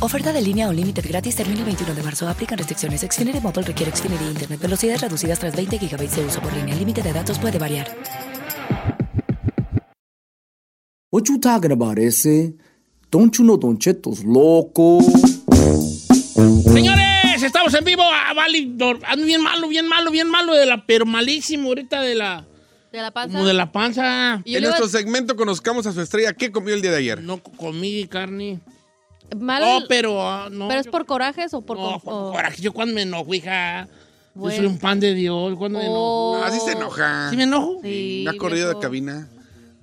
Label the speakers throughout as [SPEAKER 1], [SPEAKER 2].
[SPEAKER 1] Oferta de línea o límite gratis termina el 21 de marzo. Aplican restricciones. Xfinity Mobile requiere Xfinity Internet. Velocidades reducidas tras 20 GB de uso por línea. El límite de datos puede variar.
[SPEAKER 2] What you talking about, ese? Don't you know Don Cheto's loco?
[SPEAKER 3] Señores, estamos en vivo. Ah, vale, dor- ando bien malo, bien malo, bien malo de la, pero malísimo ahorita de la,
[SPEAKER 4] ¿De la panza?
[SPEAKER 3] como de la panza.
[SPEAKER 4] Y
[SPEAKER 5] en
[SPEAKER 4] luego,
[SPEAKER 5] nuestro segmento conozcamos a su estrella. ¿Qué comió el día de ayer?
[SPEAKER 3] No co- comí carne.
[SPEAKER 4] mal-
[SPEAKER 3] No, pero ah, no.
[SPEAKER 4] ¿Pero es
[SPEAKER 3] yo-
[SPEAKER 4] por corajes o por...?
[SPEAKER 3] no,
[SPEAKER 4] con- o-
[SPEAKER 3] por coraje. Yo cuando me enojo, hija.
[SPEAKER 4] Bueno.
[SPEAKER 3] Yo soy un pan de Dios. Cuando me enojo.
[SPEAKER 4] o-
[SPEAKER 5] Así Ah, se enoja.
[SPEAKER 3] ¿Sí me enojo?
[SPEAKER 4] Sí,
[SPEAKER 5] Me ha corrido
[SPEAKER 4] viejo.
[SPEAKER 5] de cabina.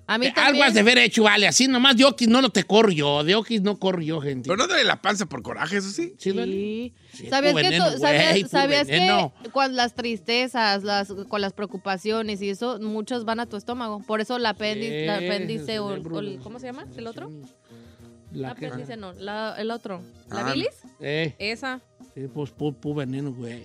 [SPEAKER 4] A mí
[SPEAKER 3] Eh,
[SPEAKER 4] también.
[SPEAKER 3] Algo has de ver hecho, vale. Así nomás de Oquis no, no te corro yo. De Oquis no corro yo, gente.
[SPEAKER 5] Pero no dale la panza por coraje, eso sí.
[SPEAKER 3] Sí, vale.
[SPEAKER 4] Sí.
[SPEAKER 3] Sí,
[SPEAKER 4] ¿Sabías
[SPEAKER 3] tu
[SPEAKER 4] que,
[SPEAKER 3] veneno,
[SPEAKER 4] to- sabías-
[SPEAKER 3] güey, tu
[SPEAKER 4] sabías
[SPEAKER 3] veneno.
[SPEAKER 4] que con las tristezas, las, con las preocupaciones y eso, muchos van a tu estómago? Por eso la apéndice,
[SPEAKER 3] Sí,
[SPEAKER 4] la apéndice
[SPEAKER 3] el
[SPEAKER 4] o,
[SPEAKER 3] cerebro.
[SPEAKER 4] o el- ¿Cómo se llama? ¿El otro?
[SPEAKER 3] La
[SPEAKER 4] La
[SPEAKER 3] que-
[SPEAKER 4] apéndice no, pues, la- el otro. ¿La
[SPEAKER 5] Ah.
[SPEAKER 4] bilis?
[SPEAKER 3] Eh.
[SPEAKER 4] Esa.
[SPEAKER 3] Sí, pues pu, pu veneno, güey.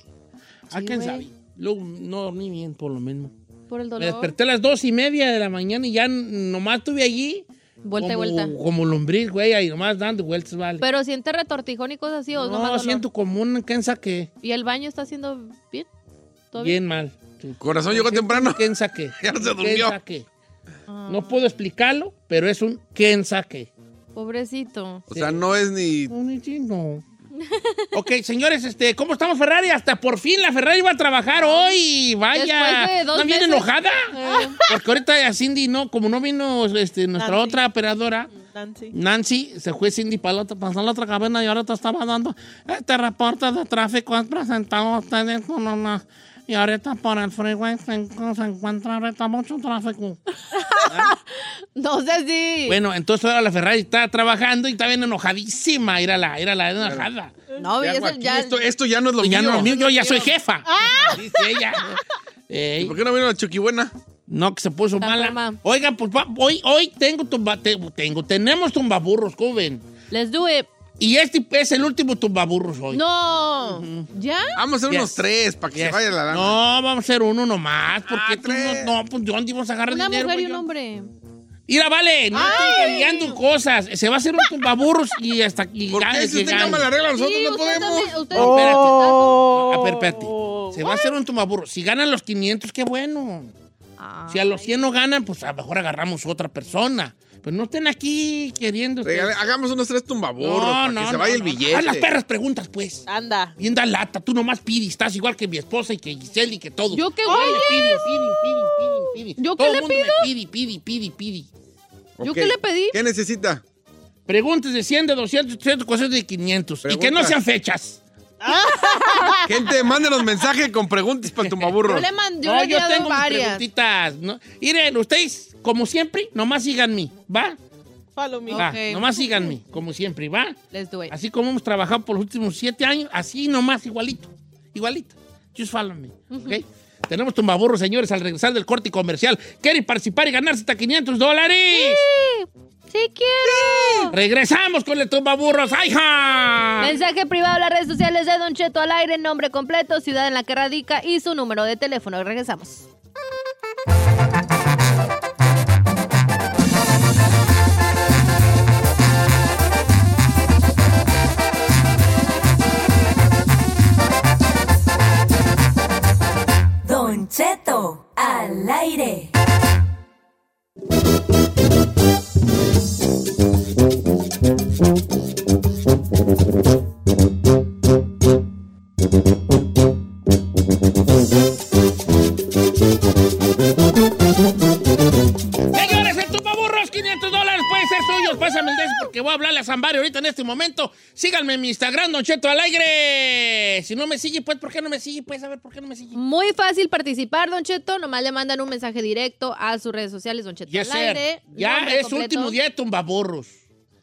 [SPEAKER 3] ¿A
[SPEAKER 4] Sí,
[SPEAKER 3] quién
[SPEAKER 4] güey.
[SPEAKER 3] sabe? Luego no dormí bien por lo mismo.
[SPEAKER 4] Por el
[SPEAKER 3] Me
[SPEAKER 4] dolor.
[SPEAKER 3] desperté a las dos y media de la mañana y ya n- nomás estuve allí.
[SPEAKER 4] Vuelta y
[SPEAKER 3] como,
[SPEAKER 4] vuelta.
[SPEAKER 3] Como lombriz, güey, ahí nomás dando vueltas, vale.
[SPEAKER 4] Pero siente retortijón y cosas así o
[SPEAKER 3] no,
[SPEAKER 4] nomás dolor?
[SPEAKER 3] siento como un cansa que
[SPEAKER 4] ¿Y el baño está haciendo bien? ¿Todo bien?
[SPEAKER 3] bien mal. Sí.
[SPEAKER 5] Corazón llegó
[SPEAKER 3] Siento
[SPEAKER 5] temprano.
[SPEAKER 3] un Kensa que.
[SPEAKER 5] Ya se
[SPEAKER 3] un
[SPEAKER 5] durmió.
[SPEAKER 3] Kensa que.
[SPEAKER 4] Ah.
[SPEAKER 3] No puedo explicarlo, pero es un kensa que.
[SPEAKER 4] Pobrecito.
[SPEAKER 5] O sea, no es ni.
[SPEAKER 3] No, ni chino. ok, señores, este, ¿cómo estamos, Ferrari? Hasta por fin la Ferrari va a trabajar hoy. Vaya.
[SPEAKER 4] Después de dos
[SPEAKER 3] ¿No viene
[SPEAKER 4] meses.
[SPEAKER 3] enojada?
[SPEAKER 4] Eh.
[SPEAKER 3] Porque ahorita a Cindy no, como no vino este, nuestra otra operadora, Nancy. se fue Cindy para la otra, pasó a la otra cabina y ahora te estaba dando este reporte de tráfico es presentado a ustedes con una- y ahorita por el freeway se, encu- se encuentra ahorita mucho tráfico.
[SPEAKER 4] No sé si.
[SPEAKER 3] Bueno, entonces ahora la Ferrari está trabajando y está bien enojadísima. Era la, era la enojada.
[SPEAKER 4] no,
[SPEAKER 5] ¿Qué
[SPEAKER 4] y
[SPEAKER 5] hago
[SPEAKER 4] eso
[SPEAKER 5] aquí?
[SPEAKER 4] ya. ¡Ah!
[SPEAKER 5] Esto, esto ya no es lo
[SPEAKER 3] ya
[SPEAKER 5] mío.
[SPEAKER 3] no es mío, yo ya soy jefa. Dice ella. Ey,
[SPEAKER 5] ¿Y ¿Por qué no vino la chuquibuena?
[SPEAKER 3] no, que se puso
[SPEAKER 4] Está
[SPEAKER 3] mala.
[SPEAKER 4] enferma.
[SPEAKER 3] Oigan, pues va- hoy, hoy tengo, tumba- te- tengo, tenemos tumbaburros, joven.
[SPEAKER 4] Let's do it.
[SPEAKER 3] Y este es el último tumbaburros hoy.
[SPEAKER 4] No. ¿Ya?
[SPEAKER 5] Vamos a hacer
[SPEAKER 3] Yes.
[SPEAKER 5] unos tres para que
[SPEAKER 3] Yes.
[SPEAKER 5] se vaya la lana.
[SPEAKER 3] No, vamos a hacer uno nomás. Porque
[SPEAKER 5] Ah,
[SPEAKER 3] tú
[SPEAKER 5] tres.
[SPEAKER 3] no, no, pues ¿de dónde vamos a agarrar
[SPEAKER 4] Una
[SPEAKER 3] dinero?
[SPEAKER 4] mujer y
[SPEAKER 3] güey?
[SPEAKER 4] un hombre.
[SPEAKER 3] Mira, vale, no estoy cambiando cosas. Se va a hacer un tumbaburros y hasta aquí.
[SPEAKER 5] ¿Por
[SPEAKER 3] gane
[SPEAKER 5] qué? Si
[SPEAKER 3] que
[SPEAKER 5] usted
[SPEAKER 3] gane.
[SPEAKER 5] cama la regla, nosotros
[SPEAKER 4] Sí,
[SPEAKER 5] no
[SPEAKER 4] usted
[SPEAKER 5] podemos.
[SPEAKER 4] también- usted-
[SPEAKER 3] No, espérate.
[SPEAKER 4] Oh.
[SPEAKER 3] A ver, espérate. Ah, Se va a hacer un tumbaburro. Si ganan los 500, qué bueno.
[SPEAKER 4] Ah.
[SPEAKER 3] Si a los 100 no ganan, pues a lo mejor agarramos otra persona. Pero no estén aquí queriendo. ustedes.
[SPEAKER 5] Regale- hagamos unos tres tumbaburros para que se vaya el
[SPEAKER 3] no.
[SPEAKER 5] billete.
[SPEAKER 3] Haz las perras preguntas, pues.
[SPEAKER 6] Anda.
[SPEAKER 3] Bien da lata. Tú nomás pides. Estás igual que mi esposa y que Giselle y que todo.
[SPEAKER 4] ¿Yo qué,
[SPEAKER 3] Todo
[SPEAKER 4] güey?
[SPEAKER 3] le pide, pide, pide, pide, pide.
[SPEAKER 4] ¿Yo
[SPEAKER 3] Todo
[SPEAKER 4] qué
[SPEAKER 3] el
[SPEAKER 4] le
[SPEAKER 3] mundo me pide, pide, pide, pide.
[SPEAKER 4] ¿Yo
[SPEAKER 5] Ok.
[SPEAKER 4] qué le pedí?
[SPEAKER 5] ¿Qué necesita?
[SPEAKER 3] Preguntas de 100, de 200, 300, 400 y 500. Y que no
[SPEAKER 5] Preguntas.
[SPEAKER 3] sean fechas.
[SPEAKER 5] Gente, mándenos mensaje con preguntas para el tumbaburro.
[SPEAKER 4] Yo le mandé
[SPEAKER 3] no,
[SPEAKER 4] una
[SPEAKER 3] Ah, yo
[SPEAKER 4] guía de
[SPEAKER 3] tengo mis
[SPEAKER 4] varias.
[SPEAKER 3] preguntitas. ¿no? Miren, ustedes, como siempre, nomás síganme, ¿va?
[SPEAKER 6] Follow me.
[SPEAKER 3] Va,
[SPEAKER 4] Ok.
[SPEAKER 3] Ah, nomás síganme, como siempre, ¿va?
[SPEAKER 4] Let's do it.
[SPEAKER 3] Así como hemos trabajado por los últimos siete años, así nomás, igualito, igualito. Just follow me, ¿ok? Tenemos tumbaburros, señores, al regresar del corte comercial. ¿Quieren participar y ganarse hasta 500 dólares?
[SPEAKER 4] Sí quiero.
[SPEAKER 3] ¡Regresamos con el tumbaburros! ¡Ay, ja!
[SPEAKER 4] Mensaje privado a las redes sociales de Don Cheto al aire, nombre completo, ciudad en la que radica y su número de teléfono. Regresamos.
[SPEAKER 7] Don Cheto, al aire.
[SPEAKER 3] Carlos, pásame el desk porque voy a hablarle a Zambari ahorita en este momento. Síganme en mi Instagram, Don Cheto al aire. Si no me sigue, pues, ¿por qué no me sigue? Pues, a ver, ¿por qué no me sigue?
[SPEAKER 4] Muy fácil participar, Don Cheto. Nomás le mandan un mensaje directo a sus redes sociales, Don Cheto
[SPEAKER 3] Yes,
[SPEAKER 4] al aire.
[SPEAKER 3] sir. Ya
[SPEAKER 4] nombre
[SPEAKER 3] es
[SPEAKER 4] completo.
[SPEAKER 3] último día de tumbaburros.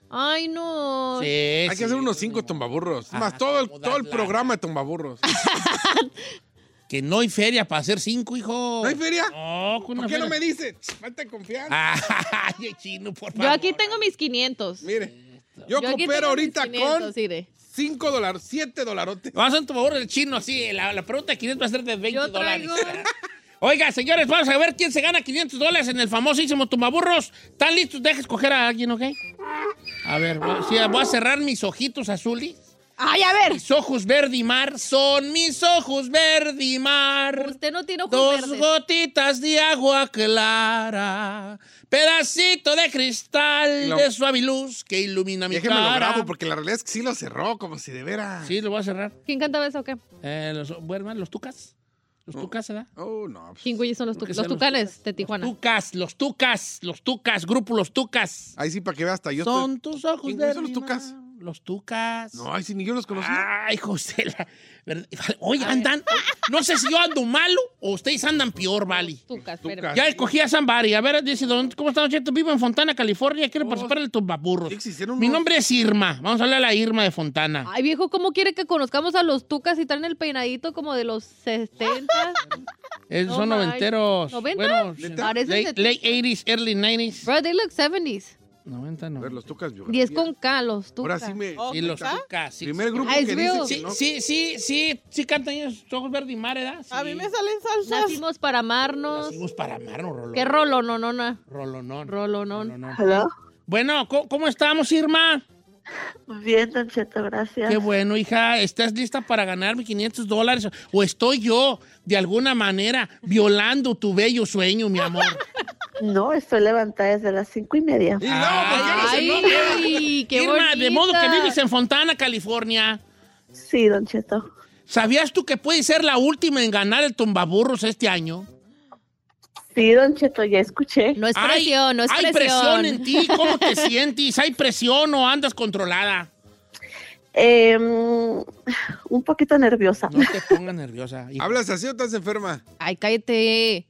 [SPEAKER 4] Ay, no.
[SPEAKER 3] Sí,
[SPEAKER 5] Hay
[SPEAKER 3] sí.
[SPEAKER 5] que hacer unos cinco tumbaburros. Es más,
[SPEAKER 3] Ah,
[SPEAKER 5] todo el,
[SPEAKER 3] como
[SPEAKER 5] todo el
[SPEAKER 3] darla.
[SPEAKER 5] programa de tumbaburros.
[SPEAKER 3] Que no hay feria para hacer cinco, hijo.
[SPEAKER 5] ¿No hay feria?
[SPEAKER 3] No, con una
[SPEAKER 5] ¿Por qué
[SPEAKER 3] feria.
[SPEAKER 5] no me dice? Falta confianza.
[SPEAKER 3] Ah, Ay, chino, por favor.
[SPEAKER 4] Yo aquí tengo mis 500.
[SPEAKER 5] Mire, yo,
[SPEAKER 4] Yo aquí
[SPEAKER 5] coopero
[SPEAKER 4] tengo mis
[SPEAKER 5] ahorita
[SPEAKER 4] 500,
[SPEAKER 5] con
[SPEAKER 4] Ire.
[SPEAKER 5] 5 dólares, 7 dolarotes.
[SPEAKER 3] Vamos a un tumbaburro del chino, así. La, la pregunta de 500 va a ser de 20
[SPEAKER 4] Yo
[SPEAKER 3] dólares.
[SPEAKER 4] traigo-
[SPEAKER 3] Oiga, señores, vamos a ver quién se gana 500 dólares en el famosísimo tumbaburros. ¿Están listos? Deja escoger a alguien, ¿ok? A ver, voy, sí, voy a cerrar mis ojitos azules.
[SPEAKER 4] Ay, a ver.
[SPEAKER 3] Mis ojos verde y mar son mis ojos verde y mar.
[SPEAKER 4] Usted no tiene ojos
[SPEAKER 3] Dos
[SPEAKER 4] verdes.
[SPEAKER 3] gotitas de agua clara, pedacito de cristal
[SPEAKER 5] Lo-
[SPEAKER 3] de suave luz que ilumina mi
[SPEAKER 5] Déjeme lo
[SPEAKER 3] cara.
[SPEAKER 5] grabo, porque la realidad es que sí lo cerró, como si de veras.
[SPEAKER 3] Sí, lo voy a cerrar.
[SPEAKER 4] ¿Quién cantaba eso o qué?
[SPEAKER 3] Eh, los, bueno, los tucas. Los tucas, ¿verdad?
[SPEAKER 5] Oh, no. pues,
[SPEAKER 4] ¿Quién güey son los, tu-
[SPEAKER 3] Que
[SPEAKER 4] los
[SPEAKER 3] sean los
[SPEAKER 4] tucanes de Tijuana?
[SPEAKER 3] Tucas, los tucas, los tucas, grupo los tucas.
[SPEAKER 5] Ahí sí, para que veas, hasta yo.
[SPEAKER 3] Son
[SPEAKER 5] estoy-
[SPEAKER 3] tus ojos
[SPEAKER 5] ¿Quién- quiénes
[SPEAKER 3] verde
[SPEAKER 5] son los
[SPEAKER 3] y
[SPEAKER 5] tucas?
[SPEAKER 3] mar. Los tucas.
[SPEAKER 5] No, ay, sí, ni yo los conocí.
[SPEAKER 3] Ay, José, la verdad- Oye, andan. No sé si yo ando malo o ustedes andan peor, Vali.
[SPEAKER 4] Tucas,
[SPEAKER 5] Tucas.
[SPEAKER 4] espérame.
[SPEAKER 3] Ya escogí a Zambari. A ver, dice, don- ¿cómo está, don Cheto? Vivo en Fontana, California. Quiero
[SPEAKER 5] Oh,
[SPEAKER 3] participar en el tumbaburros.
[SPEAKER 5] sí existieron
[SPEAKER 3] Mi
[SPEAKER 5] unos-
[SPEAKER 3] nombre es Irma. Vamos a hablar a la Irma de Fontana.
[SPEAKER 4] Ay, viejo, ¿cómo quiere que conozcamos a los tucas y traen el peinadito como de los 70?
[SPEAKER 3] Eh,
[SPEAKER 4] no
[SPEAKER 3] son
[SPEAKER 4] manches.
[SPEAKER 3] noventeros.
[SPEAKER 4] Oh ¿Noventa?
[SPEAKER 3] Bueno,
[SPEAKER 4] Parecen
[SPEAKER 3] late,
[SPEAKER 4] de-
[SPEAKER 3] late 80s, early 90s.
[SPEAKER 4] Bro, they look 70s.
[SPEAKER 3] 90
[SPEAKER 5] A
[SPEAKER 3] no.
[SPEAKER 5] ver, los tucas. yo.
[SPEAKER 4] 10 con K, los tucas. ¿Oh,
[SPEAKER 5] Ahora sí me.
[SPEAKER 3] Y los tucas. Sí,
[SPEAKER 5] Primer grupo
[SPEAKER 4] Ah, es
[SPEAKER 5] que
[SPEAKER 4] real.
[SPEAKER 5] dice.
[SPEAKER 3] sí,
[SPEAKER 5] que no.
[SPEAKER 3] sí, sí, sí, sí cantan ellos ojos verde y mar, ¿verdad?
[SPEAKER 6] A mí me salen salsas.
[SPEAKER 4] Nacimos para amarnos.
[SPEAKER 3] Nacimos para amarnos, Rolón.
[SPEAKER 4] Qué rolo, no, no, no.
[SPEAKER 3] Rolonón.
[SPEAKER 4] Rolonón.
[SPEAKER 3] Bueno, ¿cómo, cómo estamos, Irma?
[SPEAKER 6] Bien, Don Cheto, gracias.
[SPEAKER 3] Qué bueno, hija. ¿Estás lista para ganarme 500 dólares? ¿O estoy yo, de alguna manera, violando tu bello sueño, mi amor?
[SPEAKER 6] No, estoy levantada desde las cinco y media.
[SPEAKER 5] Y
[SPEAKER 3] pues
[SPEAKER 5] luego, ¿por qué no se nombra?
[SPEAKER 4] Ay, qué
[SPEAKER 3] Irma, de modo que
[SPEAKER 4] bonita.
[SPEAKER 3] vives en Fontana, California.
[SPEAKER 6] Sí, Don Cheto.
[SPEAKER 3] ¿Sabías tú que puedes ser la última en ganar el tumbaburros este año?
[SPEAKER 6] Sí, Don Cheto, ya escuché.
[SPEAKER 4] No es
[SPEAKER 3] Hay-
[SPEAKER 4] presión, no es
[SPEAKER 3] Hay presión en ti. ¿Cómo te sientes? ¿Hay presión o andas controlada?
[SPEAKER 6] Eh, mm, un poquito nerviosa.
[SPEAKER 3] No te pongas nerviosa. hija.
[SPEAKER 5] ¿Hablas así o estás enferma?
[SPEAKER 4] Ay, cállate.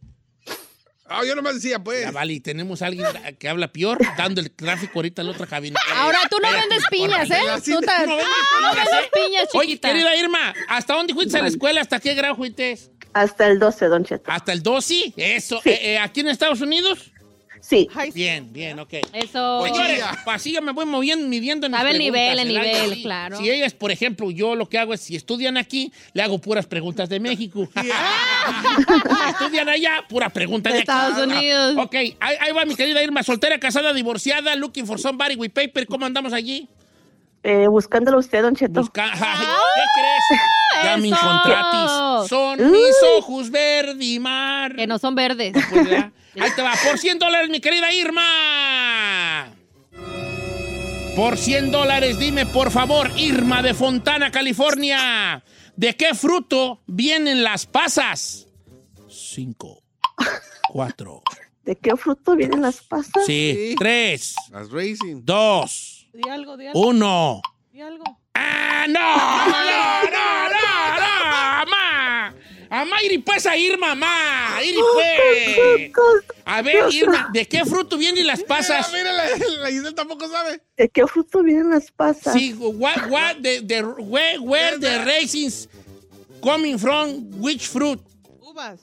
[SPEAKER 5] Ah, yo nomás decía, pues.
[SPEAKER 3] Ya, vale, tenemos a alguien que habla peor, dando el tráfico ahorita a la otra cabina.
[SPEAKER 4] Ahora tú no
[SPEAKER 3] Espérate,
[SPEAKER 4] vendes
[SPEAKER 3] por
[SPEAKER 4] piñas,
[SPEAKER 3] favor.
[SPEAKER 4] ¿eh? Tú ta-
[SPEAKER 3] No vendes
[SPEAKER 4] no
[SPEAKER 3] piñas,
[SPEAKER 4] vendes
[SPEAKER 3] ¿eh?
[SPEAKER 4] piñas,
[SPEAKER 3] Oye,
[SPEAKER 4] chiquita.
[SPEAKER 3] querida Irma, ¿hasta dónde fuiste a la escuela? ¿Hasta qué grado fuiste?
[SPEAKER 6] Hasta el 12, Don Cheto.
[SPEAKER 3] ¿Hasta el 12? Eso.
[SPEAKER 6] Sí.
[SPEAKER 3] Eh, eh, ¿Aquí en Estados Unidos?
[SPEAKER 6] Sí,
[SPEAKER 3] Bien, bien, ok.
[SPEAKER 4] Eso.
[SPEAKER 3] Señores, pues así yo me voy moviendo, midiendo en mis
[SPEAKER 4] Sabe el
[SPEAKER 3] preguntas,
[SPEAKER 4] nivel, el
[SPEAKER 3] alto,
[SPEAKER 4] nivel,
[SPEAKER 3] sí.
[SPEAKER 4] claro.
[SPEAKER 3] Si ellas, por ejemplo, yo lo que hago es, si estudian aquí, le hago puras preguntas de México. Si estudian allá, pura pregunta de,
[SPEAKER 4] De
[SPEAKER 3] aquí.
[SPEAKER 4] Estados
[SPEAKER 3] Ah,
[SPEAKER 4] Unidos.
[SPEAKER 3] Ok, ahí, ahí va mi querida Irma, soltera, casada, divorciada, looking for somebody with paper. ¿Cómo andamos allí?
[SPEAKER 6] eh, buscándolo usted, Don Cheto.
[SPEAKER 3] Busca... Ay, ¿Qué crees? Ya me
[SPEAKER 4] Ah, eso.
[SPEAKER 3] encontratis. Son mis ojos verde y mar.
[SPEAKER 4] Oh. Que no son verdes.
[SPEAKER 3] Pues ya. Ahí te va, por 100 dólares, mi querida Irma. Por 100 dólares, dime por favor, Irma de Fontana, California, ¿de qué fruto vienen las pasas? Cinco, cuatro,
[SPEAKER 6] ¿De qué fruto vienen las pastas?
[SPEAKER 3] sí,
[SPEAKER 5] Sí.
[SPEAKER 3] tres,
[SPEAKER 5] Las Racing.
[SPEAKER 3] dos,
[SPEAKER 6] Di algo, di
[SPEAKER 3] uno.
[SPEAKER 6] di algo.
[SPEAKER 3] ¡Ah, no! ¡No, no, no, no! ¡Amá! ¡Amá, iri pues a Irma, amá! ¡Iri pues! A ver, Irma, ¿de qué fruto vienen las pasas?
[SPEAKER 5] Mira, mira, la, la Giselle tampoco sabe.
[SPEAKER 6] ¿De qué fruto vienen las pastas?
[SPEAKER 3] Sí, what, what the, the, where, where the raisins coming from, which fruit?
[SPEAKER 6] Uvas.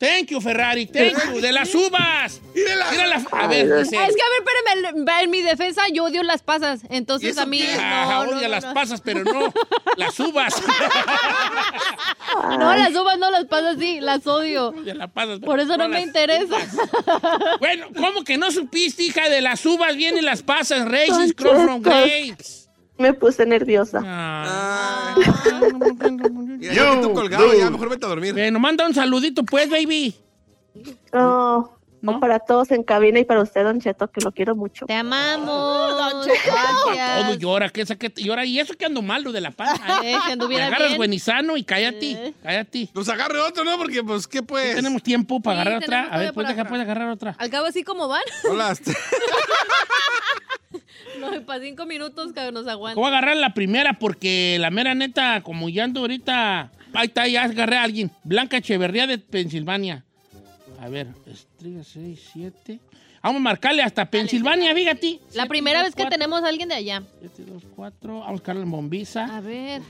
[SPEAKER 3] Thank you, Ferrari, thank you, de las uvas.
[SPEAKER 5] Mírala.
[SPEAKER 3] Mira la, a ver, dice.
[SPEAKER 4] Es que, a ver, espérame, el- en mi defensa yo odio las pasas,
[SPEAKER 5] ¿Y
[SPEAKER 4] entonces
[SPEAKER 5] eso
[SPEAKER 4] a mí
[SPEAKER 5] qué?
[SPEAKER 4] no,
[SPEAKER 3] Ajá,
[SPEAKER 4] no,
[SPEAKER 3] "Ah, odia
[SPEAKER 4] no,
[SPEAKER 3] las
[SPEAKER 4] no.
[SPEAKER 3] pasas, pero no las uvas.
[SPEAKER 4] No, las uvas no las pasas, sí, las odio.
[SPEAKER 3] Odia las pasas,
[SPEAKER 4] Por eso
[SPEAKER 3] pero
[SPEAKER 4] no me
[SPEAKER 3] las-
[SPEAKER 4] interesa.
[SPEAKER 3] Bueno, ¿cómo que no supiste, hija? De las uvas vienen las pasas, raisins come from grapes.
[SPEAKER 6] Me puse nerviosa.
[SPEAKER 3] Ah.
[SPEAKER 5] Ah. Mira, ya que tú colgado, ya mejor vete a dormir.
[SPEAKER 3] Bueno, manda un saludito, pues, baby.
[SPEAKER 6] Oh,
[SPEAKER 3] ¿No?
[SPEAKER 6] Para todos en cabina y para usted, Don Cheto, que lo quiero mucho.
[SPEAKER 4] Te amamos.
[SPEAKER 3] Pa' Todo
[SPEAKER 4] Gracias.
[SPEAKER 3] llora, que esa que llora. Y eso que ando malo de la panza.
[SPEAKER 4] Eh, que
[SPEAKER 3] Te
[SPEAKER 4] anduviera
[SPEAKER 3] agarras
[SPEAKER 4] bien.
[SPEAKER 3] buenizano y cállate,
[SPEAKER 4] Eh.
[SPEAKER 3] cállate.
[SPEAKER 5] Nos agarre otro, ¿no? Porque, pues, ¿qué pues?
[SPEAKER 3] Tenemos tiempo para
[SPEAKER 4] Sí,
[SPEAKER 3] agarrar otra.
[SPEAKER 4] tenemos
[SPEAKER 3] A ver, pues,
[SPEAKER 4] todavía para
[SPEAKER 3] puedes, dejar- puedes agarrar otra.
[SPEAKER 4] Al cabo, así como van.
[SPEAKER 5] Hola.
[SPEAKER 4] No, para cinco minutos que nos aguanta.
[SPEAKER 3] Voy a agarrar la primera porque la mera neta, como ya ando ahorita. Ahí está, ya agarré a alguien. Blanca Echeverría de Pensilvania. A ver, 3, 6, 7. Vamos a marcarle hasta Pensilvania, fíjate.
[SPEAKER 4] La primera vez que tenemos a alguien de allá.
[SPEAKER 3] 7, 2, 4. Vamos a buscarle en bombiza.
[SPEAKER 4] A ver.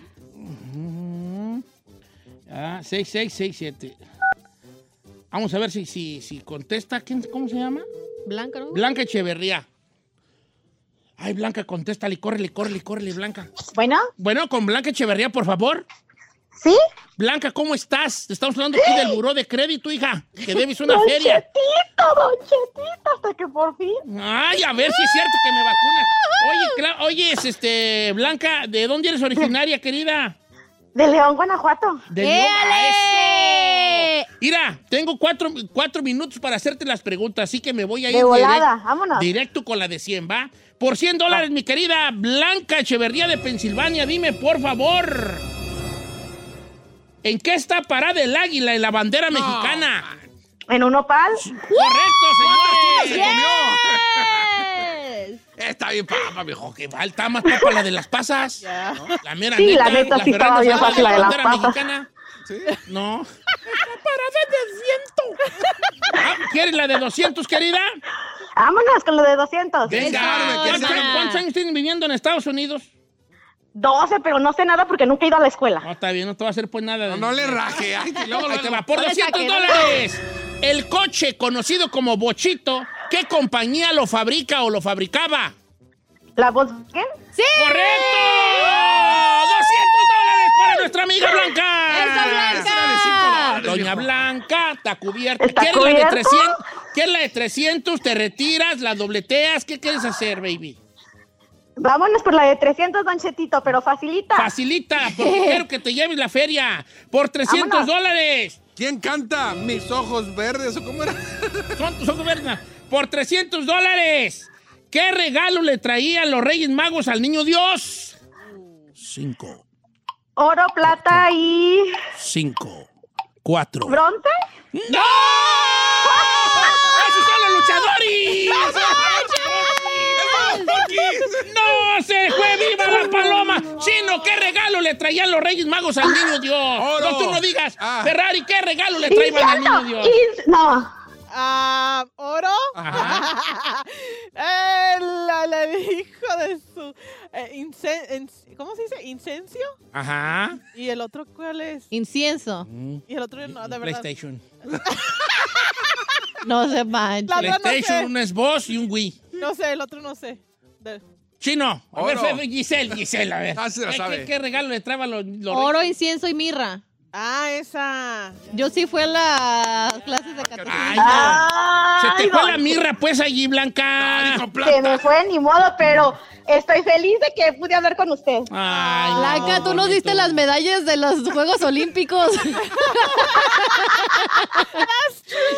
[SPEAKER 3] Ah, 6, 6, 6, 7. Vamos a ver si, si, si contesta. ¿Quién- ¿Cómo se llama?
[SPEAKER 4] Blanca, ¿no?
[SPEAKER 3] Blanca Echeverría. Ay, Blanca, contéstale, córrele, córrele, córrele, Blanca.
[SPEAKER 8] Bueno,
[SPEAKER 3] Bueno, con Blanca Echeverría, por favor.
[SPEAKER 8] ¿sí?
[SPEAKER 3] Blanca, ¿cómo estás? Te Estamos hablando aquí del buró de crédito, hija, que debes una feria.
[SPEAKER 8] Chetito, don Chetito, hasta que por fin.
[SPEAKER 3] Ay, a ver si es cierto que me vacunas. Oye, Cla- oye, es, este, Blanca, ¿de dónde eres originaria, querida?
[SPEAKER 8] De León, Guanajuato.
[SPEAKER 3] De
[SPEAKER 4] Eh, ¡Éale!
[SPEAKER 3] León. Mira, tengo cuatro, cuatro minutos para hacerte las preguntas, así que me voy a ir
[SPEAKER 8] De volada,
[SPEAKER 3] direct-
[SPEAKER 8] vámonos. Ah.
[SPEAKER 3] directo con la de 100, ¿va? Por 100 dólares, mi querida Blanca Echeverría de Pensilvania, dime, por favor. ¿En qué está parada el águila en la bandera mexicana?
[SPEAKER 8] En un opal.
[SPEAKER 3] ¡Correcto, señores!
[SPEAKER 4] ¡Yes!
[SPEAKER 5] Está bien, papa, mijo.
[SPEAKER 3] Ojo, que falta más papa la de las pasas. ¿no? La mera
[SPEAKER 8] Sí, la
[SPEAKER 3] neta,
[SPEAKER 8] neta sí
[SPEAKER 3] Fernanda
[SPEAKER 8] estaba bien
[SPEAKER 3] Zavala,
[SPEAKER 8] fácil la de las
[SPEAKER 3] bandera
[SPEAKER 8] pasas.
[SPEAKER 3] mexicana. No. Está parada de 100. ¿Quieres la de 200, querida?
[SPEAKER 8] Vámonos con lo de 200.
[SPEAKER 3] Venga.
[SPEAKER 4] que
[SPEAKER 3] ¿Cuántos-
[SPEAKER 4] salga.
[SPEAKER 3] ¿Cuántos años tienen viviendo en Estados Unidos?
[SPEAKER 8] 12, pero no sé nada porque nunca he ido a la escuela.
[SPEAKER 3] No, está bien, no te va a hacer pues nada.
[SPEAKER 5] No,
[SPEAKER 3] de-
[SPEAKER 5] no le raje. Ay, que luego,
[SPEAKER 3] Ahí
[SPEAKER 5] luego.
[SPEAKER 3] te va, por
[SPEAKER 4] No le
[SPEAKER 3] 200
[SPEAKER 4] saque, no le-
[SPEAKER 3] dólares. El coche conocido como Bochito, ¿qué compañía lo fabrica o lo fabricaba?
[SPEAKER 8] ¿La Volkswagen?
[SPEAKER 3] ¡Correcto!
[SPEAKER 4] ¡Oh!
[SPEAKER 3] ¡200 dólares para nuestra amiga Blanca!
[SPEAKER 4] ¡Eso, Blanca!
[SPEAKER 3] Doña Blanca, está cubierta.
[SPEAKER 8] ¿Está
[SPEAKER 3] ¿Quieres la de
[SPEAKER 8] cubierto?
[SPEAKER 3] 300? ¿Quieres la de 300? ¿Te retiras? ¿La dobleteas? ¿Qué quieres hacer, baby?
[SPEAKER 8] Vámonos por la de 300, don Chetito, pero facilita.
[SPEAKER 3] Facilita, porque quiero que te lleves la feria por 300
[SPEAKER 8] Vámonos.
[SPEAKER 3] dólares.
[SPEAKER 5] ¿Quién canta? Mis ojos verdes. ¿O cómo era?
[SPEAKER 3] Son- son goberna. Por 300 dólares. ¿Qué regalo le traían los Reyes Magos al niño Dios? 5,
[SPEAKER 8] Oro, plata y
[SPEAKER 3] 5, 4.
[SPEAKER 8] bronce.
[SPEAKER 3] ¡No! ¡Esos son los luchadores! ¡No se fue viva la paloma! Chino, ¿qué regalo le traían los Reyes Magos al niño Dios?
[SPEAKER 5] Oro.
[SPEAKER 3] No, tú no digas.
[SPEAKER 5] Ah.
[SPEAKER 3] Ferrari, ¿qué regalo le traían al niño Dios?
[SPEAKER 8] Y- No,
[SPEAKER 9] Ah, oro.
[SPEAKER 3] Ajá.
[SPEAKER 9] Eh, la, la hijo de su. eh, incen- en- ¿Cómo se dice? ¿Incencio?
[SPEAKER 3] Ajá.
[SPEAKER 9] ¿Y el otro cuál es?
[SPEAKER 4] Incienso.
[SPEAKER 9] Y el otro no, de verdad.
[SPEAKER 3] Mm. PlayStation.
[SPEAKER 4] No se manches.
[SPEAKER 9] La verdad no
[SPEAKER 3] PlayStation,
[SPEAKER 9] sé.
[SPEAKER 3] un Xbox y un Wii.
[SPEAKER 9] No sé, el otro no sé. De-
[SPEAKER 3] Chino, a ver,
[SPEAKER 5] Oro.
[SPEAKER 3] Fe- Giselle, Giselle, a ver.
[SPEAKER 5] Ah, sí la
[SPEAKER 3] ¿Qué-
[SPEAKER 5] sabe.
[SPEAKER 3] ¿Qué, qué regalo le traían los, los
[SPEAKER 4] Oro, incienso y mirra.
[SPEAKER 9] Ah, esa.
[SPEAKER 4] Yo sí fui a las clases de catecismo.
[SPEAKER 3] Ay, no. Se te
[SPEAKER 8] Ay,
[SPEAKER 3] fue
[SPEAKER 8] don-
[SPEAKER 3] la mirra, pues, allí, Blanca.
[SPEAKER 5] Dijo
[SPEAKER 8] se
[SPEAKER 5] plata.
[SPEAKER 8] me fue ni modo, pero estoy feliz de que pude hablar con usted.
[SPEAKER 3] Ay, no,
[SPEAKER 4] Blanca, tú nos
[SPEAKER 3] bonito.
[SPEAKER 4] diste las medallas de los Juegos Olímpicos.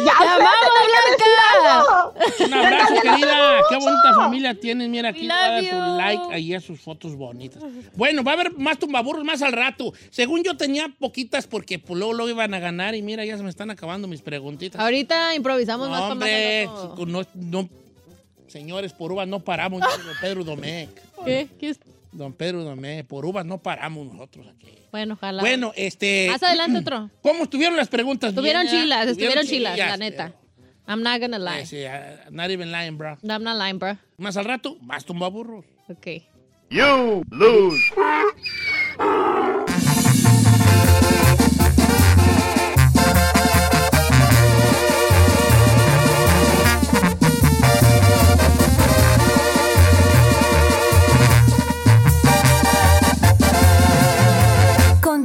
[SPEAKER 8] ¡Ya
[SPEAKER 4] ¡Te amamos, Blanca!
[SPEAKER 3] Un abrazo, querida. Qué bonita familia tienes. Mira, aquí
[SPEAKER 4] We
[SPEAKER 3] va a dar
[SPEAKER 4] love
[SPEAKER 3] su
[SPEAKER 4] you.
[SPEAKER 3] like ahí a sus fotos bonitas. Bueno, va a haber más tumbaburros más al rato. Según yo tenía poquitas porque pues, luego lo iban a ganar y mira, ya se me están acabando mis preguntitas.
[SPEAKER 4] Ahorita improvisamos
[SPEAKER 3] No,
[SPEAKER 4] más para más
[SPEAKER 3] hombre,
[SPEAKER 4] al rato.
[SPEAKER 3] no, no, señores, por uvas no paramos, dice don Pedro Domecq.
[SPEAKER 4] ¿Qué? ¿Qué es?
[SPEAKER 3] Don Pedro Domecq, por uvas no paramos nosotros aquí.
[SPEAKER 4] Bueno, ojalá.
[SPEAKER 3] Bueno, este...
[SPEAKER 4] Más adelante otro.
[SPEAKER 3] ¿Cómo estuvieron las preguntas?
[SPEAKER 4] Estuvieron
[SPEAKER 3] Bien, ¿eh?
[SPEAKER 4] chilas, estuvieron chilas, la neta.
[SPEAKER 3] pero-
[SPEAKER 4] I'm not gonna lie.
[SPEAKER 3] Sí, sí, uh, not even lying, bro.
[SPEAKER 4] I'm not lying, bro.
[SPEAKER 3] Más al rato, más tumbaburros.
[SPEAKER 4] Ok.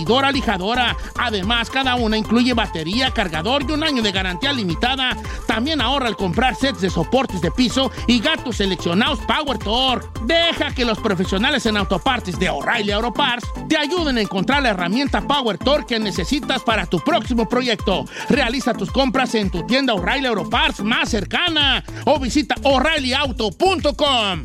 [SPEAKER 3] batidora lijadora. Además, cada una incluye batería, cargador y un año de garantía limitada. También ahorra al comprar sets de soportes de piso y gatos seleccionados Power Tour. Deja que los profesionales en autopartes de O'Reilly Auto Parts te ayuden a encontrar la herramienta Power Tour que necesitas para tu próximo proyecto. Realiza tus compras en tu tienda O'Reilly Auto Parts más cercana o visita o'ReillyAuto.com.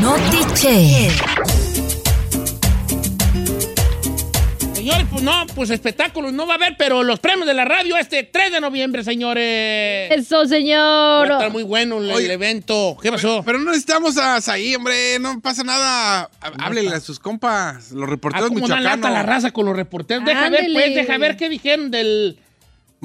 [SPEAKER 7] No te che.
[SPEAKER 3] Señores, pues no, pues espectáculos no va a haber, pero los premios de la radio este 3 de noviembre, señores.
[SPEAKER 4] Eso, señor.
[SPEAKER 3] Va a estar muy bueno el, el evento. ¿Qué pasó?
[SPEAKER 5] Pero no necesitamos a Saí, hombre. No pasa nada. Há- Háblele a sus compas, los reporteros
[SPEAKER 3] Ah, Como una
[SPEAKER 5] michoacanos.
[SPEAKER 3] lata la raza con los reporteros. Deja ver,
[SPEAKER 4] Ándele.
[SPEAKER 3] pues, deja ver qué dijeron del...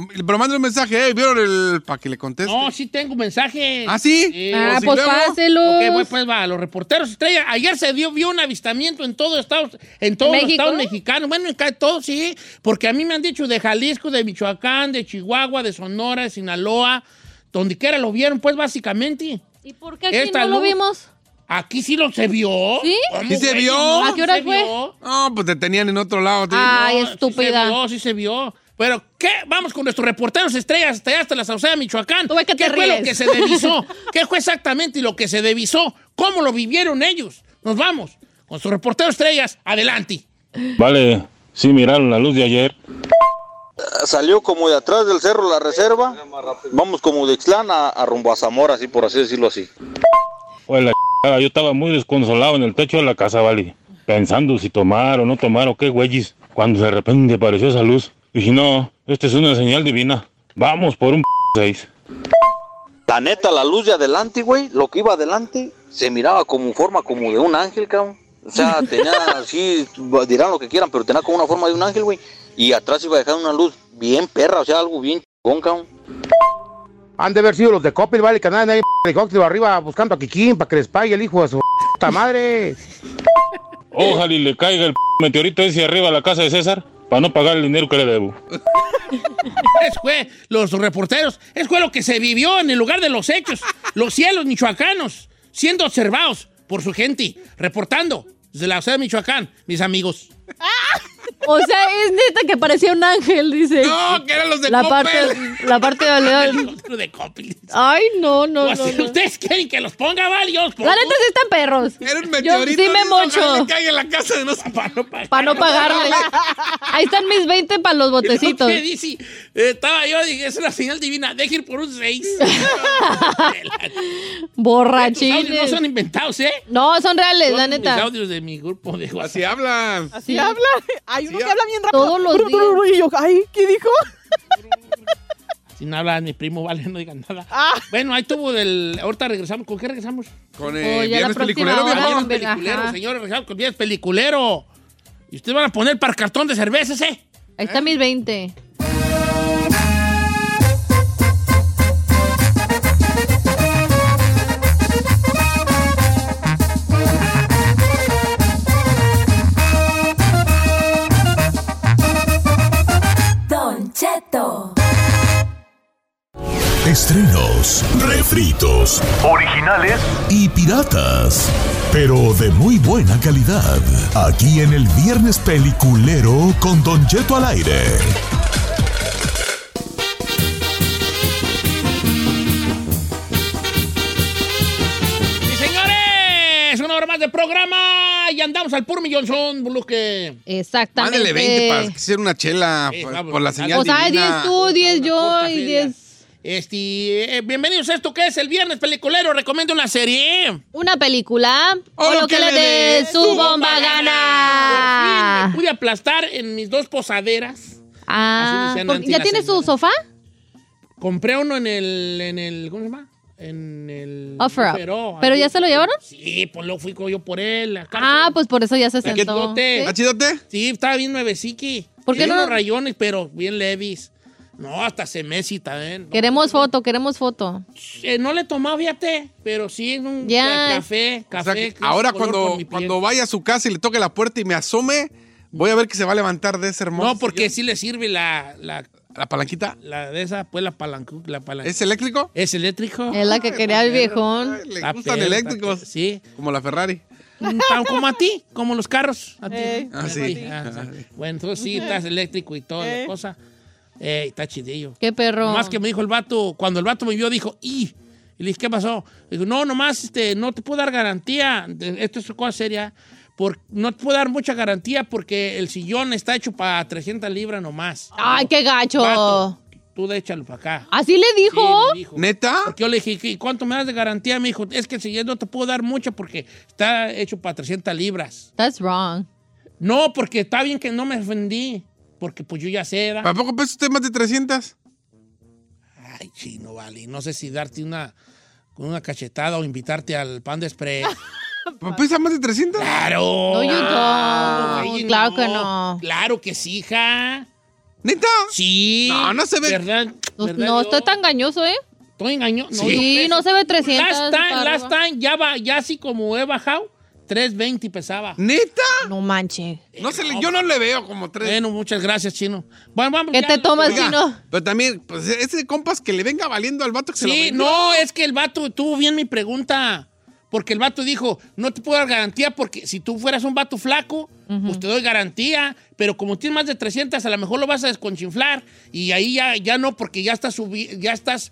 [SPEAKER 5] Pero mándale un mensaje, eh, ¿vieron el...? Para que le conteste.
[SPEAKER 3] No, sí tengo mensaje.
[SPEAKER 5] ¿Ah, sí?
[SPEAKER 4] Ah,
[SPEAKER 5] Sí,
[SPEAKER 4] pues
[SPEAKER 5] luego.
[SPEAKER 4] páselos.
[SPEAKER 3] Ok, bueno, pues va, los reporteros estrella. Ayer se dio, vio un avistamiento en todo Estados, en todos los
[SPEAKER 4] ¿México?
[SPEAKER 3] estados mexicanos. Bueno, en ca- todos sí, porque a mí me han dicho de Jalisco, de Michoacán, de Chihuahua, de Sonora, de Sinaloa, donde quiera lo vieron, pues básicamente.
[SPEAKER 4] ¿Y por qué aquí
[SPEAKER 3] Esta
[SPEAKER 4] no lo
[SPEAKER 3] luz.
[SPEAKER 4] vimos?
[SPEAKER 3] Aquí sí lo se vio.
[SPEAKER 4] ¿Sí?
[SPEAKER 3] ¿Cómo,
[SPEAKER 5] ¿Sí se
[SPEAKER 3] güey?
[SPEAKER 5] vio?
[SPEAKER 3] No,
[SPEAKER 4] ¿A qué hora
[SPEAKER 3] sí se
[SPEAKER 4] fue?
[SPEAKER 3] vio.
[SPEAKER 5] No, pues te tenían en otro lado. tío.
[SPEAKER 4] Ay,
[SPEAKER 3] No, Sí se
[SPEAKER 4] estúpida.
[SPEAKER 3] vio, sí se vio. Pero, ¿qué? Vamos con nuestros reporteros estrellas hasta allá, hasta la Sauceda, Michoacán.
[SPEAKER 4] Tú ve que
[SPEAKER 3] ¿Qué
[SPEAKER 4] te
[SPEAKER 3] fue lo
[SPEAKER 4] ríes.
[SPEAKER 3] que se devisó? ¿Qué fue exactamente lo que se devisó? ¿Cómo lo vivieron ellos? Nos vamos con sus reporteros estrellas. Adelante.
[SPEAKER 10] Vale, sí miraron la luz de ayer.
[SPEAKER 11] Salió como de atrás del cerro La Reserva. Vamos como de Ixtlán a, a rumbo a Zamora, así por así decirlo así.
[SPEAKER 10] Oye, la chingada, yo estaba muy desconsolado en el techo de la casa, vale, pensando si tomar o no tomar o qué güeyes. Cuando de repente apareció esa luz, dije, no, esta es una señal divina. Vamos por un 6.
[SPEAKER 11] La neta, la luz de adelante, güey, lo que iba adelante, se miraba como en forma como de un ángel, cabrón. O sea, tenía así, dirán lo que quieran, pero tenía como una forma de un ángel, güey. Y atrás iba a dejar una luz bien perra, o sea, algo bien chingón, cabrón.
[SPEAKER 12] Han de haber sido los de Copil, vale, que andan ahí de cóctel arriba buscando a Kikín para que les pague el hijo de su puta madre.
[SPEAKER 10] Ojalá y le caiga el meteorito ese arriba a la casa de César para no pagar el dinero que le debo.
[SPEAKER 3] Es fue los reporteros. Es fue lo que se vivió en el lugar de los hechos. Los cielos michoacanos siendo observados por su gente. Reportando desde la Sauceda, Michoacán, mis amigos.
[SPEAKER 4] O sea, es neta que parecía un ángel, dice.
[SPEAKER 5] No, que eran los de
[SPEAKER 4] la
[SPEAKER 5] Coppel.
[SPEAKER 4] parte, la parte de León.
[SPEAKER 3] Otro de Coppel.
[SPEAKER 4] Ay, no, no, no.
[SPEAKER 3] Pues, si
[SPEAKER 4] no.
[SPEAKER 3] ¿Ustedes quieren que los ponga, vale? Yo los pongo.
[SPEAKER 4] La neta sí están perros.
[SPEAKER 5] Era un
[SPEAKER 4] Yo
[SPEAKER 5] meteorito.
[SPEAKER 4] sí me
[SPEAKER 5] dice, ojalá
[SPEAKER 4] mocho
[SPEAKER 5] le caiga en la casa de no sé-
[SPEAKER 3] Para no pagar.
[SPEAKER 4] para no pagarle. Ahí están mis 20 para los botecitos.
[SPEAKER 3] Me dice, estaba yo, dije, es una señal divina, deje ir por un 6. No
[SPEAKER 4] Borrachines.
[SPEAKER 3] son inventados, ¿eh?
[SPEAKER 4] No, son reales, la
[SPEAKER 3] Son Mis
[SPEAKER 4] neta.
[SPEAKER 3] audios de mi grupo de WhatsApp.
[SPEAKER 5] Así hablan.
[SPEAKER 9] Así
[SPEAKER 4] Sí.
[SPEAKER 9] habla. Hay
[SPEAKER 3] ah.
[SPEAKER 9] uno
[SPEAKER 5] Sí,
[SPEAKER 9] que habla bien rápido.
[SPEAKER 4] Todos los
[SPEAKER 9] Bru, bru, bru, Y yo, ay, ¿qué dijo?
[SPEAKER 3] Si no habla mi primo, vale, no digan nada.
[SPEAKER 9] Ah.
[SPEAKER 3] Bueno, ahí tuvo del. Ahorita regresamos. ¿Con qué regresamos?
[SPEAKER 5] Con
[SPEAKER 4] Oh, ya la
[SPEAKER 5] el viernes
[SPEAKER 4] próxima
[SPEAKER 5] peliculero,
[SPEAKER 4] hora.
[SPEAKER 5] viejo.
[SPEAKER 3] Viernes
[SPEAKER 4] hombre,
[SPEAKER 3] peliculero,
[SPEAKER 4] ajá.
[SPEAKER 3] señores, regresamos con viernes peliculero. Y ustedes van a poner para cartón de cervezas, ¿eh?
[SPEAKER 4] Ahí están mis 20.
[SPEAKER 7] Don Cheto.
[SPEAKER 13] Estrenos, refritos, originales y piratas, pero de muy buena calidad. Aquí en el Viernes Peliculero con Don Jeto al aire.
[SPEAKER 3] ¡Sí, señores! Una hora más de programa. Y andamos al puro millonzón, Buluque.
[SPEAKER 4] Exactamente.
[SPEAKER 5] Mándele 20 para que hiciera una chela
[SPEAKER 3] Sí, pues,
[SPEAKER 5] por,
[SPEAKER 3] vamos,
[SPEAKER 5] por la
[SPEAKER 3] vamos.
[SPEAKER 5] señal
[SPEAKER 4] O sea, 10
[SPEAKER 5] divina.
[SPEAKER 4] tú, 10 yo
[SPEAKER 3] Corta
[SPEAKER 4] y
[SPEAKER 3] feria.
[SPEAKER 4] 10.
[SPEAKER 3] Este, eh, bienvenidos a esto que es el viernes peliculero. Recomiendo una serie.
[SPEAKER 4] Una película.
[SPEAKER 5] O
[SPEAKER 4] O lo que le dé su bomba
[SPEAKER 3] Por fin me
[SPEAKER 4] gana.
[SPEAKER 3] pude aplastar en mis dos posaderas.
[SPEAKER 4] Ah,
[SPEAKER 3] Así decía
[SPEAKER 4] ¿por-
[SPEAKER 3] Nancy,
[SPEAKER 4] ¿ya
[SPEAKER 3] la
[SPEAKER 4] tiene su
[SPEAKER 3] señora.
[SPEAKER 4] sofá?
[SPEAKER 3] Compré uno en el, en el ¿cómo se llama? en el.
[SPEAKER 4] Offer Up.
[SPEAKER 3] Pero,
[SPEAKER 4] ¿Pero ya se lo llevaron?
[SPEAKER 3] Sí, pues lo fui yo por él. la cárcel.
[SPEAKER 4] Ah, pues por eso ya se
[SPEAKER 3] ¿Está
[SPEAKER 4] sentó.
[SPEAKER 3] chidote?
[SPEAKER 4] ¿Sí?
[SPEAKER 3] ¿Está chidote? Sí, estaba bien nueveciqui.
[SPEAKER 4] ¿Por qué
[SPEAKER 3] Bien
[SPEAKER 4] no?
[SPEAKER 3] los rayones, pero bien levis. No, hasta se Messi también.
[SPEAKER 4] Queremos foto, queremos foto.
[SPEAKER 3] Eh, no le tomaba, fíjate, pero sí en un
[SPEAKER 4] Ya.
[SPEAKER 3] ca- café, café. que es
[SPEAKER 5] Ahora
[SPEAKER 3] color
[SPEAKER 5] cuando,
[SPEAKER 3] con mi piel.
[SPEAKER 5] cuando vaya a su casa y le toque la puerta y me asome, voy a ver que se va a levantar de ese hermoso.
[SPEAKER 3] No, porque sí le sirve la, la,
[SPEAKER 5] La palanquita.
[SPEAKER 3] la de esa, pues la palanca. La palanca.
[SPEAKER 5] ¿Es eléctrico?
[SPEAKER 3] Es eléctrico.
[SPEAKER 4] Es la que quería el viejón.
[SPEAKER 5] Le
[SPEAKER 3] Está
[SPEAKER 5] gustan
[SPEAKER 3] perro,
[SPEAKER 5] eléctricos.
[SPEAKER 3] Sí.
[SPEAKER 5] Como la Ferrari.
[SPEAKER 3] Ah, pues. Mm, Tan como a ti, como los carros. A ti.
[SPEAKER 5] Ah, sí.
[SPEAKER 3] Ah, sí. Bueno, entonces sí, estás eléctrico y toda la cosa. Eh, está chidillo.
[SPEAKER 4] Qué perro.
[SPEAKER 3] Más que me dijo el vato, cuando el vato me vio, dijo, ¡y! Y le dije, ¿qué pasó? Dijo, no, nomás este, no te puedo dar garantía. De- Esto es una cosa seria. Por, no te puedo dar mucha garantía porque el sillón está hecho para 300 libras nomás.
[SPEAKER 4] Ay, qué gacho.
[SPEAKER 3] Vato, tú de échalo para acá.
[SPEAKER 4] ¿Así le dijo?
[SPEAKER 3] ¿Neta? Porque yo le dije, ¿y cuánto me das de garantía? Me dijo, es que el sillón no te puedo dar mucha porque está hecho para 300 libras.
[SPEAKER 4] That's wrong.
[SPEAKER 3] No, porque está bien que no me ofendí. Porque pues yo ya sé. ¿verdad?
[SPEAKER 5] ¿A poco pesos usted más de 300?
[SPEAKER 3] Ay, chino, vale. No sé si darte una, con una cachetada o invitarte al pan de spray.
[SPEAKER 5] ¿Pesa más de 300?
[SPEAKER 3] Claro.
[SPEAKER 4] No, you
[SPEAKER 3] Ah,
[SPEAKER 4] don't.
[SPEAKER 3] güey,
[SPEAKER 4] Claro que no.
[SPEAKER 3] Claro que sí, hija.
[SPEAKER 5] ¿Neta?
[SPEAKER 3] Sí. No, no se ve. ¿Verdad?
[SPEAKER 4] No,
[SPEAKER 3] ¿Verdad,
[SPEAKER 4] no
[SPEAKER 3] Dios?
[SPEAKER 4] estoy tan engañoso, ¿eh?
[SPEAKER 3] Estoy engañoso. No,
[SPEAKER 4] Sí, no se ve 300.
[SPEAKER 3] Last time,
[SPEAKER 4] para
[SPEAKER 3] last
[SPEAKER 4] arriba.
[SPEAKER 3] time, ya, va, ya así como he bajado, 3.20 pesaba.
[SPEAKER 5] ¿Neta?
[SPEAKER 4] No manches.
[SPEAKER 5] No se le- yo no le veo como tres.
[SPEAKER 3] Eh, Bueno, muchas gracias, Chino. Bueno, vamos.
[SPEAKER 4] ¿Qué
[SPEAKER 3] ya,
[SPEAKER 4] te tomas,
[SPEAKER 3] oiga,
[SPEAKER 4] Chino?
[SPEAKER 5] Pero también, pues ese compas que le venga valiendo al vato que se lo
[SPEAKER 3] Sí,
[SPEAKER 5] vendió.
[SPEAKER 3] no, es que el vato tuvo bien mi pregunta. Porque el vato dijo, no te puedo dar garantía porque si tú fueras un vato flaco, pues te doy garantía, pero como tienes más de 300, a lo mejor lo vas a desconchinflar y ahí ya, ya no, porque ya estás, subi- ya estás,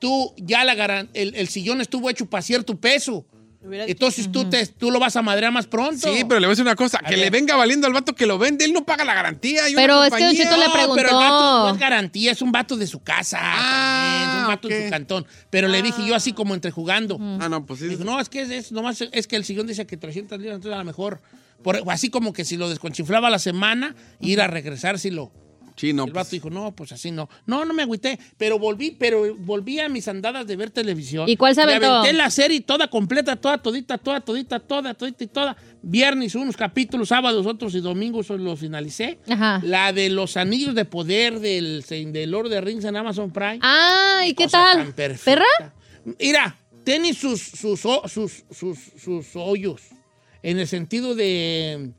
[SPEAKER 3] tú, ya la garan- el, el sillón estuvo hecho para cierto peso. Entonces tú, te, tú lo vas a madrear más pronto.
[SPEAKER 5] Sí, pero le voy a decir una cosa, que le venga valiendo al vato que lo vende, él no paga la garantía. hay una
[SPEAKER 4] Pero es que Don
[SPEAKER 5] compañía.
[SPEAKER 4] Cheto le No, preguntó.
[SPEAKER 3] Pero el vato no es garantía, es un vato de su casa.
[SPEAKER 5] Ah,
[SPEAKER 3] también, es un vato de su cantón. Pero le dije yo así como entre jugando.
[SPEAKER 5] Ah, no, pues sí.
[SPEAKER 3] Dijo, no, es que es, es nomás, es que el sillón dice que 300 libras, entonces a lo mejor, por- así como que si lo desconchinflaba la semana, ir a regresárselo.
[SPEAKER 5] Sí, no,
[SPEAKER 3] El vato dijo, no, pues así no. No, no me agüité, pero volví, pero volví a mis andadas de ver televisión.
[SPEAKER 4] ¿Y cuál se
[SPEAKER 3] Me
[SPEAKER 4] aventó?
[SPEAKER 3] aventé la serie toda completa, toda, todita, toda, todita, toda, todita y toda. Viernes unos capítulos, sábados otros y domingos los finalicé.
[SPEAKER 4] Ajá.
[SPEAKER 3] La de los anillos de poder del, del Lord of the Rings en Amazon Prime.
[SPEAKER 4] Ah, ¿y qué tal?
[SPEAKER 3] perfecta.
[SPEAKER 4] ¿Perra?
[SPEAKER 3] Mira, tiene sus, sus, o- sus, sus, sus hoyos en el sentido de,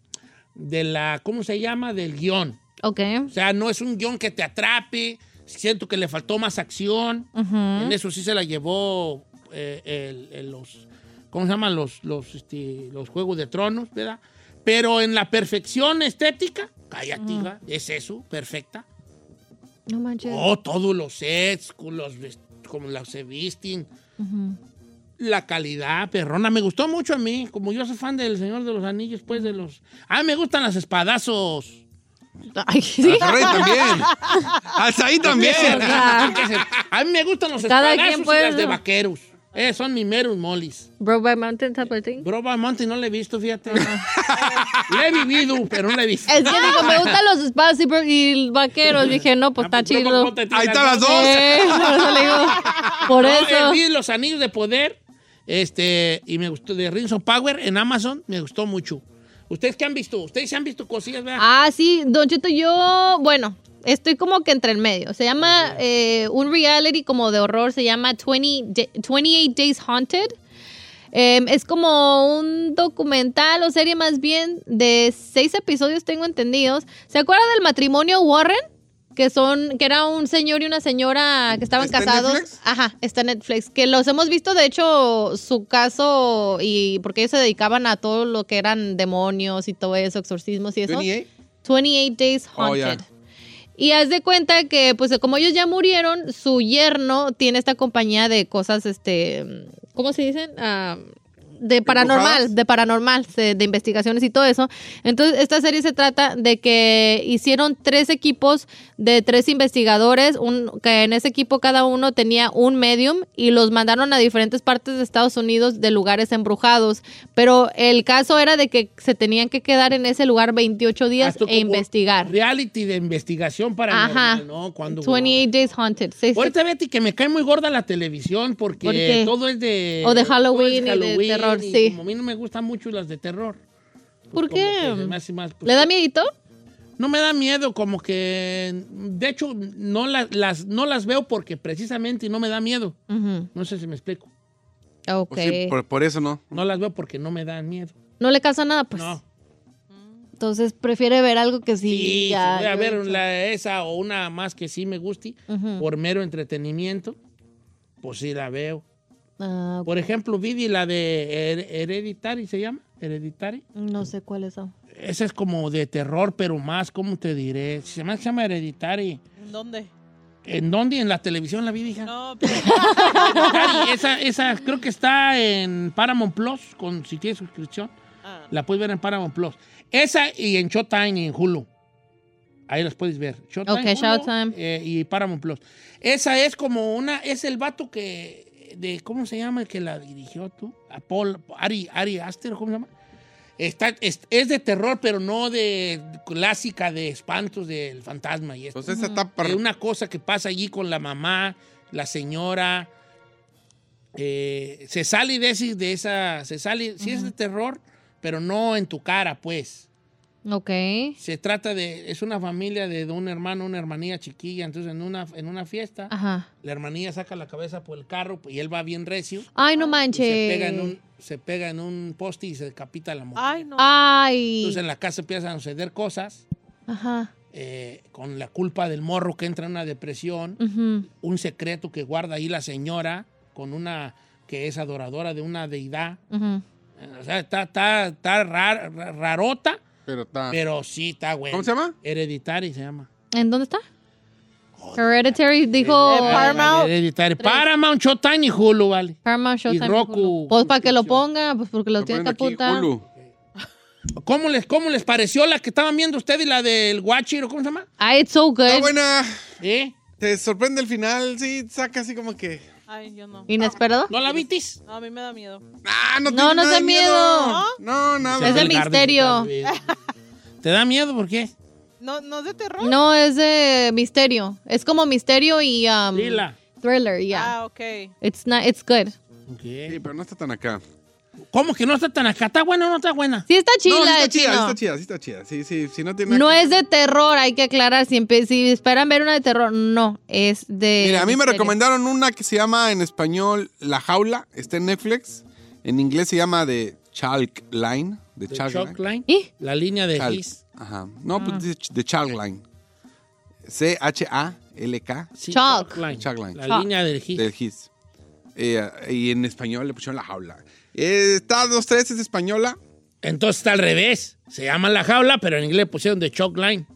[SPEAKER 3] de la, ¿cómo se llama? Del guión.
[SPEAKER 4] Ok.
[SPEAKER 3] O sea, no es un guión que te atrape. Siento que le faltó más acción.
[SPEAKER 4] Ujú.
[SPEAKER 3] En eso sí se la llevó eh, el- el- los, ¿cómo se llaman? Los, los, este, los Juegos de Tronos, ¿verdad? Pero en la perfección estética, cállate, hija, es eso, perfecta.
[SPEAKER 4] No manches.
[SPEAKER 3] Oh, todos los sets, con los, vest- como los se visten,
[SPEAKER 4] Ujú.
[SPEAKER 3] la calidad, perrona. Me gustó mucho a mí, como yo soy fan del Señor de los Anillos, pues de los... Ah, me gustan las espadazos.
[SPEAKER 4] Ay, sí.
[SPEAKER 5] Ferrari también. Hasta ahí también.
[SPEAKER 3] a mí me gustan los
[SPEAKER 4] Cada quien,
[SPEAKER 3] espadazos
[SPEAKER 4] pues,
[SPEAKER 3] y las de
[SPEAKER 4] ¿no?
[SPEAKER 3] vaqueros. Eh, son mis meros molis.
[SPEAKER 4] Brokeback Mountain type of thing.
[SPEAKER 3] Bro, Monty no le he visto, fíjate. le he vivido, pero no le he visto.
[SPEAKER 4] Es que digo, me gustan los espacios y bro- y vaqueros. Dije, no,
[SPEAKER 3] Ah,
[SPEAKER 4] pues está chido.
[SPEAKER 3] Ahí están las dos.
[SPEAKER 4] Eh, por eso le digo, por
[SPEAKER 3] No, eh,
[SPEAKER 4] eso.
[SPEAKER 3] vi los anillos de poder, este, y me gustó, de Rings of Power en Amazon, me gustó mucho. ¿Ustedes qué han visto? ¿Ustedes se han visto cosillas, verdad?
[SPEAKER 4] Ah, sí, Don Cheto, yo, bueno, estoy como que entre el medio. Se llama eh, un reality como de horror, se llama 20 Day- 28 Days Haunted. Em, es como un documental o serie más bien de seis episodios, tengo entendidos. ¿Se acuerdan del matrimonio Warren? Que son, que era un señor y una señora que estaban
[SPEAKER 5] ¿Está en
[SPEAKER 4] casados.
[SPEAKER 5] Netflix?
[SPEAKER 4] Ajá, está en Netflix. Que los hemos visto, de hecho, su caso y porque ellos se dedicaban a todo lo que eran demonios y todo eso, exorcismos y eso.
[SPEAKER 5] 28?
[SPEAKER 4] 28 Days Haunted.
[SPEAKER 5] Oh, ya.
[SPEAKER 4] Y haz de cuenta que, pues, como ellos ya murieron, su yerno tiene esta compañía de cosas, este, ¿cómo se dicen? Ah, de paranormal, de paranormal, se- de investigaciones y todo eso. Entonces, esta serie se trata de que hicieron tres equipos de tres investigadores, un, que en ese equipo cada uno tenía un medium y los mandaron a diferentes partes de Estados Unidos de lugares embrujados. Pero el caso era de que se tenían que quedar en ese lugar 28 días
[SPEAKER 3] Esto
[SPEAKER 4] e
[SPEAKER 3] como
[SPEAKER 4] investigar.
[SPEAKER 3] Reality de investigación para
[SPEAKER 4] Ajá.
[SPEAKER 3] ¿no? Cuando
[SPEAKER 4] 28 Days Haunted. Sí, sí.
[SPEAKER 3] Ahorita Betty que me cae muy gorda la televisión porque
[SPEAKER 4] ¿Por qué?
[SPEAKER 3] todo es de
[SPEAKER 4] O
[SPEAKER 3] todo
[SPEAKER 4] de
[SPEAKER 3] es
[SPEAKER 4] Halloween y de terror,
[SPEAKER 3] y
[SPEAKER 4] sí.
[SPEAKER 3] como a mí no me gustan mucho las de terror. pues
[SPEAKER 4] ¿Por
[SPEAKER 3] como
[SPEAKER 4] qué?
[SPEAKER 3] que se me hace más, pues,
[SPEAKER 4] ¿Le da miedito?
[SPEAKER 3] No me da miedo, como que de hecho no la- las no las veo porque precisamente no me da miedo. No sé si me explico.
[SPEAKER 4] Ok.
[SPEAKER 5] Pues sí, por, por eso no.
[SPEAKER 3] No las veo porque no me dan miedo.
[SPEAKER 4] No le causa nada, pues.
[SPEAKER 3] No.
[SPEAKER 4] Entonces prefiere ver algo que sí.
[SPEAKER 3] Sí,
[SPEAKER 4] ya-
[SPEAKER 3] si voy a
[SPEAKER 4] yo-
[SPEAKER 3] ver la- esa o una más que sí me guste
[SPEAKER 4] Ujú.
[SPEAKER 3] por mero entretenimiento, pues sí la veo.
[SPEAKER 4] Ah,
[SPEAKER 3] Por ejemplo, Vivi, la de Her- Hereditary se llama, Hereditary.
[SPEAKER 4] no sé cuál es esa.
[SPEAKER 3] Esa es como de terror, pero más, ¿cómo te diré? Se llama, se llama Hereditary.
[SPEAKER 9] ¿En dónde?
[SPEAKER 3] ¿En dónde? ¿En la televisión la vi, hija?
[SPEAKER 9] No,
[SPEAKER 3] Hereditary, esa, esa creo que está en Paramount Plus, con, si tienes suscripción. La puedes ver en Paramount Plus. Esa y en Showtime y en Hulu. Ahí las puedes ver. Showtime,
[SPEAKER 4] Ok,
[SPEAKER 3] Hulu,
[SPEAKER 4] Showtime.
[SPEAKER 3] eh, y Paramount Plus. Esa es como una, es el vato que, de, ¿cómo se llama? El que la dirigió tú. A Paul, Ari, Ari Aster, ¿cómo se llama? Está, es, es de terror, pero no de clásica de espantos del fantasma y esto.
[SPEAKER 5] Pues esa está par-
[SPEAKER 3] De una cosa que pasa allí con la mamá, la señora. eh, se sale de, ese- de esa. Se sale. Sí es de terror, pero no en tu cara, pues.
[SPEAKER 4] Ok.
[SPEAKER 3] Se trata de. Es una familia de, de un hermano, una hermanía chiquilla. Entonces, en una, en una fiesta,
[SPEAKER 4] Ajá.
[SPEAKER 3] la hermanía saca la cabeza por el carro y él va bien recio.
[SPEAKER 4] Ay,
[SPEAKER 9] Ah,
[SPEAKER 4] no
[SPEAKER 3] y
[SPEAKER 4] manches.
[SPEAKER 3] se pega en un, se pega en un poste y se decapita la mujer.
[SPEAKER 9] Ay, no.
[SPEAKER 4] Ay.
[SPEAKER 3] Entonces en la casa empiezan a suceder cosas
[SPEAKER 4] Ajá.
[SPEAKER 3] eh, con la culpa del morro que entra en una depresión,
[SPEAKER 4] Ujú.
[SPEAKER 3] un secreto que guarda ahí la señora con una que es adoradora de una deidad.
[SPEAKER 4] Ujú.
[SPEAKER 3] Eh, O sea, está, está, está rar- rarota,
[SPEAKER 5] Pero está.
[SPEAKER 3] pero sí está güey.
[SPEAKER 5] ¿Cómo se llama?
[SPEAKER 3] Hereditary se llama.
[SPEAKER 4] ¿En dónde está? Hereditary dijo.
[SPEAKER 3] Hereditary. Paramount, Showtime y Hulu, vale.
[SPEAKER 4] Paramount Showtime.
[SPEAKER 3] Y Roku.
[SPEAKER 4] Hulu. Pues para que lo ponga, pues porque lo tiene que apuntar.
[SPEAKER 3] ¿Cómo les, ¿Cómo les pareció la que estaban viendo ustedes y la del Guachiro? ¿Cómo se llama?
[SPEAKER 4] Ah, it's so good.
[SPEAKER 5] Está buena.
[SPEAKER 3] ¿Eh?
[SPEAKER 5] Te sorprende el final, sí, saca así como que.
[SPEAKER 9] Ay, yo no.
[SPEAKER 4] ¿Inesperado?
[SPEAKER 3] ¿No la vitis?
[SPEAKER 9] No, a mí me da miedo.
[SPEAKER 5] Ah, no,
[SPEAKER 4] No,
[SPEAKER 5] tiene
[SPEAKER 4] no
[SPEAKER 5] nada
[SPEAKER 4] da
[SPEAKER 5] de
[SPEAKER 4] miedo.
[SPEAKER 5] No, nada.
[SPEAKER 4] Es de misterio.
[SPEAKER 3] ¿Te da miedo por qué?
[SPEAKER 9] Eh, No, no es de terror.
[SPEAKER 4] No, es de misterio. Es como misterio y. um,
[SPEAKER 3] Lila.
[SPEAKER 4] Thriller, yeah.
[SPEAKER 9] Ah, ok.
[SPEAKER 4] It's not, it's good.
[SPEAKER 5] Sí, pero no está tan acá.
[SPEAKER 3] ¿Cómo que no está tan acá? ¿Está buena o no está buena?
[SPEAKER 4] Sí, está chila,
[SPEAKER 5] no, sí está
[SPEAKER 4] de
[SPEAKER 5] chida, sí
[SPEAKER 4] chino.
[SPEAKER 5] está chida, sí está chida. Sí, sí, sí, no tiene.
[SPEAKER 4] No es de terror, hay que aclarar. Si, empe- si esperan ver una de terror, no. Es de.
[SPEAKER 5] Mira, a mí me
[SPEAKER 4] misterio.
[SPEAKER 5] recomendaron una que se llama en español La Jaula, está en Netflix. En inglés se llama The Chalk Line. The,
[SPEAKER 3] The
[SPEAKER 5] Chalk,
[SPEAKER 3] Chalk
[SPEAKER 5] Line.
[SPEAKER 3] Line.
[SPEAKER 4] ¿Y?
[SPEAKER 3] La línea de
[SPEAKER 5] Chalk.
[SPEAKER 3] Gis. Ah.
[SPEAKER 5] Ajá. No, pues The, The Chalk Line. C-H-A-L-K.
[SPEAKER 3] Sí,
[SPEAKER 4] Chalk.
[SPEAKER 3] Line.
[SPEAKER 5] Chalk Line.
[SPEAKER 3] La
[SPEAKER 4] Chalk.
[SPEAKER 3] línea del Gis.
[SPEAKER 5] Del His. Eh, y en español le pusieron La Jaula. Eh, está dos, tres, es española.
[SPEAKER 3] Entonces está al revés. Se llama La Jaula, pero en inglés pusieron de Chalk Line.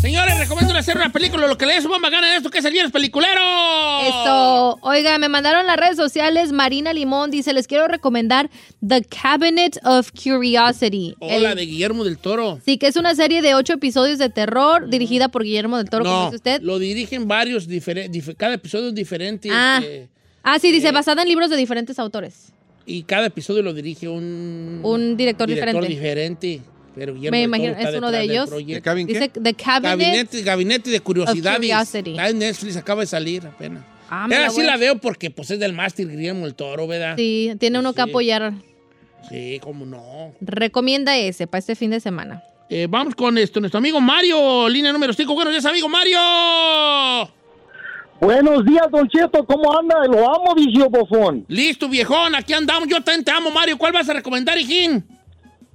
[SPEAKER 3] Señores, una película, lo que le dé su bomba gana en esto, que es el viernes peliculero.
[SPEAKER 4] Eso. Oiga, me mandaron las redes sociales. Marina Limón dice: Les quiero recomendar The Cabinet of Curiosity.
[SPEAKER 3] Hola,
[SPEAKER 4] El-
[SPEAKER 3] de Guillermo del Toro.
[SPEAKER 4] Sí, que es una serie de ocho episodios de terror dirigida por Guillermo del Toro, como
[SPEAKER 3] No,
[SPEAKER 4] dice usted.
[SPEAKER 3] lo dirigen varios, difere- dif- cada episodio es diferente.
[SPEAKER 4] Ah.
[SPEAKER 3] este,
[SPEAKER 4] Ah, sí, dice, basada en libros de diferentes autores.
[SPEAKER 3] y cada episodio lo dirige un...
[SPEAKER 4] Un director diferente.
[SPEAKER 3] diferente. Pero Guillermo
[SPEAKER 4] Me
[SPEAKER 3] del
[SPEAKER 4] imagino,
[SPEAKER 3] Toro está
[SPEAKER 4] es uno de
[SPEAKER 3] detrás del
[SPEAKER 4] ellos.
[SPEAKER 3] proyecto.
[SPEAKER 4] Dice The Cabinet.
[SPEAKER 3] Gabinete, gabinete de curiosidades.
[SPEAKER 4] Curiosity.
[SPEAKER 3] Está en Netflix, acaba de salir apenas.
[SPEAKER 4] Ah, me
[SPEAKER 3] Pero
[SPEAKER 4] la
[SPEAKER 3] sí
[SPEAKER 4] voy a-
[SPEAKER 3] la veo porque pues es del máster Guillermo el Toro, ¿verdad?
[SPEAKER 4] Sí, tiene uno que
[SPEAKER 3] Sí.
[SPEAKER 4] apoyar.
[SPEAKER 3] Sí, cómo no.
[SPEAKER 4] Recomienda ese para este fin de semana.
[SPEAKER 3] Eh, vamos con esto, nuestro amigo Mario, línea número 5. Buenos días, amigo Mario.
[SPEAKER 14] Buenos días, Don Cheto. ¿Cómo anda? Lo amo, vicio bofón.
[SPEAKER 3] Listo, viejón, aquí andamos. Yo también te amo, Mario. ¿Cuál vas a recomendar, hijín?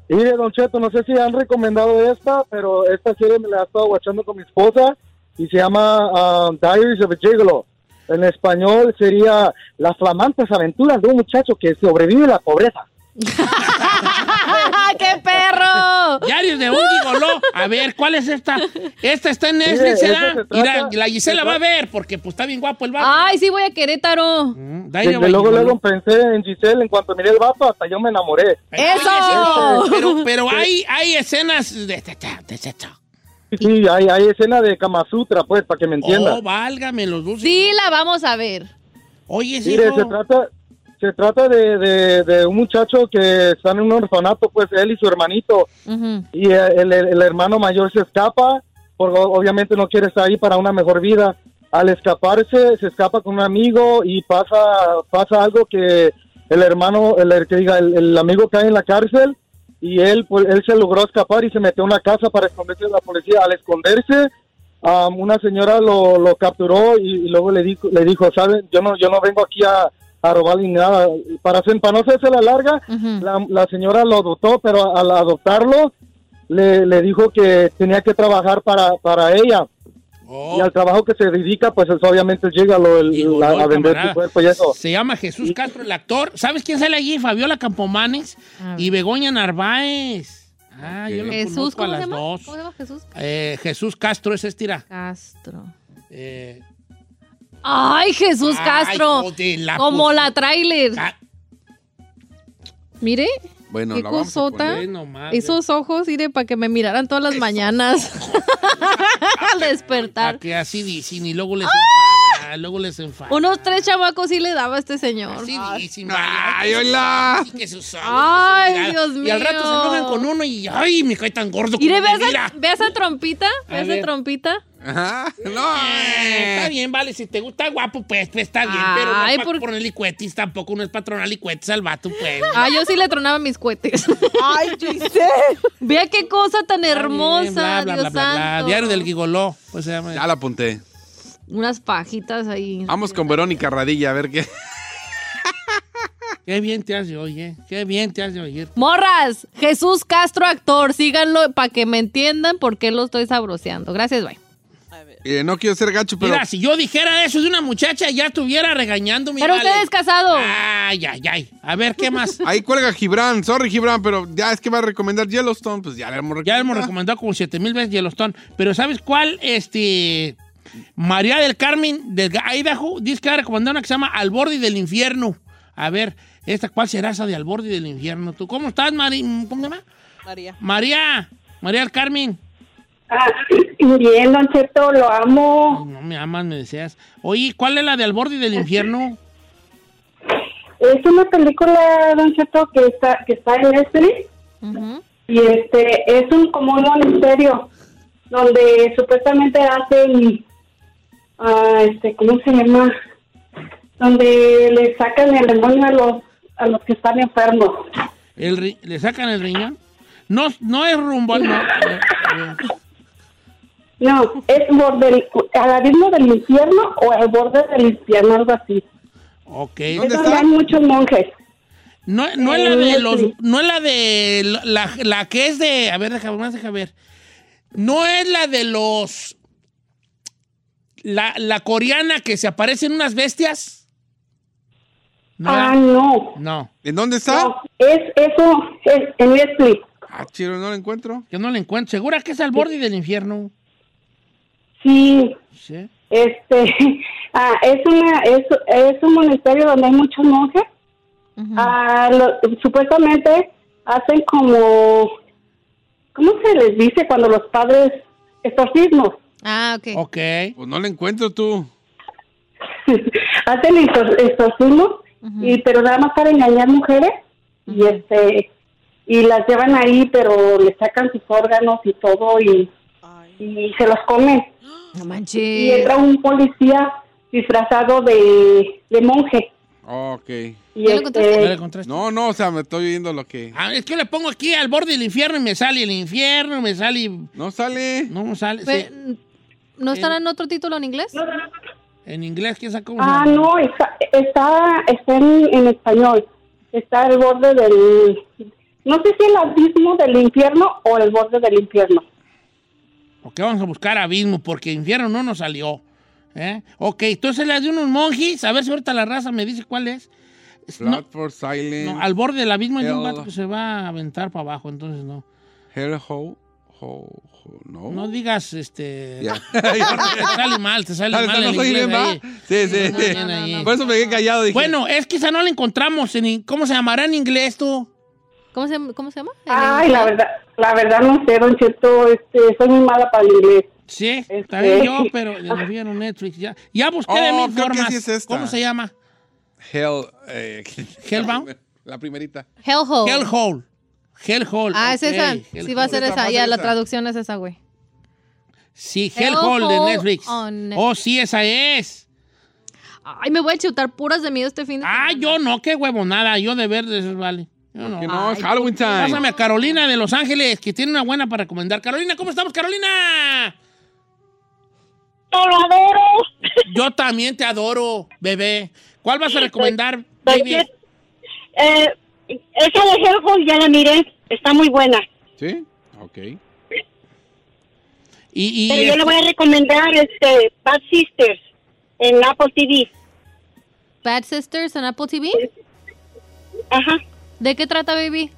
[SPEAKER 14] Mire, Don Cheto, no sé si han recomendado esta, pero esta serie me la he estado watchando con mi esposa y se llama ah, Diaries of a Gigolo. En español sería Las flamantes aventuras de un muchacho que sobrevive a la pobreza.
[SPEAKER 4] ¡Qué perro!
[SPEAKER 3] Diarios de un gigoló. A ver, ¿cuál es esta? Esta está en Netflix,
[SPEAKER 14] Mire,
[SPEAKER 3] ¿verdad?
[SPEAKER 14] eso se trata-
[SPEAKER 3] Mira, la Gisela
[SPEAKER 14] se
[SPEAKER 3] va a
[SPEAKER 14] trata-
[SPEAKER 3] ver porque pues está bien guapo el vato.
[SPEAKER 4] Ay, sí, voy a Querétaro.
[SPEAKER 3] Diaries
[SPEAKER 14] Desde
[SPEAKER 3] of a
[SPEAKER 14] luego,
[SPEAKER 3] Gigoló.
[SPEAKER 14] luego pensé en Giselle. En cuanto miré el vato, hasta yo me enamoré.
[SPEAKER 3] ¡Eso! Pero, pero hay, hay escenas de... de- de- de- de-
[SPEAKER 14] Sí, hay, hay escena de Kama Sutra, pues, para que me entiendas.
[SPEAKER 3] Oh, válgame los dulces.
[SPEAKER 4] Sí, la vamos a ver.
[SPEAKER 3] Oye,
[SPEAKER 14] Mire, se trata, se trata de, de- de un muchacho que está en un orfanato, pues él y su hermanito.
[SPEAKER 4] Ujú.
[SPEAKER 14] Y eh, el, el- el hermano mayor se escapa, porque o- obviamente no quiere estar ahí para una mejor vida. Al escaparse, se escapa con un amigo y pasa, pasa algo que el hermano, el, que diga, el, el amigo cae en la cárcel y él, pues, él se logró escapar y se metió en una casa para esconderse de la policía. Al esconderse, Am, una señora lo, lo capturó y, y luego le dijo, le dijo, ¿saben? Yo no, yo no vengo aquí a, a robar ni nada. Para, hacer- para no hacerse la larga, la, la señora lo adoptó, pero al adoptarlo le, le dijo que tenía que trabajar para, para ella. Y al trabajo que se dedica, pues eso obviamente llega lo, el- la-
[SPEAKER 3] Gigoló,
[SPEAKER 14] a vender
[SPEAKER 3] camarada.
[SPEAKER 14] su cuerpo y eso.
[SPEAKER 3] Se llama Jesús Castro, el actor. ¿Sabes quién sale allí? Fabiola Campomanes y Begoña Narváez. Ah, yo lo
[SPEAKER 4] Jesús,
[SPEAKER 3] conozco a
[SPEAKER 4] ¿cómo se
[SPEAKER 3] las
[SPEAKER 4] llama? ¿Cómo
[SPEAKER 3] dos.
[SPEAKER 4] se llama Jesús?
[SPEAKER 3] Eh, Jesús Castro es estira.
[SPEAKER 4] Castro.
[SPEAKER 3] Eh,
[SPEAKER 4] Ay, Jesús
[SPEAKER 3] Ay,
[SPEAKER 4] Castro.
[SPEAKER 3] joder, la Ah.
[SPEAKER 4] como
[SPEAKER 3] puse.
[SPEAKER 4] la trailer. Mire.
[SPEAKER 5] Bueno,
[SPEAKER 4] qué
[SPEAKER 5] la vamos a
[SPEAKER 4] cosota.
[SPEAKER 5] poner nomás,
[SPEAKER 4] Esos ojos, mire, para que me miraran todas las mañanas. Al despertar.
[SPEAKER 3] que así dicen y
[SPEAKER 4] ¡Ah!
[SPEAKER 3] luego les enfada, luego les enfada.
[SPEAKER 4] Unos tres chamacos sí le daba a este señor.
[SPEAKER 3] Dicen, vaya,
[SPEAKER 4] Ay,
[SPEAKER 3] que sus
[SPEAKER 4] hola.
[SPEAKER 3] ojos y que sus ojos,
[SPEAKER 4] Ay,
[SPEAKER 3] que su mirada.
[SPEAKER 4] Dios
[SPEAKER 3] Y al rato se
[SPEAKER 4] mío.
[SPEAKER 3] enojan con uno y ay, me cae tan gordo.
[SPEAKER 4] Mire,
[SPEAKER 3] como
[SPEAKER 4] ve
[SPEAKER 3] me
[SPEAKER 4] esa,
[SPEAKER 3] mira.
[SPEAKER 4] ve esa trompita.
[SPEAKER 3] A
[SPEAKER 4] Ve esa
[SPEAKER 3] ver.
[SPEAKER 4] trompita.
[SPEAKER 3] Ajá. No. Ah,
[SPEAKER 5] eh.
[SPEAKER 3] está bien, vale. Si te gusta guapo, pues, pues, está bien. pero no
[SPEAKER 4] Ay,
[SPEAKER 3] es para ponerle cuetis tampoco. No es para tronarle cuetis al vato, pues.
[SPEAKER 4] Ah, yo sí le tronaba mis cohetes. Ay, Giselle. Vea qué cosa tan hermosa,
[SPEAKER 3] Bien, bla, bla, bla,
[SPEAKER 4] Dios
[SPEAKER 3] bla, bla.
[SPEAKER 4] santo.
[SPEAKER 3] Diario del Gigoló. Pues se llama.
[SPEAKER 5] Ya la apunté.
[SPEAKER 4] Unas pajitas ahí.
[SPEAKER 5] Vamos con Verónica Radilla, a ver qué.
[SPEAKER 3] Qué bien te hace oír. eh, Qué bien te hace oír.
[SPEAKER 4] Morras, Jesús Castro, actor. Síganlo para que me entiendan por qué lo estoy sabroseando. Gracias, bye.
[SPEAKER 5] Eh, no quiero ser gacho, pero.
[SPEAKER 3] Mira, si yo dijera eso de una muchacha, ya estuviera regañándome.
[SPEAKER 4] Pero
[SPEAKER 3] vale.
[SPEAKER 4] usted es casado.
[SPEAKER 3] Ay, ay, ay. A ver, ¿qué más?
[SPEAKER 5] Ahí cuelga Gibran. Sorry, Gibran, pero ya es que va a recomendar Yellowstone. Pues ya le hemos
[SPEAKER 3] Ya hemos recomendado como 7000 veces Yellowstone. Pero ¿sabes cuál? Este. María del Carmen de Idaho dice que va a recomendar una que se llama Al borde del infierno. A ver, esta, ¿cuál será esa de Al borde del infierno? ¿Tú cómo estás, María? ¿Cómo se llama?
[SPEAKER 9] María.
[SPEAKER 3] María. María del Carmen.
[SPEAKER 15] Bien, Don Cheto, lo amo.
[SPEAKER 3] No me amas, me deseas. Oye, ¿cuál es la de Al borde del infierno?
[SPEAKER 15] Es una película, Don Cheto, que está, que está en Netflix y este es un como un monasterio donde supuestamente hacen, ah, este, ¿cómo se llama? Donde le sacan el demonio a los, a los que están enfermos.
[SPEAKER 3] El ri- ¿Le sacan el riñón? No, no es rumbo al... no.
[SPEAKER 15] No, es borde, al abismo del infierno o al borde del infierno, algo así.
[SPEAKER 3] Ok.
[SPEAKER 15] Es donde hay muchos monjes.
[SPEAKER 3] No, no es la de los. No es la de. lo- La, la que es de. A ver, déjame, más déjame ver. No es la de los. La, la coreana que se aparecen unas bestias.
[SPEAKER 15] Ah, no.
[SPEAKER 3] No.
[SPEAKER 5] ¿En dónde está?
[SPEAKER 15] No, es eso, es en Netflix.
[SPEAKER 5] Ah, chiro, no la encuentro.
[SPEAKER 3] Que no la encuentro. ¿Segura que es al borde del infierno?
[SPEAKER 15] Sí. Este, ah, es una es, es un monasterio donde hay muchos monjes. Ah, lo- supuestamente hacen como ¿cómo se les dice cuando los padres exorcismos?
[SPEAKER 4] Ah, ok.
[SPEAKER 3] Ok.
[SPEAKER 5] Pues no la encuentro tú.
[SPEAKER 15] hacen exor- exorcismo y pero nada más para engañar mujeres y este y las llevan ahí pero le sacan sus órganos y todo y, y se los comen
[SPEAKER 1] No
[SPEAKER 15] y entra un policía disfrazado de, de monje
[SPEAKER 5] Ok.
[SPEAKER 15] y este,
[SPEAKER 5] No, no, o sea, me estoy oyendo lo que.
[SPEAKER 3] Ah, es que le pongo aquí al borde del infierno y me sale el infierno, me sale. No sale. No sale.
[SPEAKER 4] Pe-
[SPEAKER 3] sí.
[SPEAKER 4] ¿No estará en otro título en inglés?
[SPEAKER 3] En inglés, ¿quién sacó?
[SPEAKER 15] ah no está está, está en, en español está al borde del no sé si el abismo del infierno o el borde del infierno
[SPEAKER 3] Ok, vamos a buscar abismo, porque infierno no nos salió. ¿eh? Ok, entonces la de unos monjes, a ver si ahorita la raza me dice cuál es. No,
[SPEAKER 5] Platform Silent.
[SPEAKER 3] no, al borde del abismo hay un
[SPEAKER 5] Hell-
[SPEAKER 3] vato que se va a aventar para abajo, entonces no.
[SPEAKER 5] Hell Ho. Ho- Ho- no.
[SPEAKER 3] No digas, este...
[SPEAKER 5] Oh. Ya.
[SPEAKER 3] te sale mal, te sale
[SPEAKER 5] Dale,
[SPEAKER 3] mal
[SPEAKER 5] no
[SPEAKER 3] el
[SPEAKER 5] soy
[SPEAKER 3] inglés
[SPEAKER 5] bien, ¿va?
[SPEAKER 3] ahí.
[SPEAKER 5] Sí, sí.
[SPEAKER 3] No, no, no, no, no.
[SPEAKER 5] Por eso me quedé callado. Dije,
[SPEAKER 3] Bueno, es que esa no la encontramos. En, in- ¿Cómo se llamará en inglés tú?
[SPEAKER 4] ¿Cómo se, cómo se llama?
[SPEAKER 3] Ah,
[SPEAKER 15] Ay, la verdad, la verdad no sé, don Cheto, este, soy muy mala para el inglés.
[SPEAKER 3] Sí,
[SPEAKER 15] Este,
[SPEAKER 3] También yo, pero ya lo vi en Netflix. Ya, ya busqué de
[SPEAKER 5] Oh,
[SPEAKER 3] mil
[SPEAKER 5] creo que
[SPEAKER 3] formas.
[SPEAKER 5] sí es esta.
[SPEAKER 3] ¿Cómo se llama?
[SPEAKER 5] Hell. eh,
[SPEAKER 3] Hellbound.
[SPEAKER 5] La primerita.
[SPEAKER 4] Hellhole.
[SPEAKER 3] Hellhole. Hellhole.
[SPEAKER 4] Ah, es
[SPEAKER 3] ok,
[SPEAKER 4] esa.
[SPEAKER 3] Hellhole.
[SPEAKER 4] Sí, va a ser esa. Ya, la traducción es esa, güey.
[SPEAKER 3] Sí, Hellhole de
[SPEAKER 4] Hellhole
[SPEAKER 3] Netflix.
[SPEAKER 4] on Netflix.
[SPEAKER 3] Oh, sí, esa es.
[SPEAKER 4] Ay, me voy a chutar puras de miedo este fin de
[SPEAKER 3] Ah, yo no, qué huevo, nada. Yo de ver de esos vale. Yo no.
[SPEAKER 5] Que no, es Halloween time.
[SPEAKER 3] Pásame a Carolina de Los Ángeles, que tiene una buena para recomendar. Carolina, ¿cómo estamos, Carolina? Yo también te adoro, bebé. ¿Cuál vas a recomendar,
[SPEAKER 16] soy
[SPEAKER 3] baby?
[SPEAKER 16] bien- pues, Eh, esa de Hellhole ya la miré, está muy buena.
[SPEAKER 5] ¿Sí? Ok.
[SPEAKER 3] Y,
[SPEAKER 16] Pero yo le voy a recomendar este Bad Sisters en Apple TV.
[SPEAKER 4] Bad Sisters en Apple TV. Ajá. ¿De qué trata, baby?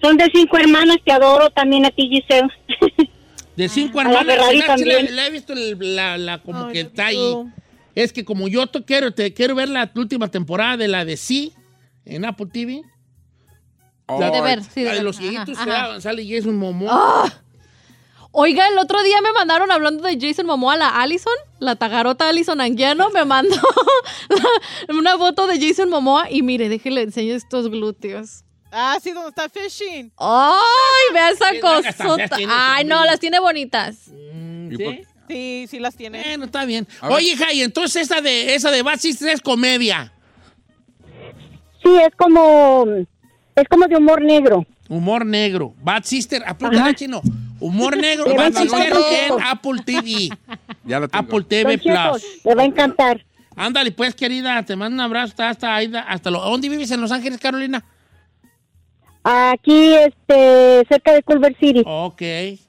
[SPEAKER 16] Son de cinco hermanas, te adoro también a ti, Giselle.
[SPEAKER 3] De cinco
[SPEAKER 16] A la
[SPEAKER 3] hermanas. sí,
[SPEAKER 16] Ferrari
[SPEAKER 3] la- sí, la-
[SPEAKER 16] también.
[SPEAKER 3] la he visto el- la, la como que está ahí. Es que como yo te quiero, te quiero ver la última temporada de la de sí en Apple TV. La-
[SPEAKER 4] Oh, De ver, sí, de
[SPEAKER 3] la de
[SPEAKER 4] ver.
[SPEAKER 3] los cieguitos
[SPEAKER 4] Ajá,
[SPEAKER 3] se
[SPEAKER 4] ajá.
[SPEAKER 3] da- sale Jason Momoa.
[SPEAKER 4] ¡Ah! Oiga, el otro día me mandaron hablando de Jason Momoa a la Allison, la tagarota Allison Anguiano, me mandó la- una foto de Jason Momoa y mire, déjele enseño estos glúteos.
[SPEAKER 9] Ah, sí, donde está Fishing.
[SPEAKER 4] ¡Ay, vea esa
[SPEAKER 9] nalgas tan feas
[SPEAKER 4] cosota!
[SPEAKER 9] tiene ese
[SPEAKER 4] ¡Ay, no, las tiene bonitas!
[SPEAKER 3] ¿Sí?
[SPEAKER 9] Sí, sí las tiene.
[SPEAKER 3] Bueno, está bien.
[SPEAKER 9] A ver.
[SPEAKER 3] Oye, hija, y entonces esa de, esa de Bad Sisters es comedia.
[SPEAKER 16] Sí, es como es como de humor negro.
[SPEAKER 3] Humor negro. Bad Sister, apúntala, chino. Humor negro,
[SPEAKER 16] Le va a
[SPEAKER 3] Bad Sister
[SPEAKER 16] encantar, Don
[SPEAKER 3] en
[SPEAKER 16] Cheto.
[SPEAKER 3] Apple TV.
[SPEAKER 5] Ya la
[SPEAKER 3] Apple TV
[SPEAKER 16] Don Cheto,
[SPEAKER 3] Plus.
[SPEAKER 16] Le va a encantar.
[SPEAKER 3] Ándale, pues, querida, te mando un abrazo hasta, hasta, Aida, hasta lo- ¿Dónde vives en Los Ángeles, Carolina?
[SPEAKER 16] Aquí, este, cerca de Culver City.
[SPEAKER 3] Ok.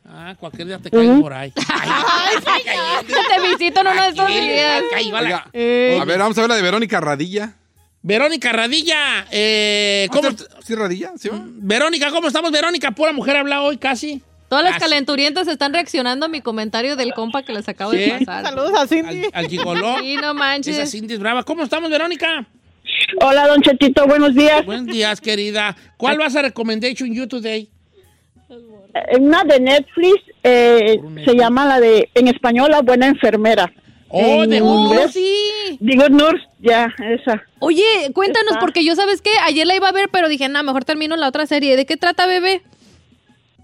[SPEAKER 3] Ah, cualquier día te caigo
[SPEAKER 16] Ujú.
[SPEAKER 3] por ahí.
[SPEAKER 4] Te visito en uno de estos días.
[SPEAKER 5] Oiga,
[SPEAKER 4] Eh.
[SPEAKER 5] a ver, vamos a ver la de Verónica Radilla.
[SPEAKER 3] Verónica Radilla, eh, ¿cómo?
[SPEAKER 5] Ah,
[SPEAKER 3] Mm,
[SPEAKER 5] ¿Sí, Radilla? ¿Sí? va?
[SPEAKER 3] Verónica, ¿cómo estamos, Verónica? Pura mujer habla hoy casi.
[SPEAKER 4] Todas las
[SPEAKER 3] Así.
[SPEAKER 4] calenturientas están reaccionando a mi comentario del compa que les acabo
[SPEAKER 3] Sí.
[SPEAKER 4] de pasar.
[SPEAKER 9] Saludos a Cindy.
[SPEAKER 3] Al, al gigoló.
[SPEAKER 4] Sí, no manches.
[SPEAKER 3] Esa Cindy es brava. ¿Cómo estamos, Verónica?
[SPEAKER 16] Hola, Don Chetito, buenos días.
[SPEAKER 3] Buenos días, querida. ¿Cuál vas a recommendation you today?
[SPEAKER 16] Eh, Una de Netflix, eh, se llama la de, en español, La Buena Enfermera.
[SPEAKER 3] Oh,
[SPEAKER 16] En
[SPEAKER 3] de-
[SPEAKER 4] Oh,
[SPEAKER 16] inglés,
[SPEAKER 4] sí.
[SPEAKER 16] Digo, Nurse, ya, esa.
[SPEAKER 4] Oye, cuéntanos,
[SPEAKER 16] Está.
[SPEAKER 4] porque yo sabes que ayer la iba a ver, pero dije, no, mejor termino la otra serie. ¿De qué trata, bebé?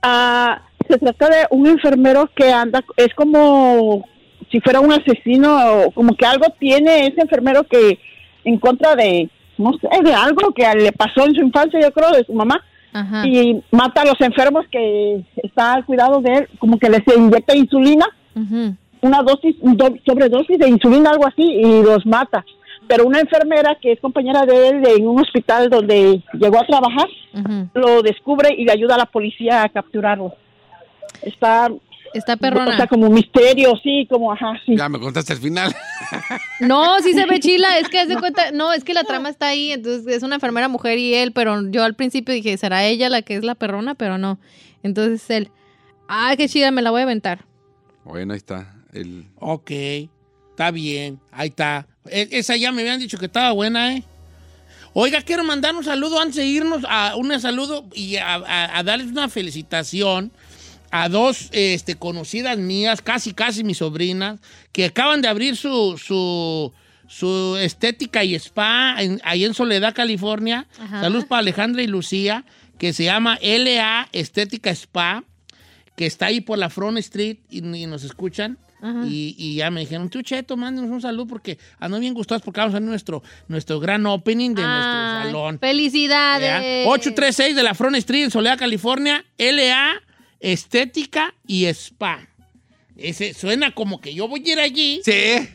[SPEAKER 16] Ah, se trata de un enfermero que anda, es como si fuera un asesino, o como que algo tiene ese enfermero que en contra de, no sé, de algo que le pasó en su infancia, yo creo, de su mamá,
[SPEAKER 4] Ajá.
[SPEAKER 16] y mata a los enfermos que está al cuidado de él, como que les inyecta insulina,
[SPEAKER 4] Ujú.
[SPEAKER 16] una dosis, un do- sobredosis de insulina, algo así, y los mata. Pero una enfermera que es compañera de él en un hospital donde llegó a trabajar,
[SPEAKER 4] Ujú.
[SPEAKER 16] lo descubre y le ayuda a la policía a capturarlo. Está...
[SPEAKER 4] Está perrona.
[SPEAKER 16] Está como un misterio, sí, como, ajá, sí.
[SPEAKER 5] Ya me contaste el final.
[SPEAKER 4] No, sí se ve chila, es que haz de cuenta, no, es que la trama está ahí, entonces es una enfermera mujer y él, pero yo al principio dije, será ella la que es la perrona, pero no. Entonces él, ah, qué chida, me la voy a aventar.
[SPEAKER 5] Bueno, ahí está. El...
[SPEAKER 3] Ok, está bien, ahí está. E- esa ya me habían dicho que estaba buena, ¿eh? Oiga, quiero mandar un saludo antes de irnos, a un saludo y a, a- a darles una felicitación a dos este, conocidas mías, casi casi mis sobrinas, que acaban de abrir su, su, su estética y spa en- ahí en Soledad, California.
[SPEAKER 17] Ajá.
[SPEAKER 3] Saludos para Alejandra y Lucía, que se llama LA Estética Spa, que está ahí por la Front Street y, y nos escuchan. Y, y ya me dijeron, tú Cheto, mándenos un saludo porque ando bien gustados porque vamos a hacer nuestro, nuestro gran opening de
[SPEAKER 4] Ay,
[SPEAKER 3] nuestro salón.
[SPEAKER 4] Ah, Felicidades.
[SPEAKER 3] ¿Ya? 836 de la Front Street en Soledad, California, LA, Estética y Spa. Ese suena como que yo voy a ir allí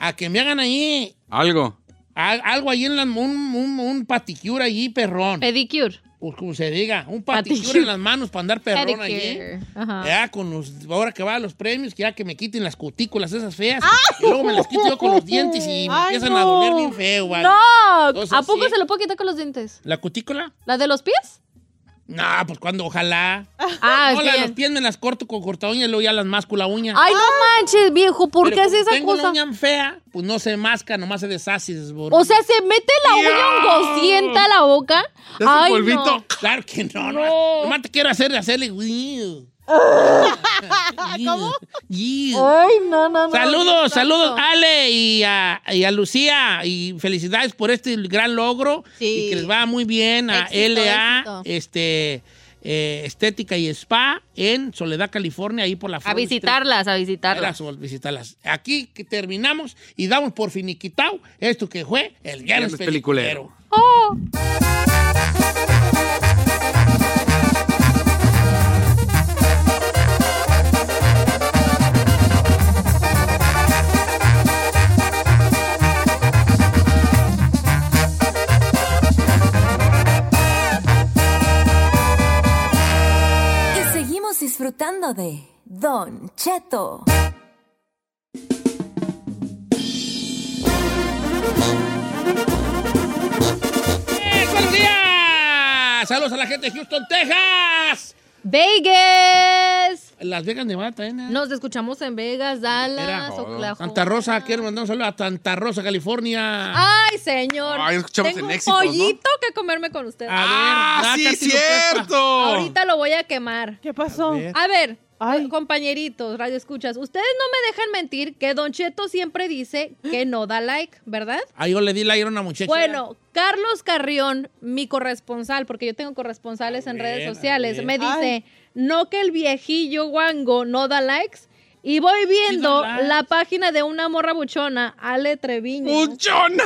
[SPEAKER 3] a que me hagan ahí
[SPEAKER 5] Algo.
[SPEAKER 3] a- algo ahí en la, un, un, un paticure allí, perrón.
[SPEAKER 4] Pedicure.
[SPEAKER 3] Pues como se diga, un
[SPEAKER 4] Paticure.
[SPEAKER 3] paticure, en las manos para andar perrón allí.
[SPEAKER 4] Pedicure. Ajá.
[SPEAKER 3] Ya, con los, ahora que va a los premios, que ya que me quiten las cutículas esas feas. Y luego me las quito yo con los dientes y me
[SPEAKER 4] Ah. Ay,
[SPEAKER 3] empiezan
[SPEAKER 4] no.
[SPEAKER 3] a doler bien feo. ¿vale?
[SPEAKER 4] No,
[SPEAKER 3] Entonces,
[SPEAKER 4] ¿a poco
[SPEAKER 3] sí.
[SPEAKER 4] se lo puedo quitar con los dientes?
[SPEAKER 3] ¿La cutícula?
[SPEAKER 4] ¿La de los pies?
[SPEAKER 3] No, pues cuando, ojalá.
[SPEAKER 4] Ah,
[SPEAKER 3] no,
[SPEAKER 4] es
[SPEAKER 3] la de
[SPEAKER 4] bien.
[SPEAKER 3] los pies me las corto con corta uña y luego ya las máscula uña.
[SPEAKER 4] Ay, no manches, viejo, ¿por
[SPEAKER 3] Pero
[SPEAKER 4] qué haces
[SPEAKER 3] como
[SPEAKER 4] esa
[SPEAKER 3] tengo una
[SPEAKER 4] cosa?
[SPEAKER 3] uña fea, pues no se masca, nomás se deshace. y se desborona.
[SPEAKER 4] O sea, se mete la uña hongosienta a la boca. Ay, no.
[SPEAKER 3] Claro que no, no. Nomás te quiero hacer, hacerle. ¿Cómo?
[SPEAKER 4] Ay, no, no, no.
[SPEAKER 3] Saludos, saludos, Ale y a, y a Lucía. Y felicidades por este gran logro.
[SPEAKER 4] Sí.
[SPEAKER 3] Y que les va muy bien a
[SPEAKER 4] Éxito,
[SPEAKER 3] LA,
[SPEAKER 4] éxito.
[SPEAKER 3] este. eh, estética y Spa en Soledad, California, ahí por la
[SPEAKER 4] A
[SPEAKER 3] Florida
[SPEAKER 4] visitarlas, a visitarlas.
[SPEAKER 3] Era su- visitarlas. Aquí que terminamos y damos por finiquitao esto que fue el Viernes
[SPEAKER 5] Viernes
[SPEAKER 3] Peliculero.
[SPEAKER 5] Peliculero.
[SPEAKER 4] Oh.
[SPEAKER 7] Y seguimos disfrutando de Don Cheto.
[SPEAKER 3] ¡Eh, ¡Buenos días! Saludos a la gente de Houston, Texas.
[SPEAKER 4] Vegas.
[SPEAKER 3] Las Vegas, Nevada también. ¿eh?
[SPEAKER 4] Nos escuchamos en Vegas, Dallas, Oklahoma.
[SPEAKER 3] Santa Rosa, quiero mandar un saludo a Santa Rosa, California.
[SPEAKER 4] Ay, señor.
[SPEAKER 3] Ay, escuchamos
[SPEAKER 4] Tengo
[SPEAKER 3] en
[SPEAKER 4] un
[SPEAKER 3] éxitos, ¿no?
[SPEAKER 4] pollito que comerme con usted.
[SPEAKER 3] A ver,
[SPEAKER 5] sí,
[SPEAKER 3] Nácatelo,
[SPEAKER 5] cierto.
[SPEAKER 4] Ahorita lo voy a quemar.
[SPEAKER 9] ¿Qué pasó?
[SPEAKER 4] A ver, compañeritos, radio escuchas, ustedes no me dejan mentir que Don Cheto siempre dice que no da like, ¿verdad?
[SPEAKER 3] Ah, yo le di like a una muchacha.
[SPEAKER 4] Bueno, Carlos Carrión, mi corresponsal, porque yo tengo corresponsales en
[SPEAKER 3] Ah, bien,
[SPEAKER 4] redes
[SPEAKER 3] a
[SPEAKER 4] sociales,
[SPEAKER 3] ver.
[SPEAKER 4] me
[SPEAKER 3] Ay.
[SPEAKER 4] dice, no que el viejillo guango no da likes. Y voy viendo
[SPEAKER 3] likes.
[SPEAKER 4] la página de una morra buchona, Ale Treviño.
[SPEAKER 5] ¡Buchona!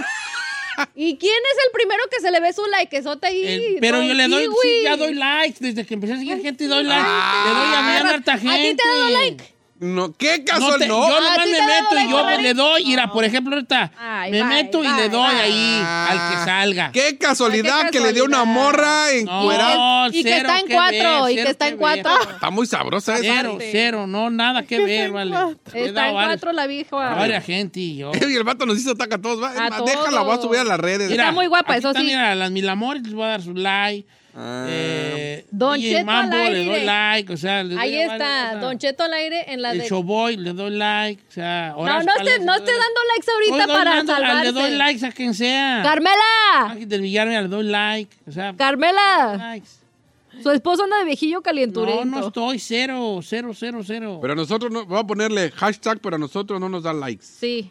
[SPEAKER 4] ¿Y quién es el primero que se le ve su likezote ahí?
[SPEAKER 3] Eh, pero
[SPEAKER 4] Don
[SPEAKER 3] yo le doy,
[SPEAKER 4] Kiwi?
[SPEAKER 3] sí, ya doy likes. Desde que empecé a seguir gente, doy likes.
[SPEAKER 5] Ah.
[SPEAKER 3] le doy a mí a harta
[SPEAKER 4] ¿A ti te
[SPEAKER 3] gente.
[SPEAKER 4] ha dado like?
[SPEAKER 5] No, ¿Qué caso no?
[SPEAKER 3] te- Yo nomás me meto y yo
[SPEAKER 5] le
[SPEAKER 3] le doy. Mira, por ejemplo, ahorita
[SPEAKER 4] Ay,
[SPEAKER 3] me
[SPEAKER 4] bye,
[SPEAKER 3] meto y
[SPEAKER 4] bye,
[SPEAKER 3] le doy
[SPEAKER 4] bye.
[SPEAKER 3] ahí al que salga.
[SPEAKER 5] Ah. Qué casualidad que le dio una morra en
[SPEAKER 3] No,
[SPEAKER 5] cuera.
[SPEAKER 4] y que
[SPEAKER 3] cero
[SPEAKER 4] está en
[SPEAKER 3] que
[SPEAKER 4] cuatro,
[SPEAKER 3] ver,
[SPEAKER 4] y que
[SPEAKER 3] cero
[SPEAKER 4] está
[SPEAKER 3] que
[SPEAKER 4] en
[SPEAKER 3] ver.
[SPEAKER 4] cuatro.
[SPEAKER 5] Está muy sabrosa esa.
[SPEAKER 3] Cero, cero, no, nada que ver, vale. Le he
[SPEAKER 4] Está en
[SPEAKER 3] dado a varios-
[SPEAKER 4] cuatro la vieja.
[SPEAKER 3] a varias gente y yo.
[SPEAKER 5] Y el vato nos hizo ataca a todos. Va,
[SPEAKER 4] A
[SPEAKER 5] es más, déjala, voy a subir a las redes.
[SPEAKER 4] Está muy guapa,
[SPEAKER 3] aquí
[SPEAKER 4] eso
[SPEAKER 3] están,
[SPEAKER 4] sí.
[SPEAKER 3] Mira, las mil amores les voy a dar su like.
[SPEAKER 5] Ah.
[SPEAKER 3] Eh,
[SPEAKER 4] Don
[SPEAKER 3] DJ
[SPEAKER 4] Cheto al
[SPEAKER 3] Mambo le
[SPEAKER 4] aire.
[SPEAKER 3] doy like, o sea, le
[SPEAKER 4] Ahí
[SPEAKER 3] doy varias-
[SPEAKER 4] está, Don Cheto al aire en la
[SPEAKER 3] El
[SPEAKER 4] de...
[SPEAKER 3] showboy le doy like, o sea,
[SPEAKER 4] No, no esté, no esté dando likes ahorita para salvarse.
[SPEAKER 3] Le doy likes a quien sea.
[SPEAKER 4] ¡Carmela!
[SPEAKER 3] Ángel del Villar, mira, le doy like, o sea,
[SPEAKER 4] ¡Carmela! Su esposo anda de viejillo calienturento.
[SPEAKER 3] no, no estoy cero, cero, cero, cero.
[SPEAKER 5] Pero a nosotros, no, voy a ponerle hashtag, pero a nosotros no nos da likes.
[SPEAKER 4] Sí,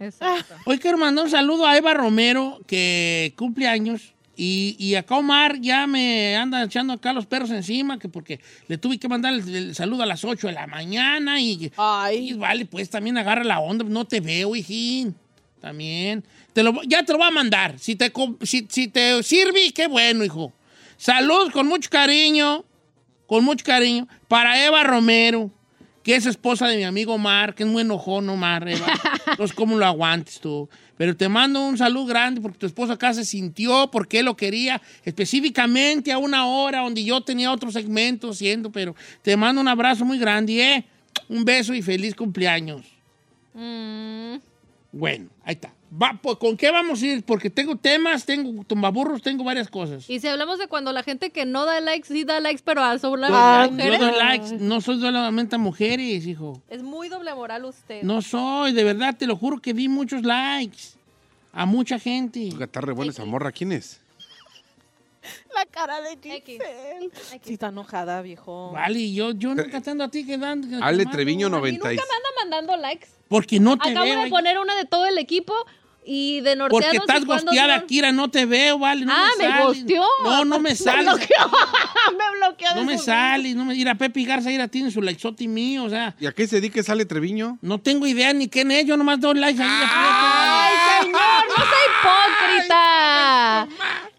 [SPEAKER 4] exacto.
[SPEAKER 3] Hoy quiero mandar Ah. un saludo a Eva Romero, que cumple años. Y, y acá Omar ya me anda echando acá los perros encima, que porque le tuve que mandar el, el saludo a las 8 de la mañana. Y, y vale, pues también agarra la onda, no te veo, hijín. También. Te lo, ya te lo voy a mandar. Si te, com- si, si te sirve, qué bueno, hijo. Salud con mucho cariño, con mucho cariño, para Eva Romero, que es esposa de mi amigo Omar, que es muy enojón, Omar, Eva. No sé cómo lo aguantes tú. Pero te mando un saludo grande porque tu esposo acá se sintió porque él lo quería específicamente a una hora donde yo tenía otro segmento siendo, pero te mando un abrazo muy grande, y, ¿eh? Un beso y feliz cumpleaños.
[SPEAKER 4] Mm.
[SPEAKER 3] Bueno, ahí está. Va, po- ¿Con qué vamos a ir? Porque tengo temas, tengo tumbaburros, tengo varias cosas.
[SPEAKER 4] Y si hablamos de cuando la gente que no da likes, sí da likes, pero a sobre
[SPEAKER 3] Yo- yo
[SPEAKER 4] mujeres.
[SPEAKER 3] doy likes, no soy solamente a mujeres, hijo.
[SPEAKER 4] Es muy doble moral usted.
[SPEAKER 3] No soy, de verdad, te lo juro que di muchos likes a mucha gente.
[SPEAKER 5] Está re buena esa morra, ¿quién es?
[SPEAKER 9] La cara de Giselle. Sí, está enojada, viejo.
[SPEAKER 3] Vale, yo, yo nunca te ando a ti que dan. que
[SPEAKER 5] Eh, Ale
[SPEAKER 3] tomando.
[SPEAKER 5] Treviño 90.
[SPEAKER 4] Nunca me anda mandando likes.
[SPEAKER 3] Porque no te
[SPEAKER 4] Acabo
[SPEAKER 3] veo.
[SPEAKER 4] de
[SPEAKER 3] ahí.
[SPEAKER 4] poner una de todo el equipo y de norteados.
[SPEAKER 3] Porque estás
[SPEAKER 4] y cuando
[SPEAKER 3] gosteada,
[SPEAKER 4] son-
[SPEAKER 3] Kira, no te veo, vale. No
[SPEAKER 4] Ah, me
[SPEAKER 3] sales.
[SPEAKER 4] gosteó.
[SPEAKER 3] No, no me
[SPEAKER 4] Me
[SPEAKER 3] sales.
[SPEAKER 4] bloqueó.
[SPEAKER 9] me bloqueó.
[SPEAKER 3] No me sales, no me. Mira, Pepe Garza, mira, tiene su likesoti mío, o sea.
[SPEAKER 5] ¿Y a qué se dedica Sale Treviño?
[SPEAKER 3] No tengo idea ni quién es, yo nomás doy likes ahí.
[SPEAKER 4] ¡Ay, señor! ¡No sea hipócrita!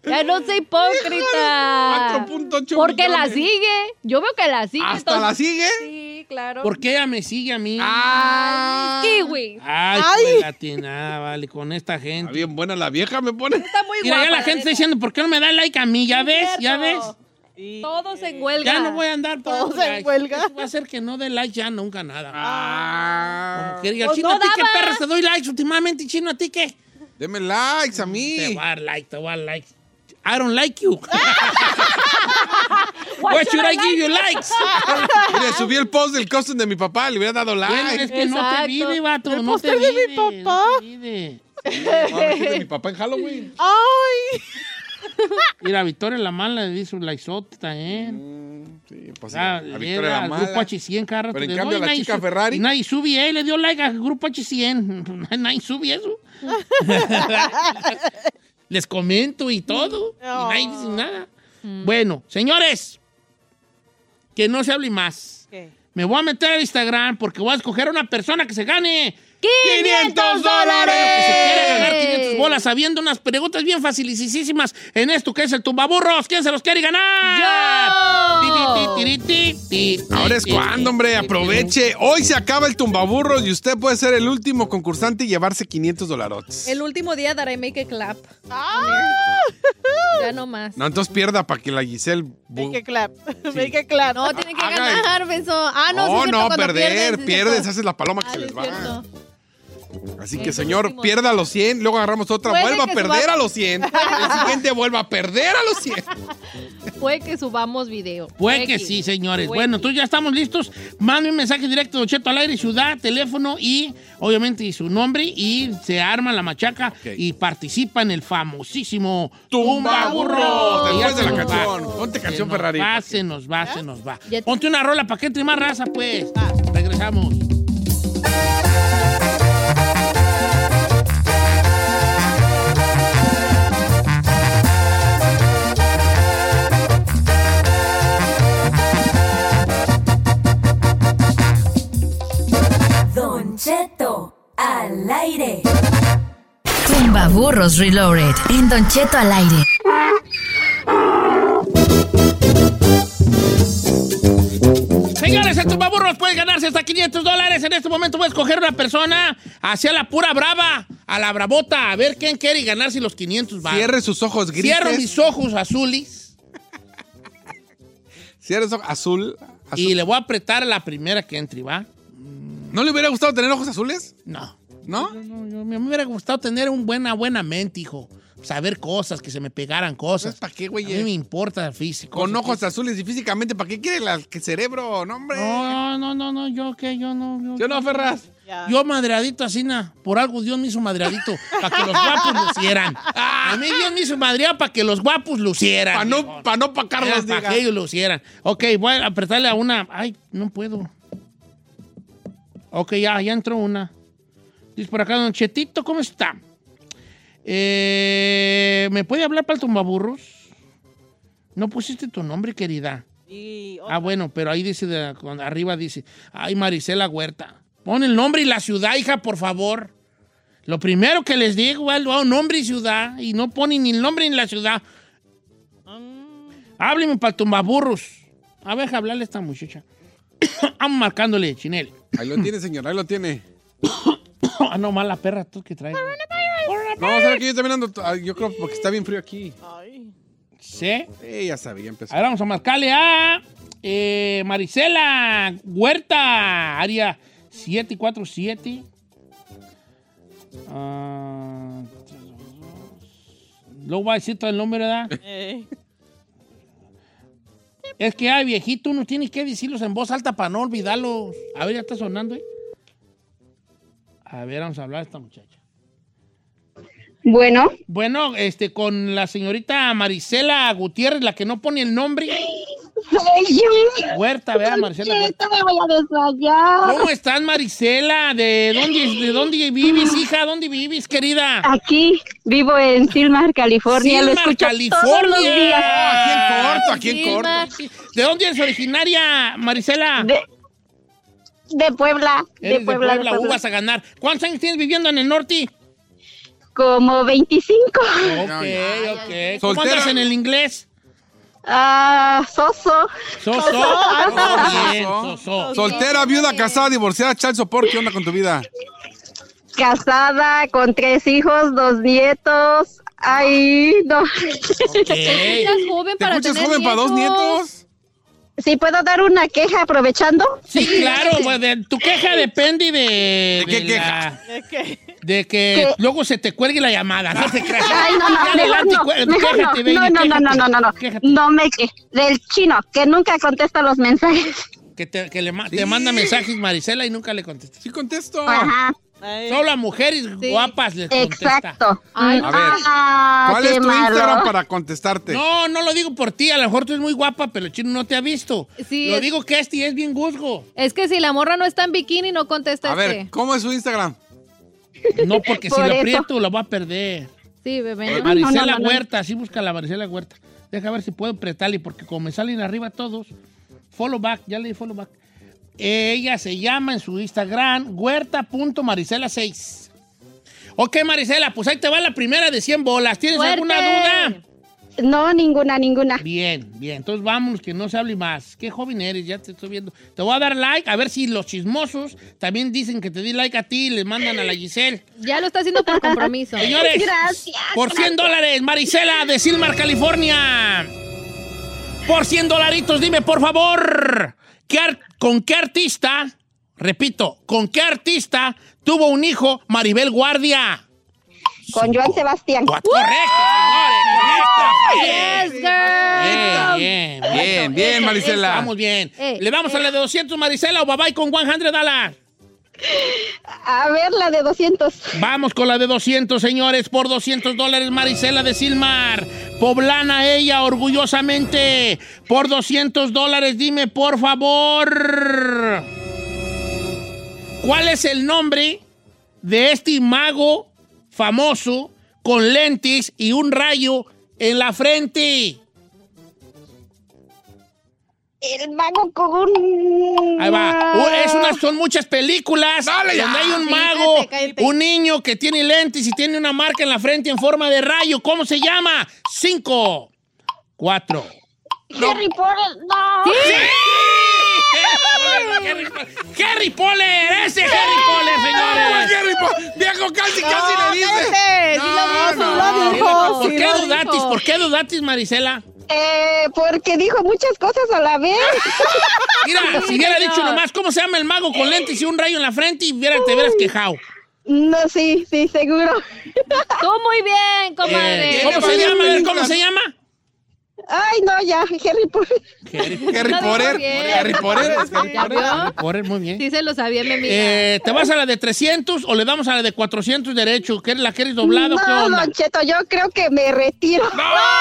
[SPEAKER 4] ¡Ya no sea hipócrita!
[SPEAKER 5] 4.8
[SPEAKER 4] Porque la
[SPEAKER 3] millones.
[SPEAKER 4] sigue. Yo veo que la sigue.
[SPEAKER 3] ¿Hasta la sigue?
[SPEAKER 4] Sí, claro.
[SPEAKER 3] ¿Por qué ella me sigue a mí?
[SPEAKER 4] Kiwi.
[SPEAKER 3] Ay,
[SPEAKER 4] Ay.
[SPEAKER 3] hijo de la tina, vale, con esta gente.
[SPEAKER 5] bien buena la vieja, me pone.
[SPEAKER 4] Está muy
[SPEAKER 3] Mira, ya
[SPEAKER 4] guapa,
[SPEAKER 3] la
[SPEAKER 4] la
[SPEAKER 3] gente está diciendo, ¿por qué no me da like a mí? ¿Ya ves? ¿Ya ves?
[SPEAKER 4] Cierto. Todos en huelga.
[SPEAKER 3] Ya no voy a andar por
[SPEAKER 4] Todos
[SPEAKER 3] esos
[SPEAKER 4] en
[SPEAKER 3] likes.
[SPEAKER 4] huelga.
[SPEAKER 3] Eso va a ser que no dé like ya nunca nada.
[SPEAKER 5] Ah.
[SPEAKER 3] Como que diga,
[SPEAKER 4] Pues
[SPEAKER 3] chino,
[SPEAKER 4] no
[SPEAKER 3] a ti qué
[SPEAKER 4] daba.
[SPEAKER 3] perras te doy likes últimamente, chino, a ti qué.
[SPEAKER 5] Deme likes a mí.
[SPEAKER 3] Te voy a dar like, te voy a dar like. I don't like you.
[SPEAKER 5] Why
[SPEAKER 3] Why should
[SPEAKER 5] should
[SPEAKER 3] I
[SPEAKER 5] I
[SPEAKER 3] give you likes?
[SPEAKER 5] Mira, subí el post del costume de mi papá, le hubiera dado like.
[SPEAKER 3] Bueno, es que no te vive, vato.
[SPEAKER 9] El
[SPEAKER 3] no
[SPEAKER 4] pues
[SPEAKER 3] te
[SPEAKER 9] póster de mi
[SPEAKER 3] vive,
[SPEAKER 9] papá.
[SPEAKER 3] No te vive.
[SPEAKER 5] de mi papá en Halloween.
[SPEAKER 9] ¡Ay!
[SPEAKER 3] Mira, Victoria la mala le dice un ¿eh? likesote también.
[SPEAKER 5] Mm, Sí,
[SPEAKER 3] pues
[SPEAKER 5] a Victoria la Mala.
[SPEAKER 3] Grupo H100 cada rato
[SPEAKER 5] Pero en
[SPEAKER 3] le
[SPEAKER 5] cambio
[SPEAKER 3] doy,
[SPEAKER 5] a la
[SPEAKER 3] nadie
[SPEAKER 5] chica
[SPEAKER 3] su-
[SPEAKER 5] Ferrari-
[SPEAKER 3] y Nadie sube, eh, le dio like al Grupo H100. nadie sube eso. Les comento y todo. Y nadie dice nada. Bueno, señores, que no se hable más.
[SPEAKER 9] ¿Qué?
[SPEAKER 3] Me voy a meter al Instagram porque voy a escoger a una persona que se gane
[SPEAKER 9] 500
[SPEAKER 3] dólares. Que se quiere ganar 500
[SPEAKER 9] dólares.
[SPEAKER 3] bolas sabiendo unas preguntas bien facilísimas en esto que es el tumbaburros. ¿Quién se los quiere ganar? Ti, ti, ti, ti, ti, ti,
[SPEAKER 5] Ahora es
[SPEAKER 3] ti, ti,
[SPEAKER 5] cuando, hombre,
[SPEAKER 3] ti,
[SPEAKER 5] aproveche. Hoy se acaba el tumbaburros y usted puede ser el último concursante y llevarse 500 dolarotes.
[SPEAKER 4] El último día daré make a clap. ¡Ah! Ya no más.
[SPEAKER 5] No, entonces pierda para que la Giselle... bu-
[SPEAKER 9] Make a clap. Make a clap.
[SPEAKER 4] No, tiene que
[SPEAKER 5] Haga-
[SPEAKER 4] ganar, beso. Ah, no, sí
[SPEAKER 5] No,
[SPEAKER 4] es cierto,
[SPEAKER 5] Oh, no,
[SPEAKER 4] cuando
[SPEAKER 5] perder,
[SPEAKER 4] pierdes, sí
[SPEAKER 5] pierdes,
[SPEAKER 4] es cierto. Ah,
[SPEAKER 5] haces la paloma que se les
[SPEAKER 4] Es cierto.
[SPEAKER 5] va. Así que,
[SPEAKER 4] Es
[SPEAKER 5] señor,
[SPEAKER 4] último.
[SPEAKER 5] pierda los 100, luego agarramos otra,
[SPEAKER 4] Puede
[SPEAKER 5] vuelva a
[SPEAKER 4] que suba-
[SPEAKER 5] perder a los 100. El siguiente vuelva a perder a los 100.
[SPEAKER 4] Puede que subamos video.
[SPEAKER 3] Puede que sí, señores.
[SPEAKER 4] Puede
[SPEAKER 3] Bueno,
[SPEAKER 4] que-
[SPEAKER 3] entonces ya estamos listos. Mande un mensaje directo de Cheto al aire, ciudad, teléfono y obviamente su nombre y se arma la machaca y participa en el famosísimo Tumba Burro.
[SPEAKER 5] Después de la
[SPEAKER 3] Se nos va.
[SPEAKER 5] canción. Ponte canción,
[SPEAKER 3] se nos
[SPEAKER 5] Ferrari.
[SPEAKER 3] Va, se nos va, se nos va. Ponte una rola para que entre más raza, pues. Regresamos.
[SPEAKER 7] Don Cheto al aire.
[SPEAKER 17] Tumba Burros Reloaded en Don Cheto al aire.
[SPEAKER 3] Señores, el tumbaburros puede ganarse hasta 500 dólares. En este momento voy a escoger una persona hacia la pura brava, a la bravota, a ver quién quiere ganarse los 500 baros.
[SPEAKER 5] Cierre sus ojos grises.
[SPEAKER 3] Cierro mis ojos azules
[SPEAKER 5] Cierre sus ojos azul.
[SPEAKER 3] y le voy a apretar a la primera que entre, ¿va? Mm.
[SPEAKER 5] ¿No le hubiera gustado tener ojos azules?
[SPEAKER 3] No.
[SPEAKER 5] ¿No?
[SPEAKER 3] no, yo- me hubiera gustado tener un buena, buena mente, hijo. Saber cosas, que se me pegaran cosas.
[SPEAKER 5] ¿Para qué, güey?
[SPEAKER 3] A mí me importa el físico.
[SPEAKER 5] Con
[SPEAKER 3] eso
[SPEAKER 5] ojos
[SPEAKER 3] sí.
[SPEAKER 5] azules y físicamente, ¿para qué quiere la- que cerebro? No, hombre.
[SPEAKER 3] No, no, no, no, yo qué, yo no. Yo,
[SPEAKER 5] Yo no, Ferraz.
[SPEAKER 3] Yo madreadito así, na. Por algo Dios me hizo madreadito. para que los guapos lucieran. A mí Dios me hizo madreado para que los guapos lucieran. Para no,
[SPEAKER 5] para Ah. no pacarlos,
[SPEAKER 3] Para
[SPEAKER 5] diga.
[SPEAKER 3] que ellos lucieran. Ok, voy a apretarle a una. Ay, no puedo. Ok, ya, ya entró una. Dice por acá, don Chetito, ¿cómo está? Eh, ¿Me puede hablar para el tumbaburros? No pusiste tu nombre, querida.
[SPEAKER 9] Y
[SPEAKER 3] Ah, bueno, pero ahí dice, de- con- arriba dice, ay, Marisela Huerta. Pon el nombre y la ciudad, hija, por favor. Lo primero que les digo, igual, wow, nombre y ciudad, y no ponen ni el nombre ni la ciudad. Hábleme para tumbaburros. A ver, deja hablarle a esta muchacha. Vamos marcándole, Chinel.
[SPEAKER 5] Ahí lo tiene, señor, ahí lo tiene.
[SPEAKER 3] ah, no, mala perra tú que traes.
[SPEAKER 5] No, ¿sabes que Yo también ando... ah, Yo creo porque está bien frío aquí.
[SPEAKER 3] ¿Sí?
[SPEAKER 5] Sí, ya sabía, empezó.
[SPEAKER 3] Ahora vamos a marcarle a eh, Marisela Huerta, área 747. Ah, luego va a decir todo el nombre, ¿verdad? Es que, ay, viejito, uno tiene que decirlos en voz alta para no olvidarlos. A ver, ya está sonando, ¿eh? A ver, vamos a hablar a esta muchacha.
[SPEAKER 15] Bueno,
[SPEAKER 3] Bueno, este, con la señorita Marisela Gutiérrez, la que no pone el nombre.
[SPEAKER 15] soy yo.
[SPEAKER 3] Huerta, vea, Marisela Huerta.
[SPEAKER 15] Cheto, me voy a desmayar.
[SPEAKER 3] ¿Cómo estás, Marisela? ¿De dónde, ¿De dónde vives, hija? ¿Dónde vives, querida?
[SPEAKER 15] Aquí vivo en Silmar, California. lo
[SPEAKER 3] Silmar,
[SPEAKER 15] escucho todos los
[SPEAKER 3] California.
[SPEAKER 15] días.
[SPEAKER 3] Ah, aquí en corto, aquí en corto. ¿De dónde eres originaria, Marisela? De,
[SPEAKER 15] De Puebla, de
[SPEAKER 3] eres
[SPEAKER 15] Puebla,
[SPEAKER 3] de
[SPEAKER 15] de
[SPEAKER 3] Puebla,
[SPEAKER 15] Puebla.
[SPEAKER 3] uh, vas a ganar. ¿Cuántos años tienes viviendo en el norte?
[SPEAKER 15] Como 25.
[SPEAKER 3] Ok, ok. ¿Cómo andas en el inglés?
[SPEAKER 15] Ah, soso.
[SPEAKER 3] Soso.
[SPEAKER 5] Ah,
[SPEAKER 3] bien,
[SPEAKER 5] soso.
[SPEAKER 3] soso.
[SPEAKER 5] Soltera, viuda, casada, divorciada, chal sopor, ¿qué onda con tu vida?
[SPEAKER 15] Casada, con tres hijos, dos nietos. Ay, no.
[SPEAKER 4] Te escuchas joven
[SPEAKER 5] ¿Te
[SPEAKER 4] para
[SPEAKER 5] escuchas
[SPEAKER 4] tener
[SPEAKER 5] joven para dos nietos?
[SPEAKER 15] ¿Sí puedo dar una queja aprovechando?
[SPEAKER 3] Sí, claro, pues, de- tu queja depende de. ¿De qué queja? de que luego se te cuelgue la llamada. No te creas.
[SPEAKER 15] Ay, no, no,
[SPEAKER 3] Ya
[SPEAKER 15] mejor
[SPEAKER 3] adelante,
[SPEAKER 15] no,
[SPEAKER 3] cué-
[SPEAKER 15] mejor no,
[SPEAKER 3] eh, quéjate, baby,
[SPEAKER 15] no, no, no,
[SPEAKER 3] quéjate.
[SPEAKER 15] no, no, no, no, me que del chino que nunca contesta los mensajes.
[SPEAKER 3] Que, te, que le ma- te manda mensajes Marisela y nunca le contesta. Sí contesto.
[SPEAKER 15] Ajá.
[SPEAKER 3] Solo a mujeres guapas les contesta.
[SPEAKER 15] Exacto.
[SPEAKER 3] Ay,
[SPEAKER 5] A ver,
[SPEAKER 15] Ah,
[SPEAKER 5] ¿cuál
[SPEAKER 15] qué
[SPEAKER 5] es tu
[SPEAKER 15] malo.
[SPEAKER 5] Instagram para contestarte?
[SPEAKER 3] No, no lo digo por ti. A lo mejor tú eres muy guapa, pero el chino no te ha visto.
[SPEAKER 4] Sí,
[SPEAKER 3] lo
[SPEAKER 4] es-
[SPEAKER 3] digo que este es bien juzgo.
[SPEAKER 4] Es que si la morra no está en bikini, no contesta
[SPEAKER 3] A ver,
[SPEAKER 4] este.
[SPEAKER 5] ¿Cómo es su Instagram?
[SPEAKER 3] No, porque si
[SPEAKER 4] Por
[SPEAKER 3] lo
[SPEAKER 4] eso.
[SPEAKER 3] aprieto lo va a perder.
[SPEAKER 4] Sí, bebé. ¿no?
[SPEAKER 3] Marisela Huerta, sí busca la Marisela Huerta. Deja ver si puedo apretarle, porque como me salen arriba todos, follow back, ya leí follow back. Ella se llama en su Instagram huerta.marisela6. Ok, Marisela, pues ahí te va la primera de 100 bolas. ¿Tienes
[SPEAKER 15] ¡Fuerte!
[SPEAKER 3] alguna duda?
[SPEAKER 15] No, ninguna, ninguna.
[SPEAKER 3] Bien, bien. Entonces vámonos, que no se hable más. Qué joven eres, ya te estoy viendo. Te voy a dar like, a ver si los chismosos también dicen que te di like a ti y le mandan a la Giselle.
[SPEAKER 4] Ya lo está haciendo por compromiso.
[SPEAKER 3] Señores, por 100 dólares, Marisela de Silmar, California. Por 100 dolaritos, dime por favor, ¿qué ar- ¿con qué artista, repito, con qué artista tuvo un hijo Maribel Guardia?
[SPEAKER 15] Con Joan Sebastián.
[SPEAKER 3] Correcto,
[SPEAKER 15] Yes, girl.
[SPEAKER 3] Bien,
[SPEAKER 5] Eso,
[SPEAKER 3] bien, bien,
[SPEAKER 5] eso,
[SPEAKER 3] Marisela.
[SPEAKER 5] eso.
[SPEAKER 3] Vamos bien.
[SPEAKER 15] Eh,
[SPEAKER 3] Le vamos a la de 200, Marisela, o bye bye con 100 dólares.
[SPEAKER 15] A ver la de 200.
[SPEAKER 3] Vamos con la de 200, señores, por 200 dólares, Marisela de Silmar. Poblana ella, orgullosamente. Por 200 dólares, dime, por favor. ¿Cuál es el nombre de este mago famoso con lentes y un rayo en la frente?
[SPEAKER 15] El mago con un.
[SPEAKER 3] Ahí va. Uh, Es una, son muchas películas donde hay un mago, un niño que tiene lentes y tiene una marca en la frente en forma de rayo. ¿Cómo se llama? Cinco, cuatro.
[SPEAKER 15] Harry Potter. No.
[SPEAKER 3] Harry Potter, Harry Potter, ese es Harry Potter, señores.
[SPEAKER 5] Harry Potter, viejo, casi, casi
[SPEAKER 3] No,
[SPEAKER 5] le dice.
[SPEAKER 3] cállate,
[SPEAKER 5] No,
[SPEAKER 3] sí lo dijo,
[SPEAKER 5] no,
[SPEAKER 3] lo
[SPEAKER 5] no,
[SPEAKER 3] dijo,
[SPEAKER 5] no,
[SPEAKER 3] ¿Por
[SPEAKER 5] sí
[SPEAKER 3] qué
[SPEAKER 5] lo
[SPEAKER 3] dudatis?
[SPEAKER 5] dijo.
[SPEAKER 3] ¿Por qué dudatis, Marisela?
[SPEAKER 15] Eh, porque dijo muchas cosas a la vez.
[SPEAKER 3] Mira, si hubiera dicho nomás cómo se llama el mago con lentes y un rayo en la frente y hubiera- te hubieras quejado.
[SPEAKER 15] No, sí, sí, seguro.
[SPEAKER 4] Tú muy bien,
[SPEAKER 3] Eh,
[SPEAKER 4] comadre.
[SPEAKER 3] ¿Cómo se llama? A ver, ¿Cómo se llama?
[SPEAKER 15] Ay, no, ya, Harry Potter.
[SPEAKER 5] Harry Potter, Harry Potter, es Harry
[SPEAKER 4] ¿Ya vio?
[SPEAKER 3] Corre muy bien.
[SPEAKER 4] Sí se lo sabía, mi amiga.
[SPEAKER 3] Eh, ¿Te vas a la de 300 o le damos a la de 400 derecho? ¿Qué- ¿La quieres doblada o qué
[SPEAKER 15] No,
[SPEAKER 3] onda?
[SPEAKER 15] Don Cheto, yo creo que me retiro.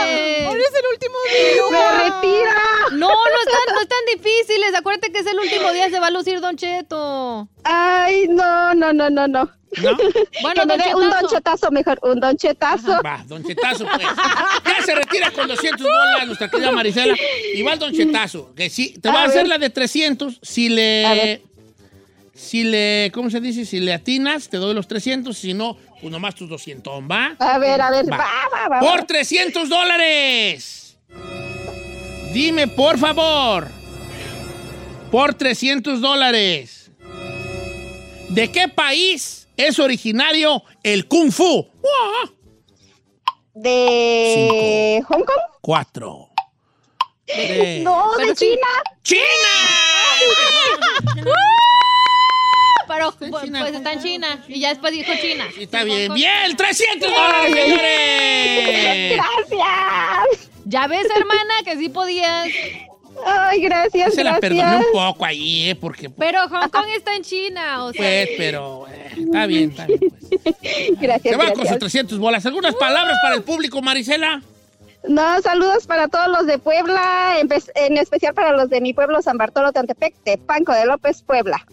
[SPEAKER 4] Eres el último día.
[SPEAKER 15] Me retira.
[SPEAKER 4] No, no están, no están difíciles. Acuérdate que es el último día, se va a lucir Don Cheto.
[SPEAKER 15] Ah. Ay, no, no, no, no, no.
[SPEAKER 4] Bueno,
[SPEAKER 15] que me
[SPEAKER 4] Don
[SPEAKER 15] dé un
[SPEAKER 4] Chetazo.
[SPEAKER 15] donchetazo mejor, un donchetazo.
[SPEAKER 3] Ah, Va, Don Chetazo, pues. Ya se retira con 200 bolas nuestra querida Marisela. Igual Don Chetazo, que sí, te va a,
[SPEAKER 15] A
[SPEAKER 3] hacer
[SPEAKER 15] ver.
[SPEAKER 3] la de 300 si le... Si le, ¿cómo se dice? Si le atinas, te doy los 300, si no, pues nomás tus 200, ¿va?
[SPEAKER 15] A ver, a ver,
[SPEAKER 3] Va.
[SPEAKER 15] va, va, va.
[SPEAKER 3] Por
[SPEAKER 15] va.
[SPEAKER 3] 300 dólares. Dime, por favor. Por 300 dólares. ¿De qué país es originario el Kung Fu?
[SPEAKER 15] ¿De Hong Kong?
[SPEAKER 3] Cuatro. tres.
[SPEAKER 15] No, de
[SPEAKER 4] Pero sí.
[SPEAKER 15] China.
[SPEAKER 3] ¡China!
[SPEAKER 4] ¡Uh! Pero
[SPEAKER 3] está en
[SPEAKER 4] Pues,
[SPEAKER 3] China.
[SPEAKER 4] pues está en China. Y ya después dijo China.
[SPEAKER 3] Y Está bien, bien, 300 dólares, señores.
[SPEAKER 4] Gracias. Ya ves, hermana, que sí podías. Ay, gracias,
[SPEAKER 3] Se la perdoné un poco ahí, ¿eh? Porque, pues,
[SPEAKER 4] Pero Hong Kong está en China, o sea.
[SPEAKER 3] pero eh, está bien, está bien.
[SPEAKER 8] Gracias,
[SPEAKER 3] Se va con sus
[SPEAKER 8] gracias.
[SPEAKER 3] 300 bolas. ¿Algunas palabras para el público, Marisela?
[SPEAKER 8] No, saludos para todos los de Puebla, en, pe- en especial para los de mi pueblo San Bartolo Tantepec, Panco de López, Puebla.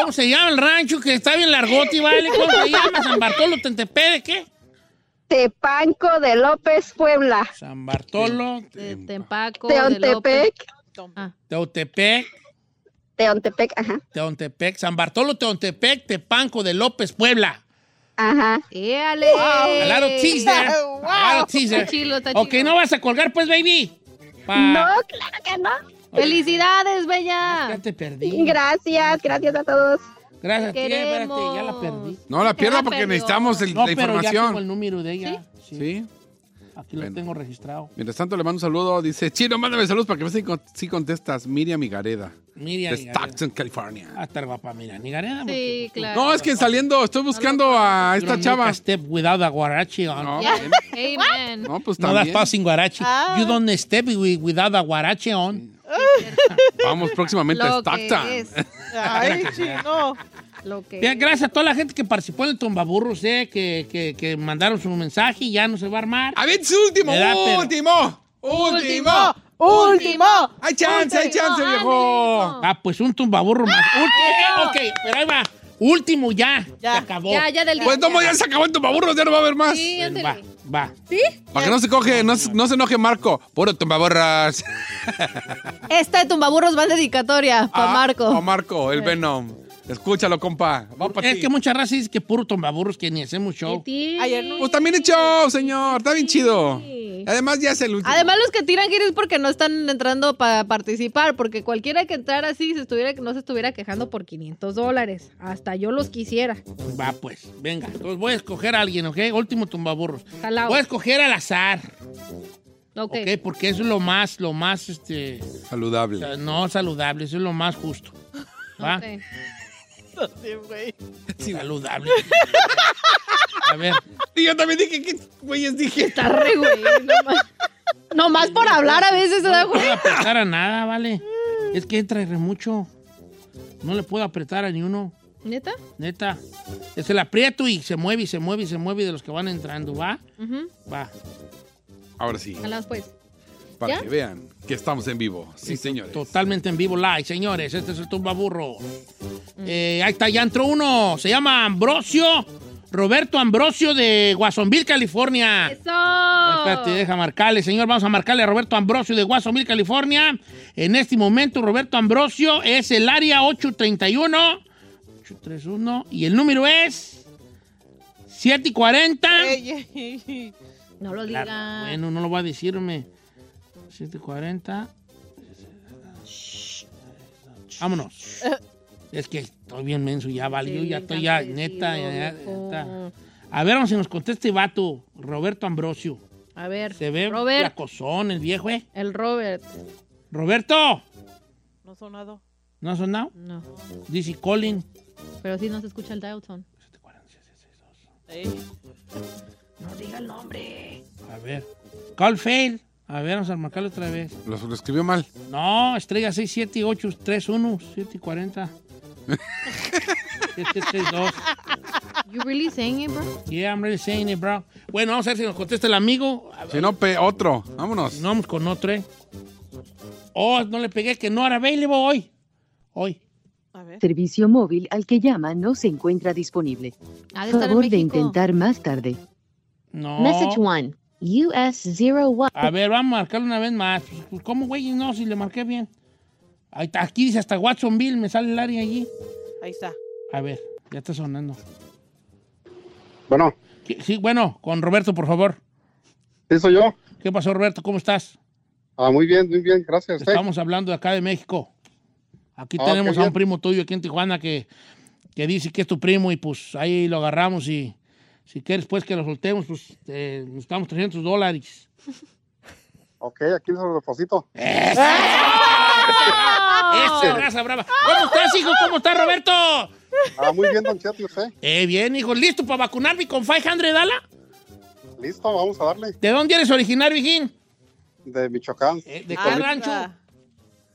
[SPEAKER 3] ¿Cómo se llama el rancho que está bien largote y vale? ¿Cómo se llama? ¿San Bartolo Tentepe de qué?
[SPEAKER 8] Tepanco de López, Puebla.
[SPEAKER 3] San Bartolo,
[SPEAKER 4] Tempaco,
[SPEAKER 8] Teontepec,
[SPEAKER 3] Teutepec,
[SPEAKER 8] Teontepec, ajá,
[SPEAKER 3] Teontepec, San Bartolo, Teontepec, Tepanco de López, Puebla.
[SPEAKER 8] ajá.
[SPEAKER 4] ¡Éale!
[SPEAKER 3] A lot of teas there. A lot of teas there.
[SPEAKER 4] Está chilo, está
[SPEAKER 3] Ok,
[SPEAKER 4] chilo.
[SPEAKER 3] no vas a colgar, pues, baby. Pa-
[SPEAKER 8] claro que no.
[SPEAKER 4] ¡Felicidades, bella!
[SPEAKER 3] Ya te perdí.
[SPEAKER 8] Gracias, gracias a todos.
[SPEAKER 3] Gracias a ti, espérate,
[SPEAKER 4] Queremos.
[SPEAKER 3] ya la perdí.
[SPEAKER 5] No la pierda porque
[SPEAKER 3] perdió.
[SPEAKER 5] necesitamos el-
[SPEAKER 3] No,
[SPEAKER 5] la
[SPEAKER 3] pero ya tengo el
[SPEAKER 5] información.
[SPEAKER 3] número de ella.
[SPEAKER 5] ¿Sí?
[SPEAKER 3] Aquí lo tengo registrado.
[SPEAKER 5] Mientras tanto, le mando un saludo. Dice, Chino, mándame saludos para que veas si, con- si contestas. Miriam Higareda.
[SPEAKER 3] Miriam
[SPEAKER 5] De
[SPEAKER 3] Higareda.
[SPEAKER 5] Stockton, California.
[SPEAKER 3] Ah, está guapa, mira, ni gané.
[SPEAKER 4] Sí, claro.
[SPEAKER 5] No, es que saliendo, estoy buscando a esta
[SPEAKER 3] Don't
[SPEAKER 5] chava.
[SPEAKER 3] make a step without a guarachi on.
[SPEAKER 5] No,
[SPEAKER 4] Yeah. Amen.
[SPEAKER 5] no, pues
[SPEAKER 3] No das
[SPEAKER 5] también.
[SPEAKER 3] paso sin guarachi.
[SPEAKER 4] Ah.
[SPEAKER 3] You don't step wi- without a guarachi on.
[SPEAKER 5] Vamos próximamente a
[SPEAKER 4] Lo
[SPEAKER 5] Stockton.
[SPEAKER 4] que es.
[SPEAKER 9] Ay, chino.
[SPEAKER 4] Lo que
[SPEAKER 3] Bien, gracias a toda la gente que participó en el tumbaburros, eh, que, que, que mandaron su mensaje y ya no se va a armar.
[SPEAKER 5] A ver, su último,
[SPEAKER 3] Me da pena.
[SPEAKER 5] último, último.
[SPEAKER 9] Último.
[SPEAKER 5] Hay chance, hay chance, viejo.
[SPEAKER 3] Ah, pues un tumbaburro más. Último, eh, ok, pero ahí va. Último ya. Se acabó.
[SPEAKER 4] Ya, ya del día.
[SPEAKER 5] Pues no, ya se
[SPEAKER 3] este
[SPEAKER 5] acabó el tumbaburros, ya no va a haber más.
[SPEAKER 4] Sí,
[SPEAKER 3] Bueno,
[SPEAKER 4] ándale.
[SPEAKER 3] va, va.
[SPEAKER 4] ¿Sí?
[SPEAKER 5] Para que no se coge, no, se- no se enoje Marco. Puro tumbaburras.
[SPEAKER 4] Esta de Tumbaburros va dedicatoria para
[SPEAKER 5] Ah,
[SPEAKER 4] Marco.
[SPEAKER 5] O Marco, el Venom. Escúchalo, compa. Va para
[SPEAKER 3] Es
[SPEAKER 5] ti.
[SPEAKER 3] que mucha raza dice que puro tumbaburros que ni hacemos show.
[SPEAKER 9] Ayer no.
[SPEAKER 5] Pues también hecho, señor. Está bien chido. Además, ya es el último.
[SPEAKER 4] Además, los que tiran gris porque no están entrando para participar, porque cualquiera que entrara así se estuviera, no se estuviera quejando por 500 dólares. Hasta yo los quisiera.
[SPEAKER 3] Va, pues, venga. Entonces voy a escoger a alguien, ¿ok? Último tumbaburros.
[SPEAKER 4] Jalao.
[SPEAKER 3] Voy a escoger al azar,
[SPEAKER 4] Ok.
[SPEAKER 3] ¿ok? Porque eso es lo más, lo más, este,
[SPEAKER 5] Saludable.
[SPEAKER 3] eh, no saludable, eso es lo más justo. ¿Va?
[SPEAKER 4] Ok.
[SPEAKER 3] Saludable. A ver.
[SPEAKER 5] Y yo también dije, ¿qué güeyes dije?
[SPEAKER 4] Está re, güey. No más. Nomás por hablar a veces se da
[SPEAKER 3] No
[SPEAKER 4] güey.
[SPEAKER 3] puedo apretar a nada, ¿vale? Es que entra y re mucho. No le puedo apretar a ni uno,
[SPEAKER 4] ¿Neta?
[SPEAKER 3] neta. Se la aprieto y se mueve y se mueve y se mueve de los que van entrando, ¿va?
[SPEAKER 4] Ujú.
[SPEAKER 3] Va.
[SPEAKER 5] Ahora sí,
[SPEAKER 4] Jalamos, pues.
[SPEAKER 5] para
[SPEAKER 4] ¿Ya?
[SPEAKER 5] que vean que estamos en vivo. Sí, señores.
[SPEAKER 3] Totalmente en vivo live, señores. Este es el tumba burro. Eh, ahí está, ya entró uno. Se llama Ambrosio. Roberto Ambrosio de Guasonville, California.
[SPEAKER 4] ¡Eso!
[SPEAKER 3] Espérate, deja marcarle, señor. Vamos a marcarle a Roberto Ambrosio de Guasonville, California. En este momento, Roberto Ambrosio es el área 831. 831. Y el número es 740.
[SPEAKER 9] Ey, ey, ey.
[SPEAKER 4] No lo
[SPEAKER 3] Claro,
[SPEAKER 4] digan.
[SPEAKER 3] Bueno, no lo va a decirme. 740. Vámonos. Es que estoy bien menso, ya valió,
[SPEAKER 4] Sí,
[SPEAKER 3] ya estoy ya,
[SPEAKER 4] cansado de
[SPEAKER 3] neta.
[SPEAKER 4] decirlo,
[SPEAKER 3] ya- ya
[SPEAKER 4] viejo.
[SPEAKER 3] está. A ver, vamos, si nos contesta este vato, Roberto Ambrosio.
[SPEAKER 4] A ver.
[SPEAKER 3] Se ve
[SPEAKER 4] Robert.
[SPEAKER 3] placozón el viejo, ¿eh?
[SPEAKER 4] El Robert.
[SPEAKER 3] ¡Roberto!
[SPEAKER 9] No sonado.
[SPEAKER 3] ¿No ha sonado?
[SPEAKER 4] No.
[SPEAKER 3] Dice Colin.
[SPEAKER 4] Pero sí no se escucha el dial tone.
[SPEAKER 9] Ey.
[SPEAKER 4] No diga el nombre.
[SPEAKER 3] A ver. Call fail. A ver, vamos a marcarlo otra vez.
[SPEAKER 5] Lo, lo escribió mal.
[SPEAKER 3] No, estrella 67831, 740. 732.
[SPEAKER 4] You really saying it, bro?
[SPEAKER 3] Yeah, I'm really saying it, bro. Bueno, vamos a ver si nos contesta el amigo. A ver,
[SPEAKER 5] Si no, pe- otro. Vámonos.
[SPEAKER 3] si no, vamos con otro, ¿eh? Oh, no le pegué que no era available hoy. Hoy.
[SPEAKER 9] A ver.
[SPEAKER 18] Servicio móvil al que llama no se encuentra disponible.
[SPEAKER 4] Ha de estar en
[SPEAKER 18] Favor de
[SPEAKER 4] México.
[SPEAKER 18] intentar más tarde.
[SPEAKER 3] No. Ah.
[SPEAKER 18] Message 1. US 01.
[SPEAKER 3] A ver, vamos a marcarlo una vez más. Pues, ¿Cómo, güey? No, si le marqué bien. Ahí está, aquí dice hasta Watsonville, me sale el área allí.
[SPEAKER 9] Ahí está.
[SPEAKER 3] A ver, ya está sonando.
[SPEAKER 19] Bueno,
[SPEAKER 3] ¿Qué- Sí, bueno, con Roberto, por favor.
[SPEAKER 19] sí soy yo.
[SPEAKER 3] ¿Qué pasó, Roberto? ¿Cómo estás?
[SPEAKER 19] Ah, muy bien, muy bien, gracias. ¿eh?
[SPEAKER 3] Estamos hablando de acá de México. Aquí
[SPEAKER 19] Ah,
[SPEAKER 3] tenemos
[SPEAKER 19] qué
[SPEAKER 3] a un
[SPEAKER 19] bien.
[SPEAKER 3] primo tuyo aquí en Tijuana que, que dice que es tu primo y pues ahí lo agarramos y si quieres pues que lo soltemos, pues eh, nos damos 300 dólares. Este.
[SPEAKER 19] Ok, aquí les lo deposito.
[SPEAKER 3] ¡Eso! ¡Eso! Bravo, raza brava. ¿Cómo estás, hijo? ¿Cómo estás, Roberto?
[SPEAKER 19] Ah, muy bien, don Cheto, ¿y usted?
[SPEAKER 3] Eh, bien, hijo. ¿Listo para vacunarme con 500 Dala?
[SPEAKER 19] Listo, vamos a darle.
[SPEAKER 3] ¿De dónde eres originario, hijín?
[SPEAKER 19] De Michoacán.
[SPEAKER 3] Eh,
[SPEAKER 19] Ah,
[SPEAKER 3] ¿De
[SPEAKER 4] Ah,
[SPEAKER 3] qué rancho?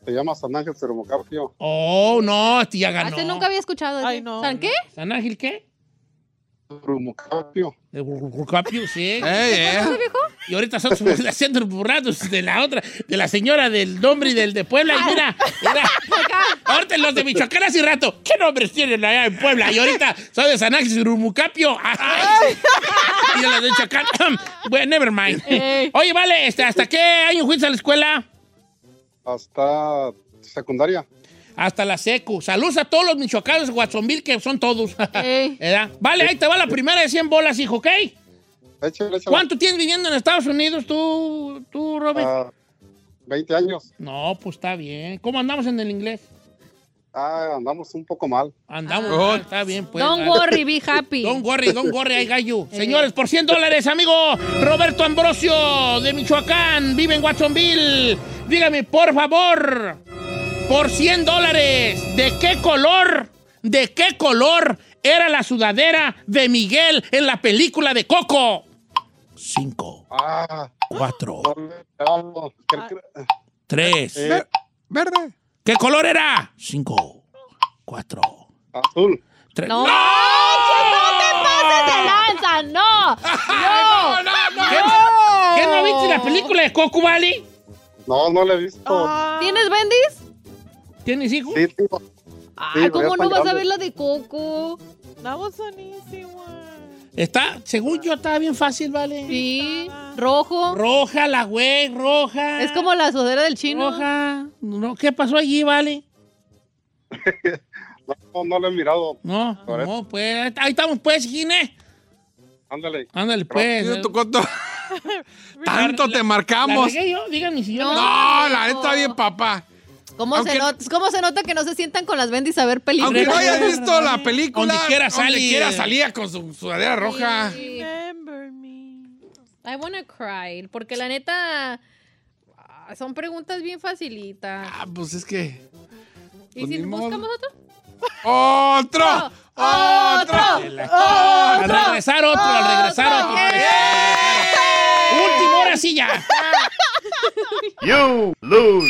[SPEAKER 19] Se llama San Ángel Ceromocarpio.
[SPEAKER 3] Oh, no, tía ganó.
[SPEAKER 4] Este nunca había escuchado. ese. ¿San qué?
[SPEAKER 3] ¿San Ángel qué?
[SPEAKER 19] Ceromocarpio.
[SPEAKER 3] De Burrucapio, sí.
[SPEAKER 4] ¿Qué pasó, viejo?
[SPEAKER 3] Y ahorita nosotros haciendo burrados de la otra, de la señora del nombre y del de Puebla. Y mira, mira. Ahorita los de Michoacán hace rato. ¿Qué nombres tienen allá en Puebla? Y ahorita soy de San Ángel Rumucapio. Ay. Y de los de Michoacán. bueno, never mind.
[SPEAKER 19] Ey.
[SPEAKER 3] Oye, vale, este, ¿hasta qué año fuiste a la escuela?
[SPEAKER 19] Hasta secundaria.
[SPEAKER 3] Hasta la secu. Saludos a todos los michoacanos de Guatzomil, que son todos. ¿Verdad? Vale, ahí te va la primera de 100 bolas, hijo, ¿ok?
[SPEAKER 19] Échale, échale.
[SPEAKER 3] ¿Cuánto tienes viviendo en Estados Unidos tú, tú Robert?
[SPEAKER 19] Ah, 20 años.
[SPEAKER 3] No, pues está bien. ¿Cómo andamos en el inglés?
[SPEAKER 19] Ah, andamos un poco mal.
[SPEAKER 3] Andamos.
[SPEAKER 19] Ah.
[SPEAKER 3] ah, está bien, pues.
[SPEAKER 4] Don't worry, be happy.
[SPEAKER 3] Don Gorri, Don Gorri, ahí gallo. Señores, por 100 dólares, amigo Roberto Ambrosio de Michoacán, vive en Watsonville. Dígame, por favor, por 100 dólares, ¿de qué color, de qué color era la sudadera de Miguel en la película de Coco? Cinco.
[SPEAKER 5] Ah.
[SPEAKER 3] Cuatro. Tres.
[SPEAKER 19] Eh,
[SPEAKER 3] verde. ¿Qué color era? Cinco. Cuatro.
[SPEAKER 19] Azul.
[SPEAKER 3] Tres.
[SPEAKER 4] No,
[SPEAKER 5] Ah.
[SPEAKER 4] ¡No te pases de lanza! ¡No! ¡No!
[SPEAKER 3] ¿Qué, qué no viste la película de Coco Valley?
[SPEAKER 19] No, no le he visto.
[SPEAKER 4] Oh. Ah. ¿Tienes bendis?
[SPEAKER 3] ¿Tienes hijos?
[SPEAKER 19] Sí, sí.
[SPEAKER 4] Ay,
[SPEAKER 19] Sí,
[SPEAKER 4] Ah, ¿cómo
[SPEAKER 19] ya
[SPEAKER 4] no vas a
[SPEAKER 19] están
[SPEAKER 4] ver la de Coco?
[SPEAKER 9] That was an easy one.
[SPEAKER 3] Está, según yo, estaba bien fácil, ¿vale?
[SPEAKER 4] Sí. Rojo.
[SPEAKER 3] Roja, la güey, roja.
[SPEAKER 4] Es como la sudadera del chino.
[SPEAKER 3] Roja. No, ¿Qué pasó allí, vale?
[SPEAKER 19] No, no lo he mirado.
[SPEAKER 3] No,
[SPEAKER 19] Correcto.
[SPEAKER 3] no, pues. Ahí estamos, pues, Gine.
[SPEAKER 19] Ándale.
[SPEAKER 3] Ándale, pues.
[SPEAKER 5] Yo tu coto- Tanto te marcamos.
[SPEAKER 3] ¿La regué yo? Díganme si yo.
[SPEAKER 4] No.
[SPEAKER 5] No, la neta está bien, papá.
[SPEAKER 4] ¿Cómo,
[SPEAKER 5] Aunque-
[SPEAKER 4] se not- ¿Cómo se nota que no se sientan con las bendis a ver películas?
[SPEAKER 5] Aunque no hayas visto la película.
[SPEAKER 3] Donde quiera sale.
[SPEAKER 5] Donde quiera salía con su sudadera
[SPEAKER 3] Ah.
[SPEAKER 5] roja.
[SPEAKER 4] Remember me. I wanna cry. Porque la neta. ah, Son preguntas bien facilitas.
[SPEAKER 5] Ah, pues es que.
[SPEAKER 3] Pues
[SPEAKER 4] ¿Y si buscamos otro?
[SPEAKER 5] ¡Otro!
[SPEAKER 4] ¡Otro!
[SPEAKER 3] Al regresar otro, al regresar otro. al regresar otro. Último, ahora sí ya.
[SPEAKER 20] You lose.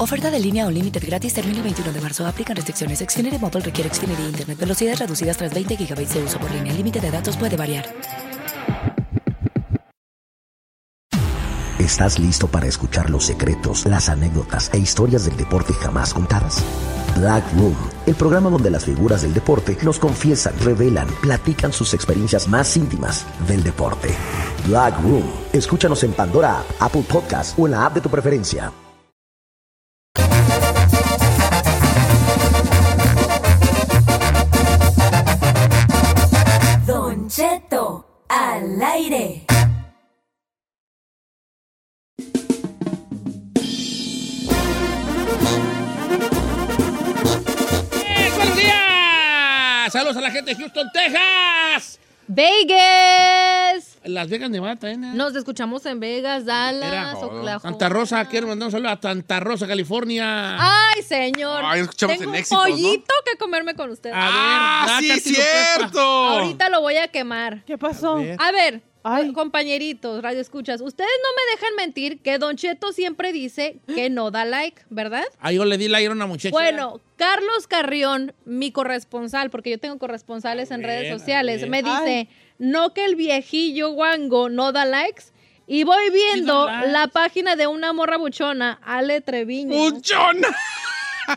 [SPEAKER 1] Oferta de línea o límite gratis termina el 21 de marzo. Aplican restricciones. Xfinity Mobile requiere Xfinity Internet. Velocidades reducidas tras 20 GB de uso por línea. El límite de datos puede variar.
[SPEAKER 21] ¿Estás listo para escuchar los secretos, las anécdotas e historias del deporte jamás contadas? Black Room, el programa donde las figuras del deporte nos confiesan, revelan, platican sus experiencias más íntimas del deporte. Black Room, escúchanos en Pandora, App, Apple Podcast o en la app de tu preferencia.
[SPEAKER 7] Don Cheto al aire.
[SPEAKER 3] ¡Eh, ¡Buenos días! Saludos a la gente de Houston, Texas.
[SPEAKER 4] ¡Vegas!
[SPEAKER 3] Las Vegas, Nevada, también. ¿eh?
[SPEAKER 4] Nos escuchamos en Vegas, Dallas, Oklahoma.
[SPEAKER 3] Santa Rosa, quiero mandar un saludo a Santa Rosa, California.
[SPEAKER 4] ¡Ay, señor!
[SPEAKER 3] Ay, escuchamos
[SPEAKER 4] Tengo
[SPEAKER 3] en
[SPEAKER 4] un
[SPEAKER 3] éxitos, ¿no?
[SPEAKER 4] pollito que comerme con usted.
[SPEAKER 3] A ver, Ah, sí, Nacatilo, cierto. Pepa.
[SPEAKER 4] Ahorita lo voy a quemar. ¿Qué pasó?
[SPEAKER 9] A ver.
[SPEAKER 4] A ver, compañeritos, radio escuchas, ustedes no me dejan mentir que Don Cheto siempre dice que no da like, ¿verdad?
[SPEAKER 3] Ah, yo le di la ira a una muchacha.
[SPEAKER 4] Bueno, Carlos Carrión, mi corresponsal, porque yo tengo corresponsales en
[SPEAKER 3] bien,
[SPEAKER 4] redes
[SPEAKER 3] a
[SPEAKER 4] sociales,
[SPEAKER 3] ver.
[SPEAKER 4] me
[SPEAKER 3] Ay.
[SPEAKER 4] dice, no que el viejillo guango no da likes. Y voy viendo
[SPEAKER 3] da likes.
[SPEAKER 4] la página de una morra buchona, Ale Treviño. ¡Buchona!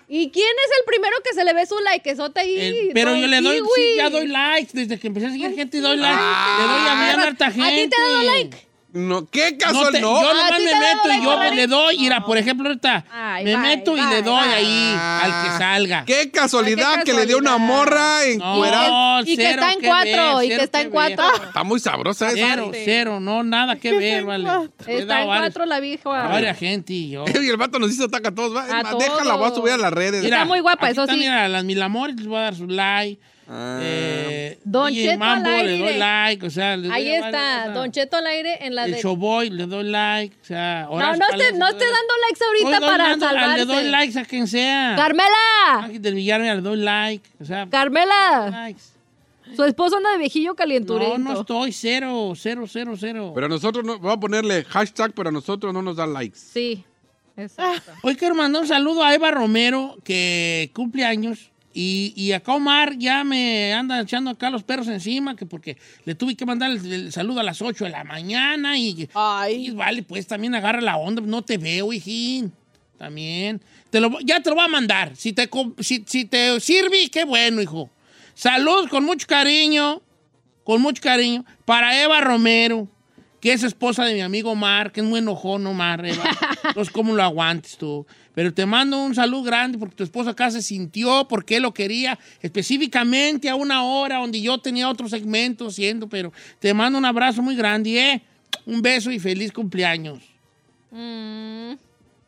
[SPEAKER 4] ¿Y quién es el primero que se le ve su likezote ahí?
[SPEAKER 3] Eh, pero
[SPEAKER 4] Don
[SPEAKER 3] yo le doy, sí,
[SPEAKER 4] Kiwi?
[SPEAKER 3] ya doy likes. Desde que empecé a seguir gente, doy likes. le doy a mi a harta
[SPEAKER 4] Ah, ¿A ti
[SPEAKER 3] gente.
[SPEAKER 4] te ha dado like?
[SPEAKER 5] No, ¿Qué
[SPEAKER 3] No
[SPEAKER 5] casual?
[SPEAKER 3] te-
[SPEAKER 5] No,
[SPEAKER 3] Yo nomás me meto y yo
[SPEAKER 5] Ferrari.
[SPEAKER 3] le doy. Mira, por ejemplo, ahorita
[SPEAKER 5] Ay,
[SPEAKER 3] me
[SPEAKER 5] bye,
[SPEAKER 3] meto y
[SPEAKER 5] bye,
[SPEAKER 3] le doy
[SPEAKER 5] bye.
[SPEAKER 3] ahí al que salga.
[SPEAKER 5] Ah. Qué casualidad que le dio una morra en
[SPEAKER 3] No,
[SPEAKER 5] cuera.
[SPEAKER 4] y que
[SPEAKER 3] cero
[SPEAKER 4] está en
[SPEAKER 3] que
[SPEAKER 4] cuatro,
[SPEAKER 3] ver,
[SPEAKER 4] y que
[SPEAKER 3] cero
[SPEAKER 4] está en cuatro.
[SPEAKER 5] Está muy sabrosa esa.
[SPEAKER 3] Cero, cero, no, nada que ver, vale. He dado
[SPEAKER 4] Está en
[SPEAKER 3] varios-
[SPEAKER 4] cuatro la vieja.
[SPEAKER 3] a varias gente y yo.
[SPEAKER 5] Y el vato nos hizo ataca a todos. Va,
[SPEAKER 4] A
[SPEAKER 5] es más, déjala, voy a subir a las redes.
[SPEAKER 4] Está muy guapa,
[SPEAKER 3] aquí
[SPEAKER 4] eso
[SPEAKER 3] están,
[SPEAKER 4] sí.
[SPEAKER 3] Mira, las mil amores les voy a dar su like.
[SPEAKER 5] Ah.
[SPEAKER 3] Eh,
[SPEAKER 4] Don
[SPEAKER 3] y
[SPEAKER 4] Cheto al
[SPEAKER 3] Mambo le doy
[SPEAKER 4] aire.
[SPEAKER 3] like, o sea, le doy
[SPEAKER 4] Ahí
[SPEAKER 3] varias-
[SPEAKER 4] está, Don Cheto al aire en la
[SPEAKER 3] El
[SPEAKER 4] de...
[SPEAKER 3] showboy le doy like, o sea,
[SPEAKER 4] No, no esté, no esté dando likes ahorita para salvarse.
[SPEAKER 3] ah, Le doy likes a quien sea.
[SPEAKER 4] ¡Carmela!
[SPEAKER 3] Ángel del Villar, mira, le doy like, o sea.
[SPEAKER 4] ¡Carmela! Su esposo anda de viejillo calienturento.
[SPEAKER 3] No, no estoy, cero, cero, cero, cero.
[SPEAKER 5] Pero a nosotros, no, voy a ponerle hashtag, pero a nosotros no nos da likes.
[SPEAKER 4] Sí.
[SPEAKER 3] Hoy quiero mandar un saludo a Eva Romero, que cumple años. Y, y acá Omar ya me anda echando acá los perros encima, que porque le tuve que mandar el, el saludo a las 8 de la mañana. Y, y vale, pues también agarra la onda. No te veo, hijín. También. Te lo, ya te lo voy a mandar. Si te, com- si, si te sirve, qué bueno, hijo. Salud con mucho cariño, con mucho cariño, para Eva Romero, que es esposa de mi amigo Omar, que es muy enojón, Omar, Eva. Entonces, ¿cómo lo aguantes tú? Pero te mando un saludo grande porque tu esposo acá se sintió porque él lo quería específicamente a una hora donde yo tenía otro segmento siendo, pero te mando un abrazo muy grande, ¿eh? Un beso y feliz cumpleaños.
[SPEAKER 4] Mm.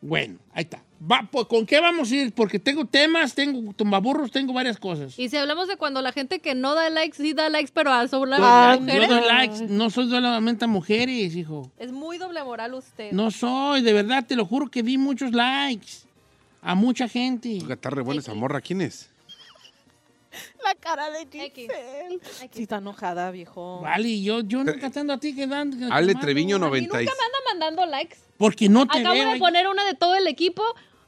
[SPEAKER 3] Bueno, ahí está. Va, pues, ¿Con qué vamos a ir? Porque tengo temas, tengo tumbaburros, tengo varias cosas.
[SPEAKER 4] Y si hablamos de cuando la gente que no da likes, sí da likes, pero a sobre
[SPEAKER 3] Yo-
[SPEAKER 4] las
[SPEAKER 3] yo
[SPEAKER 4] mujeres.
[SPEAKER 3] doy likes, no soy solamente a mujeres, hijo.
[SPEAKER 4] Es muy doble moral usted.
[SPEAKER 3] No soy, de verdad, te lo juro que vi muchos likes. A mucha gente.
[SPEAKER 5] Oiga, Está re buena esa morra, ¿quién es?
[SPEAKER 9] La cara de Giselle. Sí, está enojada, viejo.
[SPEAKER 3] Vale, yo, yo
[SPEAKER 5] Eh,
[SPEAKER 3] nunca te ando a ti que dan. que
[SPEAKER 5] Ale
[SPEAKER 3] mando.
[SPEAKER 5] Treviño 96.
[SPEAKER 4] Nunca me anda mandando likes.
[SPEAKER 3] Porque no te
[SPEAKER 4] Acabo
[SPEAKER 3] veo.
[SPEAKER 4] de
[SPEAKER 3] ahí.
[SPEAKER 4] poner una de todo el equipo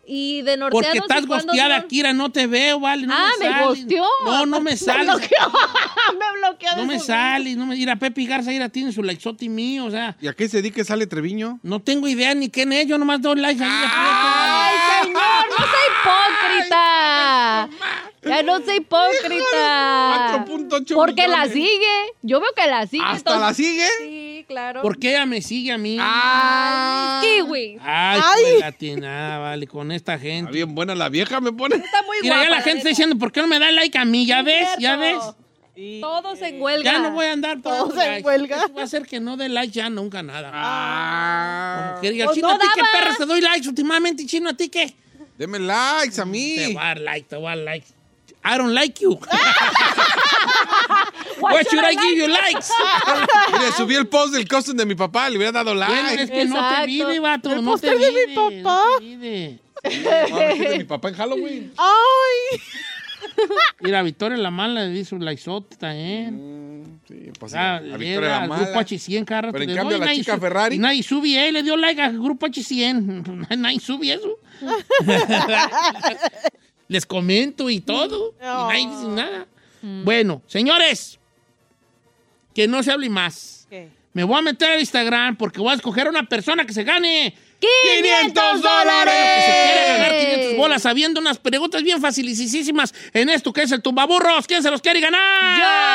[SPEAKER 4] y de norteados.
[SPEAKER 3] Porque estás
[SPEAKER 4] y cuando
[SPEAKER 3] gosteada,
[SPEAKER 4] digo-
[SPEAKER 3] Kira, no te veo, vale. no
[SPEAKER 4] Ah, me
[SPEAKER 3] sales.
[SPEAKER 4] gosteó.
[SPEAKER 3] No, no me
[SPEAKER 4] Me
[SPEAKER 3] sales.
[SPEAKER 4] bloqueó.
[SPEAKER 9] me bloqueó.
[SPEAKER 3] No me sales, no me. Ir a Pepe Garza, ir a tiene su likesoti mío, o sea.
[SPEAKER 5] ¿Y a qué se dedica sale Treviño?
[SPEAKER 3] No tengo idea ni quién es, yo nomás doy likes ahí.
[SPEAKER 4] ¡Ay, señor! ¡No sea hipócrita! ¡Ya no sea hipócrita! Porque la sigue. Yo veo que la sigue.
[SPEAKER 3] ¿Hasta la sigue?
[SPEAKER 4] Sí, claro.
[SPEAKER 3] Porque ella me sigue a mí.
[SPEAKER 4] ¡Ah! ¡Kiwi!
[SPEAKER 3] Ay,
[SPEAKER 4] Ay.
[SPEAKER 3] pues, latina, vale, con esta gente.
[SPEAKER 5] bien buena la vieja, me pone.
[SPEAKER 4] Está muy
[SPEAKER 3] Mira, ya
[SPEAKER 4] guapa,
[SPEAKER 3] la gente está
[SPEAKER 4] neta.
[SPEAKER 3] diciendo, ¿por qué no me da like a mí? ¿Ya ves? ¿Ya ves?
[SPEAKER 4] Todos en huelga.
[SPEAKER 3] Ya no voy a andar por
[SPEAKER 4] Todos
[SPEAKER 3] los
[SPEAKER 4] en
[SPEAKER 3] likes. Eso va a ser que no dé like ya nunca nada.
[SPEAKER 5] Ah.
[SPEAKER 3] Como que diga,
[SPEAKER 4] Pues
[SPEAKER 3] chino,
[SPEAKER 4] no
[SPEAKER 3] a ti qué
[SPEAKER 4] daba.
[SPEAKER 3] perras te doy likes últimamente, chino, a ti qué.
[SPEAKER 5] Deme likes a mí.
[SPEAKER 3] Te voy a dar like, te voy a dar like. I don't like you.
[SPEAKER 5] Why
[SPEAKER 3] What should I give you likes?
[SPEAKER 5] Mire, subí el post del costume de mi papá, le hubiera dado
[SPEAKER 3] Bueno,
[SPEAKER 5] like.
[SPEAKER 3] es que no te vive, vato.
[SPEAKER 9] El
[SPEAKER 3] no te
[SPEAKER 9] póster de
[SPEAKER 3] vive.
[SPEAKER 9] mi papá.
[SPEAKER 5] de mi papá en Halloween.
[SPEAKER 9] ¡Ay!
[SPEAKER 3] Mira, Victoria la mala le hizo un likezote también.
[SPEAKER 5] Sí, pues,
[SPEAKER 3] Ah,
[SPEAKER 5] a
[SPEAKER 3] le da
[SPEAKER 5] Victoria la
[SPEAKER 3] al
[SPEAKER 5] mala.
[SPEAKER 3] Grupo H100 cada rato
[SPEAKER 5] Pero en
[SPEAKER 3] le
[SPEAKER 5] cambio
[SPEAKER 3] doy,
[SPEAKER 5] la
[SPEAKER 3] nadie
[SPEAKER 5] chica
[SPEAKER 3] su-
[SPEAKER 5] Ferrari-
[SPEAKER 3] y Nadie subí, eh, le dio like al Grupo H100. nadie subí eso. Les comento y todo. Y nadie dice nada. Bueno, señores, que no se hable más.
[SPEAKER 9] ¿Qué?
[SPEAKER 3] Me voy a meter al Instagram porque voy a escoger a una persona que se gane
[SPEAKER 4] 500
[SPEAKER 3] dólares. Que se quiere ganar 500
[SPEAKER 4] ¡Eh!
[SPEAKER 3] bolas sabiendo unas preguntas bien facilísimas en esto que es el tumbaburros. ¿Quién se los quiere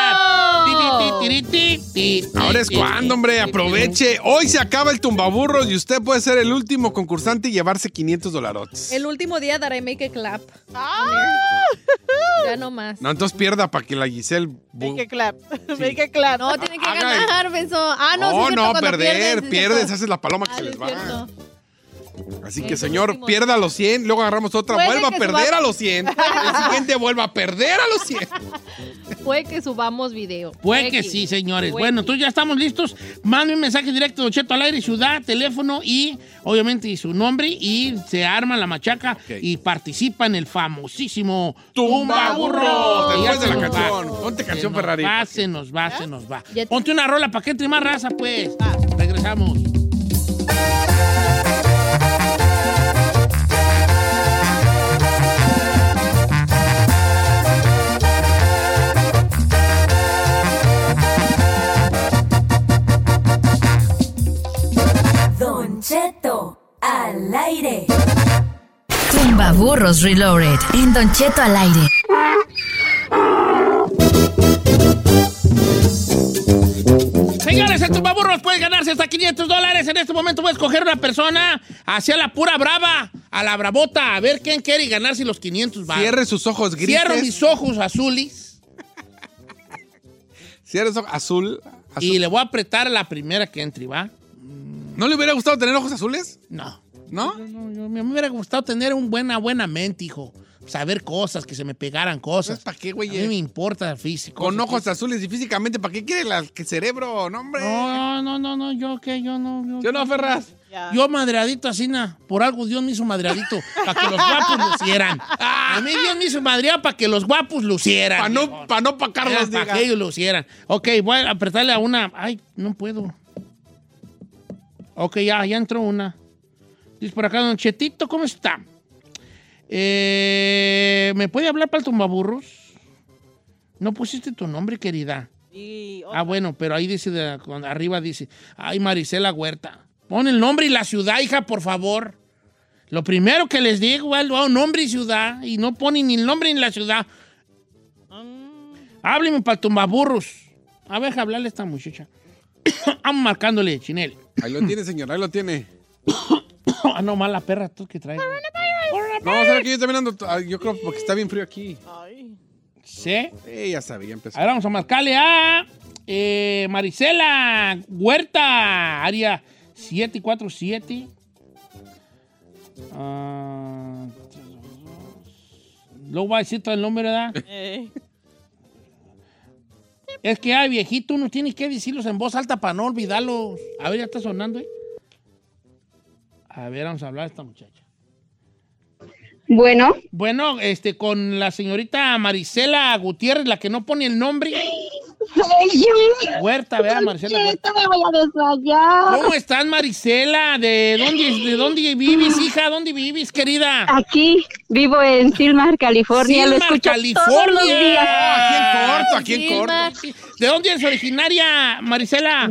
[SPEAKER 3] ganar? Ti, ti, ti, ti, ti, ti, ti.
[SPEAKER 5] Ahora es cuando, hombre, aproveche. Hoy se acaba el tumbaburros y usted puede ser el último concursante y llevarse 500 dolarotes.
[SPEAKER 4] El último día daré make a clap.
[SPEAKER 9] Ah.
[SPEAKER 4] Ya no más.
[SPEAKER 5] No, entonces pierda para que la Giselle... bu-
[SPEAKER 9] Make a clap. Make a clap.
[SPEAKER 4] No, tiene que
[SPEAKER 5] Haga-
[SPEAKER 4] ganar, beso. Ah, no, sí
[SPEAKER 5] Oh, No,
[SPEAKER 4] es cierto,
[SPEAKER 5] no,
[SPEAKER 4] cuando
[SPEAKER 5] perder,
[SPEAKER 4] pierdes, sí
[SPEAKER 5] pierdes,
[SPEAKER 4] es cierto. Ah,
[SPEAKER 5] haces la paloma que se les va. Así que,
[SPEAKER 4] Es
[SPEAKER 5] señor, pierda los 100, luego agarramos otra,
[SPEAKER 4] Puede
[SPEAKER 5] vuelva a
[SPEAKER 4] que
[SPEAKER 5] perder
[SPEAKER 4] suba-
[SPEAKER 5] a los 100. El siguiente vuelva a perder a los 100.
[SPEAKER 4] Puede que subamos video.
[SPEAKER 3] Puede que sí, señores.
[SPEAKER 4] Puede
[SPEAKER 3] Bueno,
[SPEAKER 4] que-
[SPEAKER 3] entonces ya estamos listos. Mande un mensaje directo de Cheto al aire, ciudad, teléfono y obviamente y su nombre y se arma la machaca y participa en el famosísimo Tumba Burro.
[SPEAKER 5] Después de
[SPEAKER 3] Se
[SPEAKER 5] la
[SPEAKER 3] nos va.
[SPEAKER 5] canción. Ponte canción,
[SPEAKER 3] se nos
[SPEAKER 5] Ferrari.
[SPEAKER 3] Va, se nos va, se nos va. Ponte una rola para que entre más raza, pues. Regresamos.
[SPEAKER 7] Don Cheto al aire.
[SPEAKER 17] Tumba Burros Reloaded en Don Cheto al aire.
[SPEAKER 3] Señores, Señores, en Tumbaburros puedes ganarse hasta 500 dólares. En este momento voy a escoger una persona hacia la pura brava, a la bravota, a ver quién quiere y ganarse los 500 baros.
[SPEAKER 5] Cierre sus ojos grises.
[SPEAKER 3] Cierro mis ojos azules.
[SPEAKER 5] Cierre sus ojos azul.
[SPEAKER 3] Y le voy a apretar a la primera que entre, ¿va?
[SPEAKER 5] ¿No le hubiera gustado tener ojos azules?
[SPEAKER 3] No.
[SPEAKER 5] ¿No?
[SPEAKER 3] no, yo- me hubiera gustado tener un buena, buena mente, hijo. Saber cosas, que se me pegaran cosas. ¿Para qué, güey? A mí me importa el físico.
[SPEAKER 5] Con
[SPEAKER 3] Cosas
[SPEAKER 5] ojos azules y físicamente, ¿para qué quiere la- que cerebro? No, hombre.
[SPEAKER 3] No, no, no, no, yo qué, yo no. Yo,
[SPEAKER 5] Yo no, Ferraz.
[SPEAKER 3] Yo madreadito así, na. Por algo Dios me hizo madreadito. para que los guapos lucieran. A mí Dios me hizo madreado para que los guapos lucieran. Para no,
[SPEAKER 5] para no pacarlos,
[SPEAKER 3] Para
[SPEAKER 5] diga.
[SPEAKER 3] que ellos lucieran. Ok, voy a apretarle a una. Ay, no puedo. Ok, ya, ya entró una. Dice por acá, don Chetito, ¿cómo está? Eh, ¿Me puede hablar para el tumbaburros? No pusiste tu nombre, querida.
[SPEAKER 9] Y
[SPEAKER 3] Ah, bueno, pero ahí dice, de- con- arriba dice, ay, Marisela Huerta. Pon el nombre y la ciudad, hija, por favor. Lo primero que les digo es wow, nombre y ciudad, y no ponen ni el nombre ni la ciudad. Hábleme para tumbaburros. A ver, deja hablarle a esta muchacha. Vamos marcándole, Chinel.
[SPEAKER 5] Ahí lo tiene, señor, ahí lo tiene.
[SPEAKER 3] ah, no, mala perra tú que traes.
[SPEAKER 5] No, ¿sabes que yo también ando. ah, Yo creo porque está bien frío aquí.
[SPEAKER 3] ¿Sí?
[SPEAKER 5] Sí, ya sabía, empezó.
[SPEAKER 3] Ahora vamos a marcarle a eh, Marisela Huerta, área 747. Ah, luego voy a decir todo el nombre, ¿verdad?
[SPEAKER 9] Eh.
[SPEAKER 3] Es que, ay, viejito, uno tiene que decirlos en voz alta para no olvidarlos. A ver, ya está sonando, ¿eh? A ver, vamos a hablar a esta muchacha.
[SPEAKER 8] Bueno,
[SPEAKER 3] Bueno, este, con la señorita Marisela Gutiérrez, la que no pone el nombre. Huerta, vea, Marisela Huerta.
[SPEAKER 8] me voy a desmayar.
[SPEAKER 3] ¿Cómo estás, Marisela? ¿De dónde, de dónde vives, hija? ¿Dónde vives, querida?
[SPEAKER 8] Aquí vivo en Silmar, California. lo
[SPEAKER 3] Silmar,
[SPEAKER 8] escucho todos los
[SPEAKER 3] California.
[SPEAKER 8] días.
[SPEAKER 3] Oh, aquí en corto,
[SPEAKER 8] Silmar.
[SPEAKER 3] aquí en corto. ¿De dónde eres originaria, Marisela?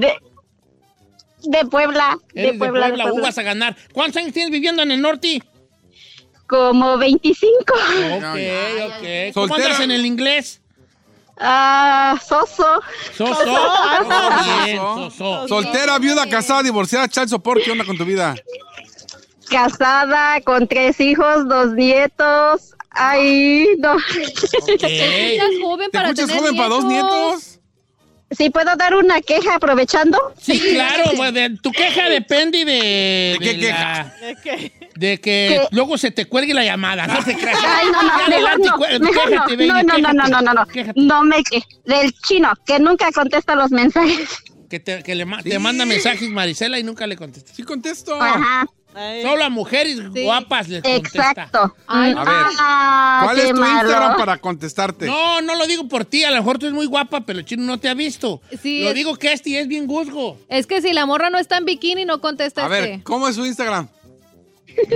[SPEAKER 3] De,
[SPEAKER 8] Puebla.
[SPEAKER 3] Eres
[SPEAKER 8] De Puebla, de
[SPEAKER 3] uh,
[SPEAKER 8] Puebla.
[SPEAKER 3] vas a ganar. ¿Cuántos años tienes viviendo en el norte?
[SPEAKER 8] Como 25.
[SPEAKER 3] Ok, ok. ¿Cómo
[SPEAKER 8] Soltera.
[SPEAKER 3] andas en el inglés?
[SPEAKER 8] Ah, soso.
[SPEAKER 3] Soso.
[SPEAKER 8] Ah,
[SPEAKER 3] Bien, soso.
[SPEAKER 5] Soltera, viuda, casada, divorciada, chal sopor, ¿qué onda con tu vida?
[SPEAKER 8] Casada con tres hijos, dos nietos. Ay, no.
[SPEAKER 4] Te escuchas joven
[SPEAKER 8] ¿Te
[SPEAKER 4] para
[SPEAKER 8] escuchas
[SPEAKER 4] tener
[SPEAKER 8] joven para dos
[SPEAKER 4] nietos?
[SPEAKER 8] ¿Sí puedo dar una queja aprovechando?
[SPEAKER 3] Sí, claro, pues, de- tu queja depende de. ¿De qué queja? de que luego se te cuelgue la llamada. No te creas.
[SPEAKER 8] Ay, no,
[SPEAKER 3] Ya
[SPEAKER 8] no, mejor
[SPEAKER 3] adelante,
[SPEAKER 8] no,
[SPEAKER 3] cué-
[SPEAKER 8] mejor
[SPEAKER 3] quéjate, baby,
[SPEAKER 8] no, no, no, no,
[SPEAKER 3] quéjate.
[SPEAKER 8] no, no, no, no, me que del chino que nunca contesta los mensajes.
[SPEAKER 3] Que, te, que le ma- te manda mensajes Marisela y nunca le contesta. Sí contesto.
[SPEAKER 8] Ajá.
[SPEAKER 3] Solo a mujeres guapas les contesta.
[SPEAKER 8] Exacto.
[SPEAKER 3] Ay,
[SPEAKER 5] a ver,
[SPEAKER 8] Ah,
[SPEAKER 5] ¿cuál es
[SPEAKER 8] qué
[SPEAKER 5] tu
[SPEAKER 8] malo.
[SPEAKER 5] Instagram para contestarte?
[SPEAKER 3] No, no lo digo por ti. A lo mejor tú eres muy guapa, pero el chino no te ha visto.
[SPEAKER 4] Sí,
[SPEAKER 3] lo
[SPEAKER 4] es-
[SPEAKER 3] digo que este es bien guzgo.
[SPEAKER 4] Es que si la morra no está en bikini, no contesta
[SPEAKER 3] A ver,
[SPEAKER 4] este.
[SPEAKER 5] ¿Cómo es su Instagram?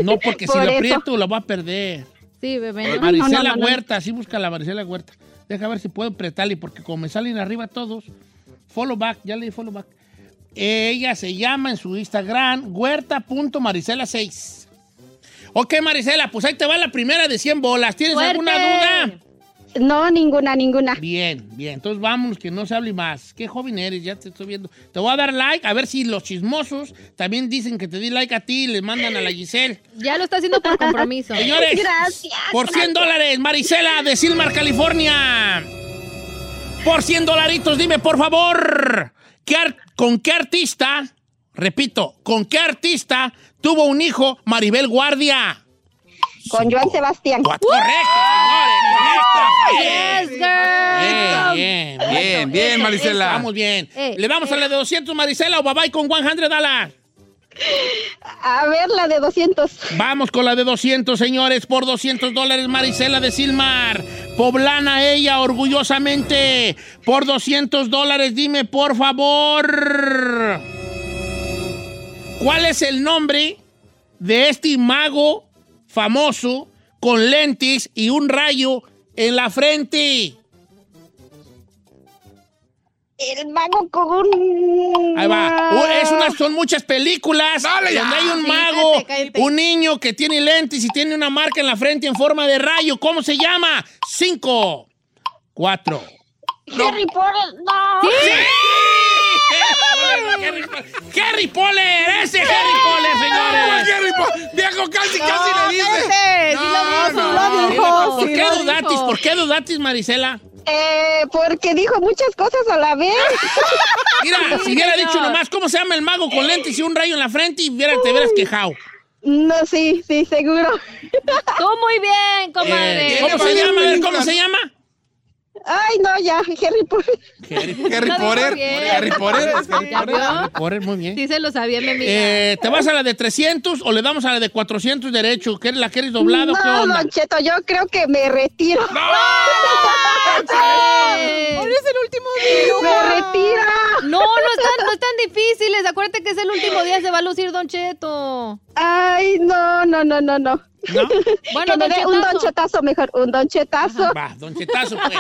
[SPEAKER 3] No, porque si
[SPEAKER 4] Por
[SPEAKER 3] lo
[SPEAKER 4] eso.
[SPEAKER 3] aprieto lo va a perder.
[SPEAKER 4] Sí, bebé. no.
[SPEAKER 3] Marisela Huerta, sí busca la Marisela Huerta. Deja ver si puedo apretarle, porque como me salen arriba todos, follow back, ya le di follow back. Ella se llama en su Instagram huerta.marisela6. Ok, Marisela, pues ahí te va la primera de 100 bolas. ¿Tienes
[SPEAKER 8] Fuerte.
[SPEAKER 3] alguna duda?
[SPEAKER 8] No, ninguna, ninguna.
[SPEAKER 3] Bien, bien. Entonces vámonos, que no se hable más. Qué joven eres, ya te estoy viendo. Te voy a dar like, a ver si los chismosos también dicen que te di like a ti y les mandan a la Giselle.
[SPEAKER 4] Ya lo está haciendo por compromiso.
[SPEAKER 3] Señores, por 100 dólares, Marisela de Silmar, California. Por 100 dolaritos, dime por favor, ¿qué ar- ¿con qué artista, repito, con qué artista tuvo un hijo Maribel Guardia?
[SPEAKER 8] Con Joan Sebastián.
[SPEAKER 3] Yes,
[SPEAKER 8] girl.
[SPEAKER 3] Bien,
[SPEAKER 5] Bien, bien, Marisela.
[SPEAKER 3] Vamos bien.
[SPEAKER 8] Eh,
[SPEAKER 3] Le vamos a la de 200, Marisela, o bye bye con 100 dólares.
[SPEAKER 8] A ver la de 200.
[SPEAKER 3] Vamos con la de 200, señores, por 200 dólares, Marisela de Silmar. Poblana ella, orgullosamente. Por 200 dólares, dime, por favor. ¿Cuál es el nombre de este mago famoso con lentes y un rayo en la frente?
[SPEAKER 8] El mago con un
[SPEAKER 3] Ahí va. Uh, es una- son muchas películas
[SPEAKER 8] Dale ya.
[SPEAKER 3] donde hay un
[SPEAKER 8] Sí,
[SPEAKER 3] mago,
[SPEAKER 8] cállate, cállate.
[SPEAKER 3] un niño que tiene lentes y tiene una marca en la frente en forma de rayo. ¿Cómo se llama? Cinco, cuatro.
[SPEAKER 8] Harry Potter. No.
[SPEAKER 3] ¡Sí! ¡Harry Potter! ¡Ese Harry Potter, señores!
[SPEAKER 5] ¡Harry Potter! ¡Viejo, casi,
[SPEAKER 3] No,
[SPEAKER 5] casi le dice!
[SPEAKER 3] cállate.
[SPEAKER 9] Sí lo dijo, sí lo dijo,
[SPEAKER 8] Oh,
[SPEAKER 3] ¿Por
[SPEAKER 9] sí
[SPEAKER 3] qué
[SPEAKER 9] lo
[SPEAKER 3] dudatis?
[SPEAKER 9] dijo.
[SPEAKER 3] ¿Por qué dudatis, Marisela?
[SPEAKER 8] Eh, porque dijo muchas cosas a la vez.
[SPEAKER 3] Mira, si hubiera dicho nomás cómo se llama el mago con lentes y un rayo en la frente y hubiera- te hubieras quejado.
[SPEAKER 8] No, sí, sí, seguro.
[SPEAKER 4] Tú muy bien, comadre.
[SPEAKER 3] Eh, ¿Cómo se llama? A ver, ¿Cómo se llama?
[SPEAKER 8] Ay, no, ya, Harry Potter.
[SPEAKER 5] Harry
[SPEAKER 4] Lo dijo
[SPEAKER 5] Potter.
[SPEAKER 4] bien.
[SPEAKER 5] Harry Potter.
[SPEAKER 4] ¿Ya vio?
[SPEAKER 3] Correr muy bien.
[SPEAKER 4] Sí se lo sabía mi amiga.
[SPEAKER 3] Eh, ¿Te vas a la de 300 o le damos a la de 400 derecho? ¿Qué- ¿La quieres doblada o qué
[SPEAKER 8] No,
[SPEAKER 3] onda?
[SPEAKER 8] Don Cheto, yo creo que me retiro.
[SPEAKER 9] Hoy es el último día.
[SPEAKER 8] ¡Me retira!
[SPEAKER 4] No, no están, no están difíciles. Acuérdate que es el último día, se va a lucir Don Cheto.
[SPEAKER 8] Ay, no, no, no, no, no.
[SPEAKER 4] Bueno,
[SPEAKER 8] que me
[SPEAKER 4] don
[SPEAKER 8] dé un
[SPEAKER 4] Chetazo.
[SPEAKER 8] don chetazo mejor, un don chetazo.
[SPEAKER 3] Va, Don Chetazo, pues.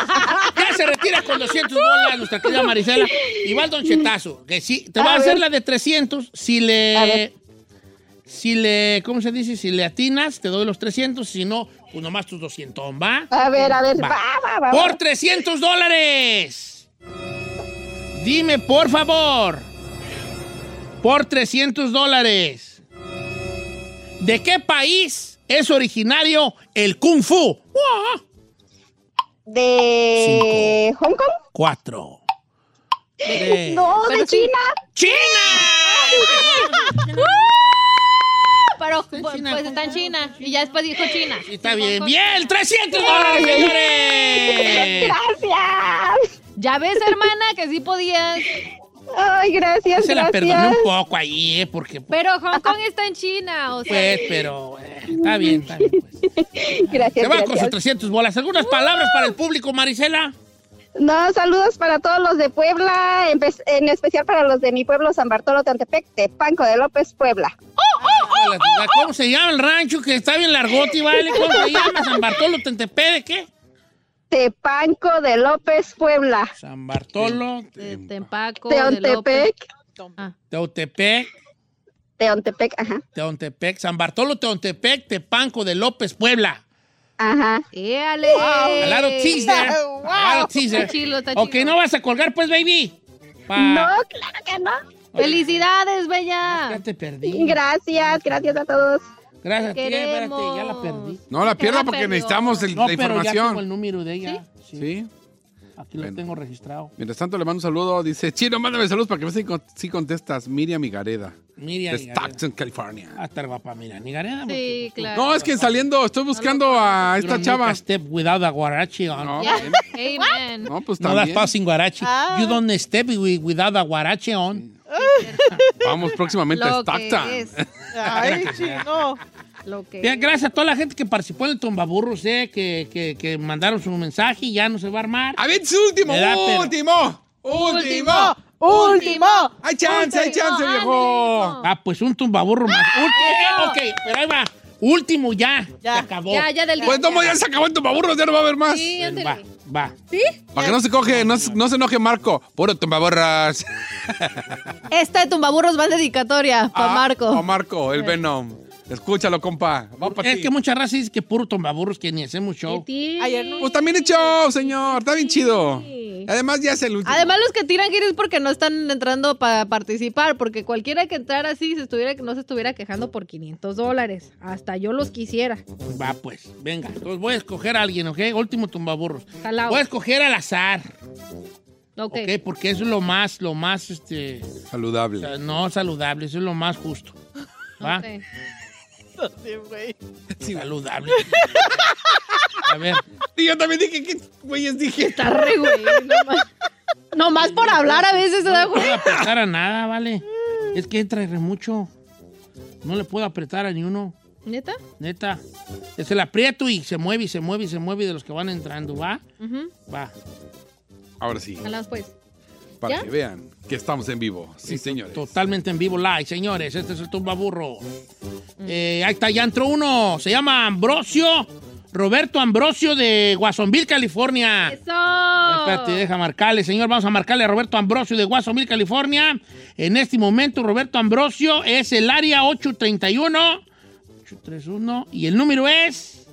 [SPEAKER 3] Ya se retira con 200 bolas nuestra querida Marisela. Y va el Don Chetazo. Que sí, te va a,
[SPEAKER 8] A
[SPEAKER 3] hacer
[SPEAKER 8] ver.
[SPEAKER 3] la de 300 si le... Si le... eh, ¿Cómo se dice? Si le atinas, te doy los 300. Si no, pues nomás tus 200, ¿va?
[SPEAKER 8] A ver, a ver,
[SPEAKER 3] Va.
[SPEAKER 8] va, Ah, va, va.
[SPEAKER 3] ¡Por
[SPEAKER 8] va.
[SPEAKER 3] 300 dólares! Dime, por favor. Por 300 dólares. ¿De qué país es originario el Kung Fu?
[SPEAKER 8] ¿De Hong Kong?
[SPEAKER 3] Cuatro. Tres.
[SPEAKER 8] No, de China.
[SPEAKER 3] ¡China!
[SPEAKER 4] Pero pues, pues está en China. Y ya después dijo China.
[SPEAKER 3] Está bien, bien, 300 dólares, señores.
[SPEAKER 8] Gracias.
[SPEAKER 4] Ya ves, hermana, que sí podías.
[SPEAKER 8] Ay, gracias,
[SPEAKER 3] Se la perdoné
[SPEAKER 8] gracias.
[SPEAKER 3] un poco ahí, eh, porque
[SPEAKER 4] Pero Hong Kong está en China. O sea,
[SPEAKER 3] pues, pero eh, está bien, está bien. pues.
[SPEAKER 8] Gracias,
[SPEAKER 3] Se va con sus
[SPEAKER 8] gracias.
[SPEAKER 3] 300 bolas. ¿Algunas palabras para el público, Marisela?
[SPEAKER 8] No, saludos para todos los de Puebla, en, pe- en especial para los de mi pueblo San Bartolo Tantepec, Panco de López, Puebla.
[SPEAKER 3] La- la- ¿Cómo se llama el rancho que está bien largote y vale? ¿Cómo se llama? ¿San Bartolo Tentepede? ¿Qué?
[SPEAKER 8] Tepanco de López, Puebla.
[SPEAKER 3] San Bartolo,
[SPEAKER 4] de Tempaco, de López.
[SPEAKER 8] Teontepec,
[SPEAKER 3] Teotepec,
[SPEAKER 8] Teontepec, ajá,
[SPEAKER 3] Teontepec, San Bartolo, Teontepec, Tepanco de López, Puebla.
[SPEAKER 8] ajá.
[SPEAKER 4] Éale.
[SPEAKER 3] A lot of cheese there. A lot of cheese there.
[SPEAKER 4] Está chilo, está
[SPEAKER 3] Ok,
[SPEAKER 4] chilo.
[SPEAKER 3] no vas a colgar, pues, baby. Pa-
[SPEAKER 8] No, claro que no.
[SPEAKER 4] Felicidades, bella.
[SPEAKER 3] Ya te perdí.
[SPEAKER 8] Gracias, gracias a todos.
[SPEAKER 3] Gracias a ti, espérate,
[SPEAKER 4] Queremos.
[SPEAKER 3] ya la perdí.
[SPEAKER 5] No la pierda
[SPEAKER 4] Ya
[SPEAKER 5] porque
[SPEAKER 4] perdió.
[SPEAKER 5] necesitamos el-
[SPEAKER 3] No,
[SPEAKER 5] la
[SPEAKER 3] pero ya tengo
[SPEAKER 5] información.
[SPEAKER 3] el número de ella. Sí.
[SPEAKER 5] Sí.
[SPEAKER 3] Aquí lo
[SPEAKER 5] Bueno.
[SPEAKER 3] tengo registrado.
[SPEAKER 5] Mientras tanto, le mando un saludo. Dice, Chino, mándame saludos para que veas si, con- si contestas. Miriam Migareda,
[SPEAKER 3] Miriam.
[SPEAKER 5] de
[SPEAKER 3] Nigareda.
[SPEAKER 5] Stockton, California.
[SPEAKER 3] Ah, está guapa, mira, Nigareda.
[SPEAKER 4] Sí, claro.
[SPEAKER 5] No, es que saliendo, estoy buscando a esta
[SPEAKER 3] Don't
[SPEAKER 5] chava.
[SPEAKER 3] make a Step without a guarachi on.
[SPEAKER 5] No,
[SPEAKER 4] Yeah.
[SPEAKER 5] bien.
[SPEAKER 4] Amen.
[SPEAKER 5] no pues
[SPEAKER 3] No das
[SPEAKER 5] también.
[SPEAKER 3] paso sin guarachi.
[SPEAKER 4] Ah.
[SPEAKER 3] You don't step wi- without a guarache on.
[SPEAKER 5] Vamos próximamente a
[SPEAKER 4] Lo
[SPEAKER 5] Stockton.
[SPEAKER 4] que es.
[SPEAKER 9] Ay, chino.
[SPEAKER 4] Lo que
[SPEAKER 3] Bien, gracias a toda la gente que participó en el tumbaburros, eh, que, que, que mandaron su mensaje y ya no se va a armar.
[SPEAKER 5] A ver, su último,
[SPEAKER 3] Me da pena.
[SPEAKER 5] último, último.
[SPEAKER 9] Último.
[SPEAKER 5] Hay chance, hay chance,
[SPEAKER 4] Ándale,
[SPEAKER 5] viejo.
[SPEAKER 4] hijo.
[SPEAKER 3] Ah, pues un tumbaburro más. Ulti- eh, ok, pero ahí va. Último ya.
[SPEAKER 9] Ya.
[SPEAKER 3] Se acabó.
[SPEAKER 4] Ya, ya del
[SPEAKER 5] Pues
[SPEAKER 4] día.
[SPEAKER 5] no, ya se acabó el tomaburros, ya no va a haber más.
[SPEAKER 4] Sí, ándale.
[SPEAKER 3] Va, va.
[SPEAKER 5] Para que no se coge, no, se- no se enoje Marco. Puro tomaburras.
[SPEAKER 4] Esta de Tumbaburros va en dedicatoria para
[SPEAKER 5] Ah,
[SPEAKER 4] Marco.
[SPEAKER 5] Pa' Marco, el Venom. Escúchalo, compa. Va para
[SPEAKER 3] Es
[SPEAKER 5] ti.
[SPEAKER 3] que mucha raza dice que puro tumbaburros que ni hacemos show.
[SPEAKER 9] Ayer no.
[SPEAKER 5] Pues también es show, señor. Está bien chido.
[SPEAKER 4] Sí.
[SPEAKER 5] Además, ya es el último.
[SPEAKER 4] Además, los que tiran hate es porque no están entrando para participar, porque cualquiera que entrara así se estuviera, no se estuviera quejando por 500 dólares. Hasta yo los quisiera.
[SPEAKER 3] Va, pues, venga. Entonces voy a escoger a alguien, ¿ok? Último tumbaburros.
[SPEAKER 4] Jalao.
[SPEAKER 3] Voy a escoger al azar,
[SPEAKER 4] Ok.
[SPEAKER 3] ¿ok? Porque eso es lo más, lo más, este... o
[SPEAKER 5] Saludable.
[SPEAKER 3] sea, no saludable, eso es lo más justo. ¿Va?
[SPEAKER 4] Ok.
[SPEAKER 9] Sí, güey.
[SPEAKER 3] Saludable. A ver.
[SPEAKER 5] Y yo también dije, ¿qué güeyes dije?
[SPEAKER 4] Está re güey. Nomás, nomás por hablar a veces se
[SPEAKER 3] No le
[SPEAKER 4] da güey.
[SPEAKER 3] puedo apretar a nada, ¿vale? Es que entra y re mucho. No le puedo apretar a ni uno,
[SPEAKER 4] ¿Neta?
[SPEAKER 3] neta. Se la aprieto y se mueve y se mueve y se mueve de los que van entrando, ¿va?
[SPEAKER 4] Ujú.
[SPEAKER 3] Va.
[SPEAKER 5] Ahora sí,
[SPEAKER 4] Jalaos, pues.
[SPEAKER 5] para
[SPEAKER 4] ¿Ya?
[SPEAKER 5] que vean que estamos en vivo. Sí, señores.
[SPEAKER 3] Totalmente en vivo live, señores. Este es el tumbaburro.
[SPEAKER 4] Mm.
[SPEAKER 3] Eh, ahí está, ya entró uno. Se llama Ambrosio. Roberto Ambrosio de Guasonville, California.
[SPEAKER 4] ¡Eso!
[SPEAKER 3] Espérate, deja marcarle, señor. Vamos a marcarle a Roberto Ambrosio de Guasomil, California. En este momento, Roberto Ambrosio es el área 831. 831. Y el número es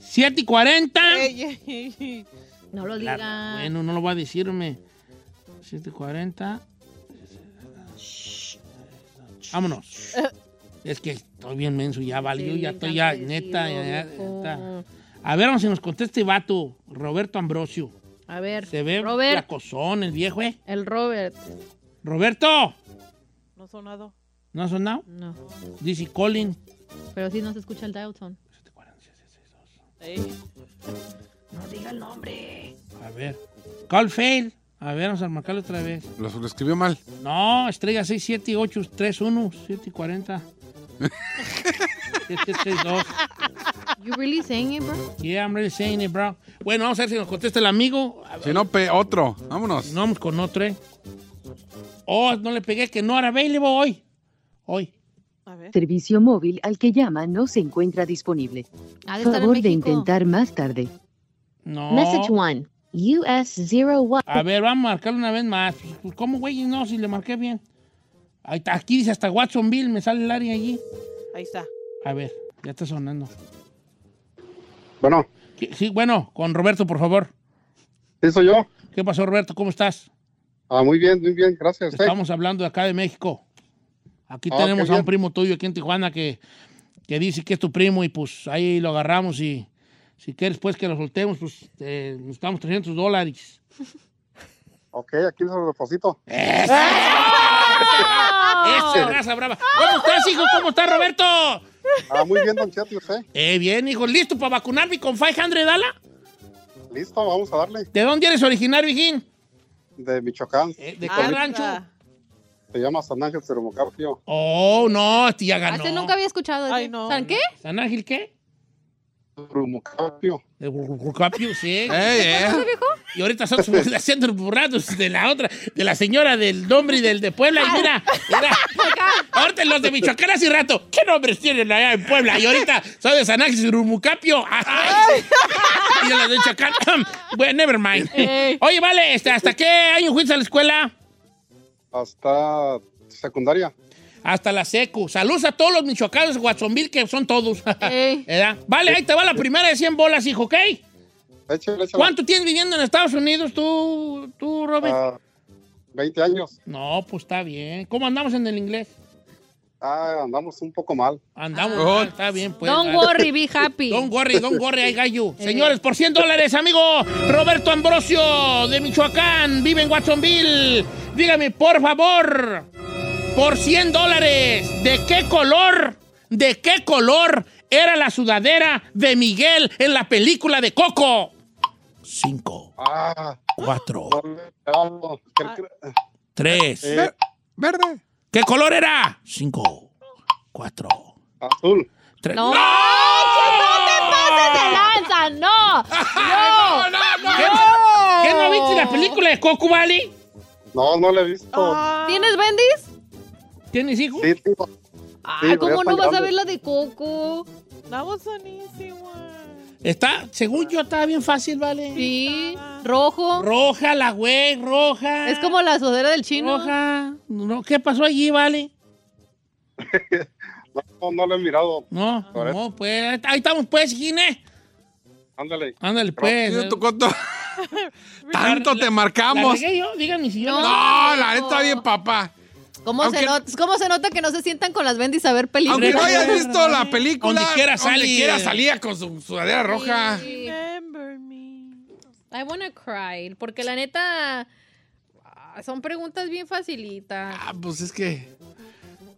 [SPEAKER 3] 740.
[SPEAKER 9] Ey, ey, ey.
[SPEAKER 4] No lo
[SPEAKER 3] La-
[SPEAKER 4] digas.
[SPEAKER 3] bueno, no lo va a decirme. 740. Vámonos. es que estoy bien menso, ya valió,
[SPEAKER 20] Sí,
[SPEAKER 3] ya estoy, ya, neta, ya, ya, ya está. A ver, vamos, si nos conteste este vato, Roberto Ambrosio.
[SPEAKER 4] A ver.
[SPEAKER 3] Se ve
[SPEAKER 4] Robert.
[SPEAKER 3] placozón el viejo, ¿eh?
[SPEAKER 4] El Robert.
[SPEAKER 3] ¡Roberto!
[SPEAKER 9] No sonado.
[SPEAKER 3] ¿No ha sonado?
[SPEAKER 4] No.
[SPEAKER 3] Dice Colin.
[SPEAKER 4] Pero sí no se escucha el dial tone.
[SPEAKER 1] No diga el nombre.
[SPEAKER 3] A ver. Call fail. A ver, vamos a marcarlo otra vez.
[SPEAKER 5] Lo, lo escribió mal.
[SPEAKER 3] No, estrella 6, 7, 8, 3, 1, 7 y 40. 7, 6, 2.
[SPEAKER 4] You really saying it, bro?
[SPEAKER 3] Yeah, I'm really saying it, bro. Bueno, vamos a ver si nos contesta el amigo.
[SPEAKER 5] Si no, pe- otro. Vámonos.
[SPEAKER 3] No, vamos con otro, ¿eh? Oh, no le pegué que no era available hoy. Hoy.
[SPEAKER 18] Servicio móvil al que llama no se encuentra disponible.
[SPEAKER 4] Ha de estar en
[SPEAKER 18] Favor de
[SPEAKER 4] México.
[SPEAKER 18] intentar más tarde.
[SPEAKER 3] No. Ah.
[SPEAKER 18] Message 1. US 01.
[SPEAKER 3] A ver, vamos a marcarlo una vez más. Pues, pues, ¿Cómo, güey? No, si le marqué bien. Ahí está, aquí dice hasta Watsonville, me sale el área allí.
[SPEAKER 9] Ahí está.
[SPEAKER 3] A ver, ya está sonando.
[SPEAKER 19] Bueno.
[SPEAKER 3] Sí, bueno, con Roberto, por favor.
[SPEAKER 19] Sí, soy yo.
[SPEAKER 3] ¿Qué pasó, Roberto? ¿Cómo estás?
[SPEAKER 19] Ah, muy bien, muy bien, gracias. Hey.
[SPEAKER 3] Estamos hablando de acá de México. Aquí
[SPEAKER 19] Ah,
[SPEAKER 3] tenemos
[SPEAKER 19] qué
[SPEAKER 3] a un
[SPEAKER 19] bien.
[SPEAKER 3] primo tuyo aquí en Tijuana que, que dice que es tu primo y pues ahí lo agarramos y si quieres pues que lo soltemos, pues eh, nos damos 300 dólares.
[SPEAKER 19] Ok, aquí se lo deposito.
[SPEAKER 3] Eh. ¡Esa raza brava! ¿Cómo estás, hijo? ¿Cómo estás, Roberto?
[SPEAKER 19] Ah, muy bien, don Cheto, ¿y usted?
[SPEAKER 3] Eh, bien, hijo. ¿Listo para vacunarme con 500 Dala?
[SPEAKER 19] Listo, vamos a darle.
[SPEAKER 3] ¿De dónde eres originario, Hijín?
[SPEAKER 19] De Michoacán.
[SPEAKER 3] Eh, ¿De qué rancho?
[SPEAKER 19] Se llama San Ángel Ceromocarpio.
[SPEAKER 3] Oh, no, este ya ganó.
[SPEAKER 4] Este nunca había escuchado. Ay, no. ¿San qué?
[SPEAKER 3] ¿San Ángel qué?
[SPEAKER 19] Ceromocarpio.
[SPEAKER 3] De Burrucapio, sí.
[SPEAKER 4] ¿Ese viejo?
[SPEAKER 3] Y ahorita estamos haciendo burrados de la otra, de la señora del nombre y del de Puebla. Y mira, mira. Ahorita los de Michoacán hace rato. ¿Qué nombres tienen allá en Puebla? Y ahorita soy de San Ángel y Rumucapio. Ay. Y de los de Michoacán. bueno, never mind.
[SPEAKER 19] Ey.
[SPEAKER 3] Oye, vale, este, ¿hasta qué año fuiste a la escuela?
[SPEAKER 19] Hasta secundaria.
[SPEAKER 3] Hasta la secu. Saludos a todos los michoacanos de Guatzombil, que son todos. ¿Verdad? Vale, ahí te va la primera de 100 bolas, hijo, ¿ok?
[SPEAKER 19] Échale, échale.
[SPEAKER 3] ¿Cuánto tienes viviendo en Estados Unidos tú, tú Robert?
[SPEAKER 19] Ah, 20 años.
[SPEAKER 3] No, pues está bien. ¿Cómo andamos en el inglés?
[SPEAKER 19] Ah, andamos un poco mal.
[SPEAKER 3] Andamos,
[SPEAKER 19] Ah.
[SPEAKER 3] ah, está bien, pues.
[SPEAKER 4] Don't
[SPEAKER 3] Ah.
[SPEAKER 4] worry, be happy.
[SPEAKER 3] Don't worry, don't worry, I got you. Señores, por 100 dólares, amigo Roberto Ambrosio de Michoacán, vive en Watsonville. Dígame, por favor, por 100 dólares, ¿de qué color, de qué color era la sudadera de Miguel en la película de Coco? Cinco,
[SPEAKER 19] Ah,
[SPEAKER 3] cuatro,
[SPEAKER 19] diablo. Cre- cre-
[SPEAKER 3] tres.
[SPEAKER 19] Eh, verde.
[SPEAKER 3] ¿Qué color era? Cinco, cuatro,
[SPEAKER 19] azul.
[SPEAKER 3] tres.
[SPEAKER 4] ¡No! ¡No te pases de lanza! ¡No! ¡No!
[SPEAKER 3] ¿Qué, qué no viste la película de Coco, Valley?
[SPEAKER 19] No, no le he visto.
[SPEAKER 4] ¿Tienes bendis?
[SPEAKER 3] Ah, ¿Tienes hijos?
[SPEAKER 19] Sí, sí.
[SPEAKER 4] Ay,
[SPEAKER 19] Sí,
[SPEAKER 4] ¿cómo
[SPEAKER 19] ya
[SPEAKER 4] no
[SPEAKER 19] están
[SPEAKER 4] vas a
[SPEAKER 19] grandes.
[SPEAKER 4] ver la de Coco?
[SPEAKER 9] That was an easy one.
[SPEAKER 3] Está, según yo, estaba bien fácil, ¿vale?
[SPEAKER 4] Sí. Rojo.
[SPEAKER 3] Roja la güey, roja.
[SPEAKER 4] Es como la sudadera del chino.
[SPEAKER 3] Roja. No, ¿Qué pasó allí, vale?
[SPEAKER 19] No, no le he mirado.
[SPEAKER 3] No,
[SPEAKER 19] Correcto.
[SPEAKER 3] no, pues. Ahí estamos, pues, Gine.
[SPEAKER 19] Ándale.
[SPEAKER 3] Ándale, pues.
[SPEAKER 5] Mira tu coto. Tanto te
[SPEAKER 3] ¿La
[SPEAKER 5] marcamos.
[SPEAKER 3] regué Pues, yo? Díganme si yo.
[SPEAKER 4] No.
[SPEAKER 5] No, la neta, bien, papá.
[SPEAKER 4] ¿Cómo, se
[SPEAKER 5] Aunque-
[SPEAKER 4] not- ¿Cómo se nota que no se sientan con las bendis a ver películas?
[SPEAKER 5] Aunque no hayas visto la película.
[SPEAKER 3] Donde quiera
[SPEAKER 5] Donde
[SPEAKER 3] sale.
[SPEAKER 5] quiera salía con su sudadera roja.
[SPEAKER 4] Sí. I wanna cry, porque la neta ah, son preguntas bien facilitas.
[SPEAKER 5] Ah, pues es que.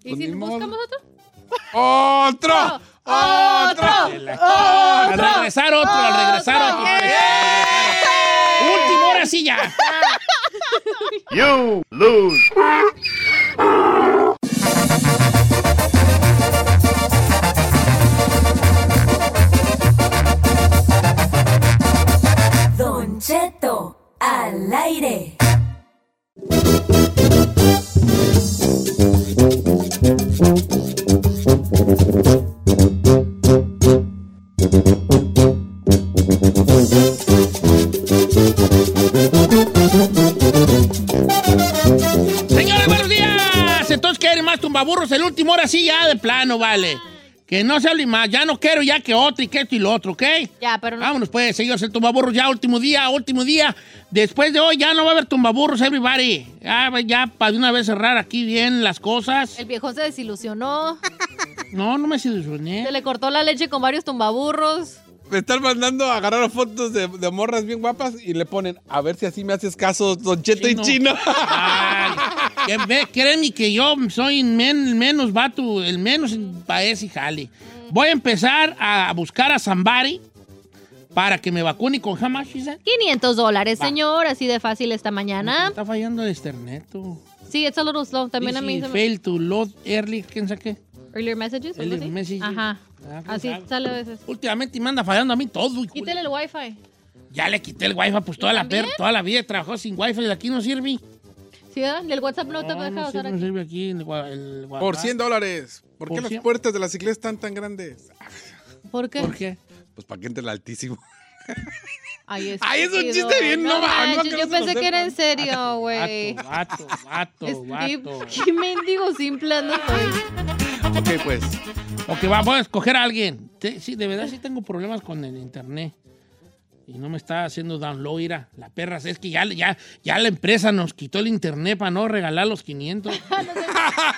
[SPEAKER 4] ¿Y
[SPEAKER 5] pues
[SPEAKER 4] si
[SPEAKER 5] ni modo.
[SPEAKER 4] buscamos otro?
[SPEAKER 5] ¡Otro!
[SPEAKER 4] Oh,
[SPEAKER 5] ¡Otro!
[SPEAKER 3] Al regresar otro, al regresar otro. Último, ahora sí ya.
[SPEAKER 22] You lose.
[SPEAKER 7] Don Cheto al aire.
[SPEAKER 3] Señores, buenos días. Entonces, ¿qué eres más tumbaburros? El último, ahora sí ya, de plano, vale. Que no se hable más, ya no quiero ya que otro y que esto y lo otro, ¿ok?
[SPEAKER 4] Ya, pero no.
[SPEAKER 3] Vámonos pues, señores, el tumbaburro ya último día, último día. Después de hoy ya no va a haber tumbaburros, everybody. Ya, ya para de una vez cerrar aquí bien las cosas.
[SPEAKER 4] El viejo se desilusionó.
[SPEAKER 3] No, no me desilusioné.
[SPEAKER 4] Se le cortó la leche con varios tumbaburros.
[SPEAKER 5] Me están mandando a agarrar fotos de, de morras bien guapas y le ponen, a ver si así me haces caso, Don Cheto y Chino.
[SPEAKER 3] Que ve, créeme que yo soy men- el menos vato, el menos país y jale. Voy a empezar a buscar a Zambari para que me vacune con jamás,
[SPEAKER 4] 500 dólares, señor, así de fácil esta mañana.
[SPEAKER 3] Está fallando el internet. tú.
[SPEAKER 4] Sí, it's a little slow. También a
[SPEAKER 3] Dice,
[SPEAKER 4] mí se me...
[SPEAKER 3] Fail to load early, quién sabe qué.
[SPEAKER 4] Earlier messages. algo
[SPEAKER 3] Earlier
[SPEAKER 4] así.
[SPEAKER 3] messages. Ah, pues
[SPEAKER 4] Ajá. Así sale a veces.
[SPEAKER 3] Últimamente me anda fallando a mí todo. hijo.
[SPEAKER 4] Quítale el wifi.
[SPEAKER 3] Ya le quité el wifi, pues toda la, per, toda la vida trabajó sin wifi y aquí no sirve. Ah,
[SPEAKER 4] ¿Sí, verdad? Del WhatsApp no, te
[SPEAKER 3] No,
[SPEAKER 4] deja
[SPEAKER 3] no
[SPEAKER 4] usar
[SPEAKER 3] sirve, no sirve aquí el gua- el
[SPEAKER 5] Por
[SPEAKER 3] wifi.
[SPEAKER 5] 100 dólares. ¿Por,
[SPEAKER 3] Por
[SPEAKER 5] qué las
[SPEAKER 3] cien.
[SPEAKER 5] puertas de las iglesias están tan grandes?
[SPEAKER 4] ¿Por qué?
[SPEAKER 3] ¿Por qué?
[SPEAKER 5] Pues para que entre el altísimo.
[SPEAKER 4] Ay, es,
[SPEAKER 5] Ay, es un chiste bien, no va, no
[SPEAKER 4] manches,
[SPEAKER 5] que no
[SPEAKER 4] Yo
[SPEAKER 5] se lo
[SPEAKER 4] pensé que era en
[SPEAKER 5] sepan.
[SPEAKER 4] serio, güey.
[SPEAKER 3] Vato, vato, vato.
[SPEAKER 4] Qué- Qué mendigo simple ando hoy.
[SPEAKER 5] Ok, pues.
[SPEAKER 3] Ok, va, voy a escoger a alguien. Te- Sí, de verdad sí tengo problemas con el internet. Y no me está haciendo download, ira. La perra, es que ya, ya, ya la empresa nos quitó el internet para no regalar los 500.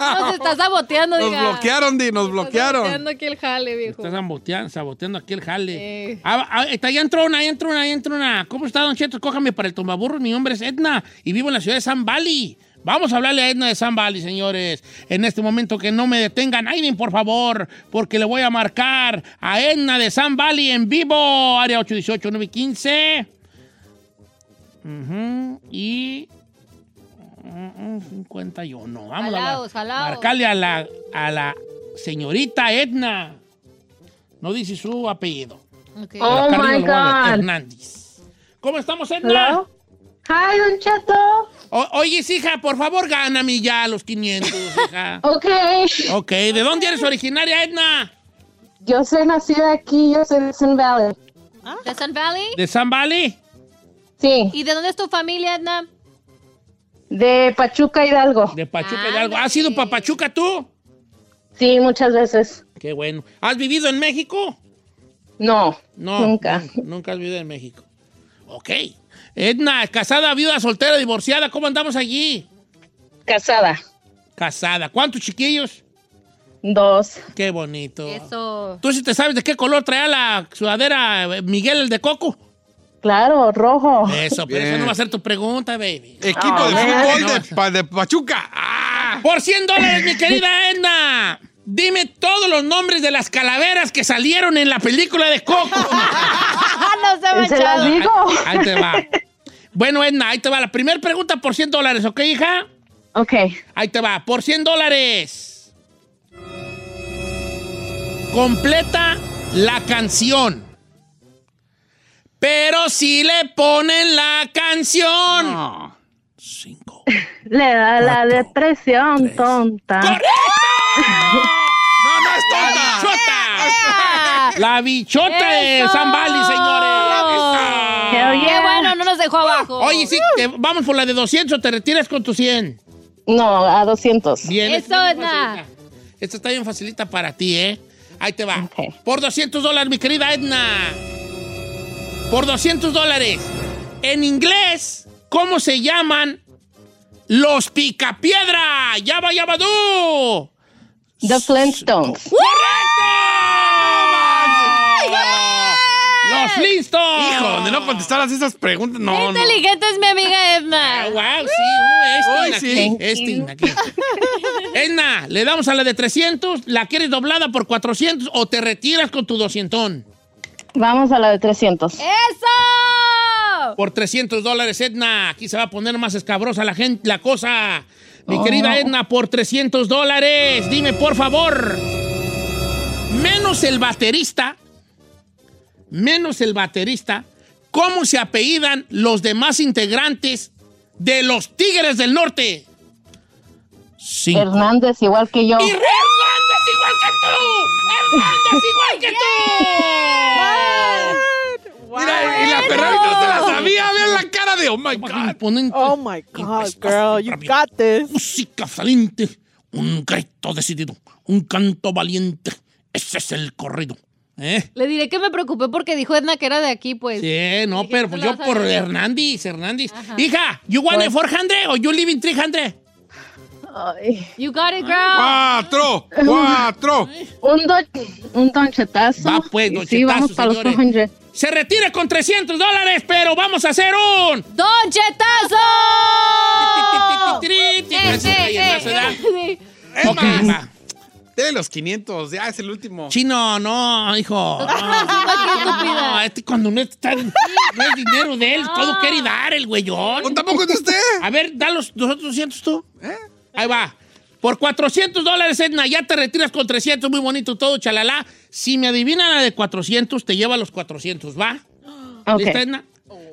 [SPEAKER 4] No, se está saboteando,
[SPEAKER 3] Nos
[SPEAKER 4] diga.
[SPEAKER 3] bloquearon, Di, nos
[SPEAKER 4] Se
[SPEAKER 3] bloquearon.
[SPEAKER 4] Está saboteando aquí el jale, viejo.
[SPEAKER 3] Está saboteando, saboteando aquí el jale.
[SPEAKER 4] Eh.
[SPEAKER 3] Ah, ah, está, ya entró una, ya entró una, ya entró una. ¿Cómo está, don Cheto? Cójame para el tombaburro. Mi nombre es Edna y vivo en la ciudad de San Valley. Vamos a hablarle a Edna de San Valley, señores. En este momento que no me detengan, Aiden, por favor, porque le voy a marcar a Edna de San Valley en vivo. Área 818-915. Ujú, Y... mm, mm, 51. Vamos a
[SPEAKER 4] Jalaos, jalaos.
[SPEAKER 3] marcarle a la, a la señorita Edna. No dice su apellido.
[SPEAKER 4] Ok.
[SPEAKER 3] Pero
[SPEAKER 15] Oh
[SPEAKER 3] acá arriba lo voy a ver, Hernández. ¿Cómo estamos, Edna?
[SPEAKER 15] Hello. Hi, Don Cheto.
[SPEAKER 3] O- oye, hija, por favor, gáname ya los 500, hija.
[SPEAKER 15] Ok.
[SPEAKER 3] ok, ¿de dónde eres originaria, Edna?
[SPEAKER 15] Yo soy nacida aquí, yo soy de Sun Valley.
[SPEAKER 4] Eh, ¿De San Valley?
[SPEAKER 3] ¿De San Valley?
[SPEAKER 15] Sí,
[SPEAKER 4] ¿Y de dónde es tu familia, Edna?
[SPEAKER 15] de Pachuca Hidalgo.
[SPEAKER 3] De Pachuca Hidalgo. ¿Has ido para Pachuca tú?
[SPEAKER 15] Sí, muchas veces.
[SPEAKER 3] Qué bueno. ¿Has vivido en México?
[SPEAKER 15] No,
[SPEAKER 3] No.
[SPEAKER 15] nunca.
[SPEAKER 3] Nunca has vivido en México. Ok. Edna, casada, viuda, soltera, divorciada, ¿cómo andamos allí?
[SPEAKER 15] Casada.
[SPEAKER 3] Casada. ¿Cuántos chiquillos?
[SPEAKER 15] Dos.
[SPEAKER 3] Qué bonito.
[SPEAKER 4] Eso.
[SPEAKER 3] ¿Tú sí te sabes de qué color traía la sudadera eh, Miguel el de Coco?
[SPEAKER 15] Claro, rojo.
[SPEAKER 3] Eso, pero eso
[SPEAKER 5] Bien.
[SPEAKER 3] no va a ser tu pregunta, baby.
[SPEAKER 5] Equipo
[SPEAKER 15] Ah,
[SPEAKER 5] de fútbol de, pa- de Pachuca. Ah.
[SPEAKER 3] Por 100 dólares, mi querida Edna. Dime todos los nombres de las calaveras que salieron en la película de Coco.
[SPEAKER 4] no se va
[SPEAKER 15] Se las digo.
[SPEAKER 3] Ahí te va. Bueno, Edna, ahí te va. La primera pregunta por 100 dólares, ¿ok, hija?
[SPEAKER 15] Ok.
[SPEAKER 3] Ahí te va. Por 100 dólares. Completa la canción. Pero si le ponen la canción.
[SPEAKER 15] Le da la depresión tonta.
[SPEAKER 5] No, no es
[SPEAKER 3] tonta.
[SPEAKER 4] Ah,
[SPEAKER 3] La bichota de
[SPEAKER 4] ¡Eso!
[SPEAKER 3] San Bali, señores.
[SPEAKER 15] Hell yeah.
[SPEAKER 4] Qué bueno, no nos dejó abajo.
[SPEAKER 3] Oye, sí, te- vamos por la de 200 o te retiras con tu 100.
[SPEAKER 15] No, a 200.
[SPEAKER 3] Bien.
[SPEAKER 4] Eso,
[SPEAKER 3] esta está bien
[SPEAKER 4] Edna.
[SPEAKER 3] facilita. Esta está bien facilita para ti, ¿eh? Ahí te va. Por 200 dólares, mi querida Edna. Por 200 dólares. En inglés, ¿cómo se llaman los picapiedra? ¡Yaba, yaba, tú!
[SPEAKER 15] The Flintstones.
[SPEAKER 3] Ah. ¡Los Flintstones!
[SPEAKER 5] Hijo, de no contestar así esas preguntas.
[SPEAKER 4] Qué
[SPEAKER 5] No, no.
[SPEAKER 4] inteligente es mi amiga Edna.
[SPEAKER 3] ¡Wow! Ah, Sí, uh,
[SPEAKER 5] Ay,
[SPEAKER 3] este,
[SPEAKER 5] sí.
[SPEAKER 3] aquí, este, aquí. Edna, le damos a la de 300, la quieres doblada por 400 o te retiras con tu 200.
[SPEAKER 15] Vamos a la de 300.
[SPEAKER 4] ¡Eso!
[SPEAKER 3] Por 300 dólares, Edna. Aquí se va a poner más escabrosa la gente, la cosa. Mi
[SPEAKER 15] Oh.
[SPEAKER 3] querida Edna, por 300 dólares. Dime, por favor. Menos el baterista. Menos el baterista. ¿Cómo se apellidan los demás integrantes de los Tigres del Norte?
[SPEAKER 15] Hernández, igual que yo.
[SPEAKER 3] ¡Y Hernández igual que tú! ¡Hernández igual que tú!
[SPEAKER 5] Mira, y la perra no se la sabía. Vean la cara de, oh my God.
[SPEAKER 9] Oh my
[SPEAKER 3] pues,
[SPEAKER 9] God, girl, Oh, you got this.
[SPEAKER 3] Música saliente, un grito decidido, un canto valiente Ese es el corrido. ¿Eh?
[SPEAKER 4] Le diré que me preocupé porque dijo Edna que era de aquí, pues.
[SPEAKER 3] Sí, no, pero
[SPEAKER 4] tú
[SPEAKER 3] pues
[SPEAKER 4] la
[SPEAKER 3] yo
[SPEAKER 4] vas a
[SPEAKER 3] por
[SPEAKER 4] ver.
[SPEAKER 3] Hernández, Hernández.
[SPEAKER 4] Ajá.
[SPEAKER 3] Hija, you want a
[SPEAKER 4] Pues-
[SPEAKER 3] 400 o you live in 300?
[SPEAKER 4] You got it, girl.
[SPEAKER 3] Cuatro,
[SPEAKER 5] cuatro.
[SPEAKER 20] Un, don- un donchetazo.
[SPEAKER 3] Va, pues,
[SPEAKER 20] Y Sí,
[SPEAKER 3] donchetazo,
[SPEAKER 20] vamos para los
[SPEAKER 3] señores.
[SPEAKER 20] 200.
[SPEAKER 3] Se retira con 300 dólares, pero vamos a hacer un...
[SPEAKER 4] ¡Donchetazo!
[SPEAKER 3] Gracias, Reyes,
[SPEAKER 4] eh,
[SPEAKER 3] gracias, ¿verdad?
[SPEAKER 4] eh,
[SPEAKER 3] Ok, va.
[SPEAKER 5] Dele los 500, ya es el último.
[SPEAKER 3] Chino, no, hijo. No, este cuando no está. No es dinero de él, todo quiere dar el güeyón.
[SPEAKER 5] tampoco es de usted.
[SPEAKER 3] A ver, da los 200 tú. Ahí va. Por 400 dólares, Edna, ya te retiras con 300, muy bonito todo, chalala. Si me adivinan la de 400, te lleva los 400, ¿va?
[SPEAKER 20] Ah, Ok.
[SPEAKER 3] ¿Lista, Edna?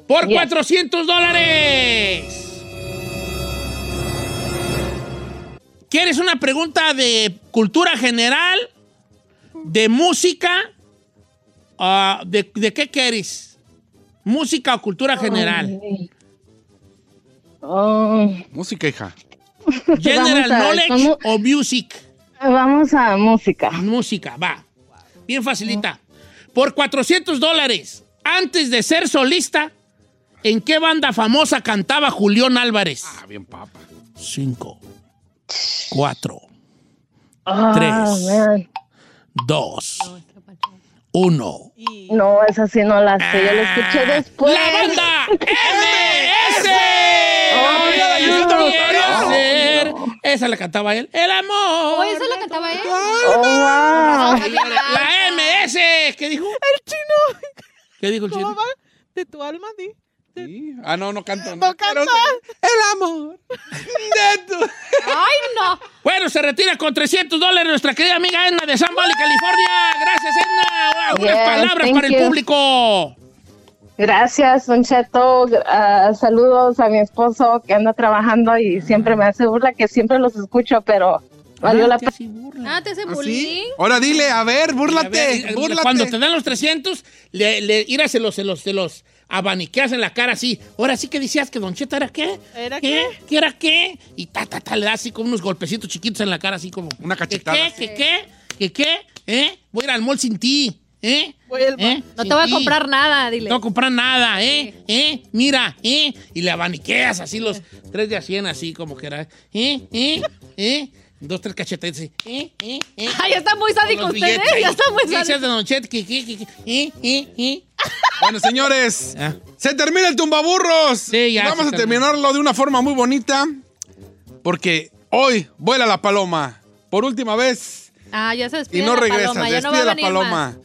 [SPEAKER 3] Por
[SPEAKER 20] Yes.
[SPEAKER 3] 400 dólares. ¿Quieres una pregunta de cultura general? ¿De música? Ah, de, de qué quieres? ¿Música o cultura general?
[SPEAKER 5] Música, hija.
[SPEAKER 3] ¿General
[SPEAKER 20] Vamos a-
[SPEAKER 3] knowledge
[SPEAKER 20] vamos-
[SPEAKER 3] o music?
[SPEAKER 20] Vamos a música.
[SPEAKER 3] Música, va. Bien facilita. Por 400 dólares, antes de ser solista, ¿en qué banda famosa cantaba Julián Álvarez?
[SPEAKER 5] Ah, bien, papa.
[SPEAKER 3] Cinco, cuatro,
[SPEAKER 20] Ah,
[SPEAKER 3] Tres.
[SPEAKER 20] man.
[SPEAKER 3] dos, uno.
[SPEAKER 20] No, esa sí no la sé. Yo la escuché después.
[SPEAKER 3] Ah, ¡La banda! ¡MS!
[SPEAKER 20] no,
[SPEAKER 3] Yo quiero
[SPEAKER 20] no, no.
[SPEAKER 3] ser- Esa la cantaba él. ¡El amor!
[SPEAKER 4] Oh, esa la cantaba él.
[SPEAKER 20] Oh,
[SPEAKER 3] La la MS. ¿Qué dijo?
[SPEAKER 9] El chino.
[SPEAKER 3] ¿Qué dijo el
[SPEAKER 9] ¿Cómo
[SPEAKER 3] chino?
[SPEAKER 9] va? De tu alma, di.
[SPEAKER 5] Ah, no, no canto.
[SPEAKER 9] No cantas.
[SPEAKER 5] El amor.
[SPEAKER 4] ¡Ay, no!
[SPEAKER 3] Bueno, se retira con 300 dólares nuestra querida amiga Edna de San Valley, California. Gracias, Edna. Algunas
[SPEAKER 20] Yes,
[SPEAKER 3] palabras
[SPEAKER 20] thank
[SPEAKER 3] para el
[SPEAKER 20] you.
[SPEAKER 3] público.
[SPEAKER 20] Gracias, Don Cheto. Gr- ah, saludos a mi esposo que anda trabajando y siempre me hace burla, que siempre los escucho, pero valió la pena.
[SPEAKER 4] Ah, te hace bullying.
[SPEAKER 5] Ahora dile, a ver,
[SPEAKER 3] A ver,
[SPEAKER 5] búrlate,
[SPEAKER 3] eh,
[SPEAKER 5] búrlate.
[SPEAKER 3] Cuando te dan los 300, le, le, ira, se los, se los, se los abaniqueas en la cara así. Ahora sí que decías que Don Cheto era qué.
[SPEAKER 9] ¿Era
[SPEAKER 3] ¿Qué? ¿Qué era qué? Y ta, ta, ta, le das así como unos golpecitos chiquitos en la cara, así como.
[SPEAKER 5] Una
[SPEAKER 3] ¿Qué,
[SPEAKER 5] cachetada.
[SPEAKER 3] qué, qué, qué? ¿Qué, qué? ¿Eh? Voy a ir al mall sin ti. ¿Eh? ¿Eh?
[SPEAKER 4] No
[SPEAKER 3] Sin
[SPEAKER 4] te voy a
[SPEAKER 3] ti.
[SPEAKER 4] comprar nada, dile.
[SPEAKER 3] No voy a comprar nada, ¿eh? ¿Eh? Mira, ¿eh? Y le abaniqueas así los tres de a cien, así como que era. ¿Eh? ¿Eh? ¿Eh? Dos, tres cachetadas así. ¿Eh? ¿Eh? ¿Eh?
[SPEAKER 4] Ay, ya está muy sádico
[SPEAKER 3] Los
[SPEAKER 4] usted, ¿eh?
[SPEAKER 3] billetes ahí.
[SPEAKER 4] Ya está muy
[SPEAKER 3] Sí, sí, es
[SPEAKER 4] sádico.
[SPEAKER 3] de Don Cheto, que- que- que- que- ¿eh? ¿eh? ¿eh?
[SPEAKER 5] Bueno, señores, se termina el tumbaburros.
[SPEAKER 3] Ah. ya,
[SPEAKER 5] Y
[SPEAKER 3] se
[SPEAKER 5] Vamos a
[SPEAKER 3] terminó.
[SPEAKER 5] terminarlo de una forma muy bonita. Porque hoy vuela la paloma. Por última vez.
[SPEAKER 4] Ah, ya se despide
[SPEAKER 5] Y no
[SPEAKER 4] la
[SPEAKER 5] regresa.
[SPEAKER 4] paloma, ya no va
[SPEAKER 5] Despide
[SPEAKER 4] a
[SPEAKER 5] la
[SPEAKER 4] venir
[SPEAKER 5] paloma.
[SPEAKER 4] más.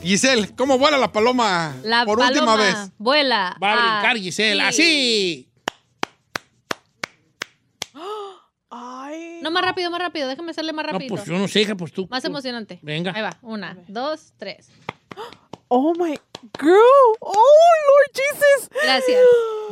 [SPEAKER 5] Giselle, ¿cómo vuela la paloma?
[SPEAKER 4] La
[SPEAKER 5] Por
[SPEAKER 4] paloma
[SPEAKER 5] última vez.
[SPEAKER 4] vuela.
[SPEAKER 3] Va a
[SPEAKER 4] Ah,
[SPEAKER 3] brincar Giselle, así.
[SPEAKER 4] No, más rápido, más rápido. Déjame hacerle más
[SPEAKER 3] No,
[SPEAKER 4] rápido.
[SPEAKER 3] pues yo no sé, hija, pues tú.
[SPEAKER 4] Más
[SPEAKER 3] tú.
[SPEAKER 4] emocionante.
[SPEAKER 3] Venga.
[SPEAKER 4] Ahí va. Una, dos, tres.
[SPEAKER 9] Oh my girl. Oh Lord Jesus.
[SPEAKER 4] Gracias.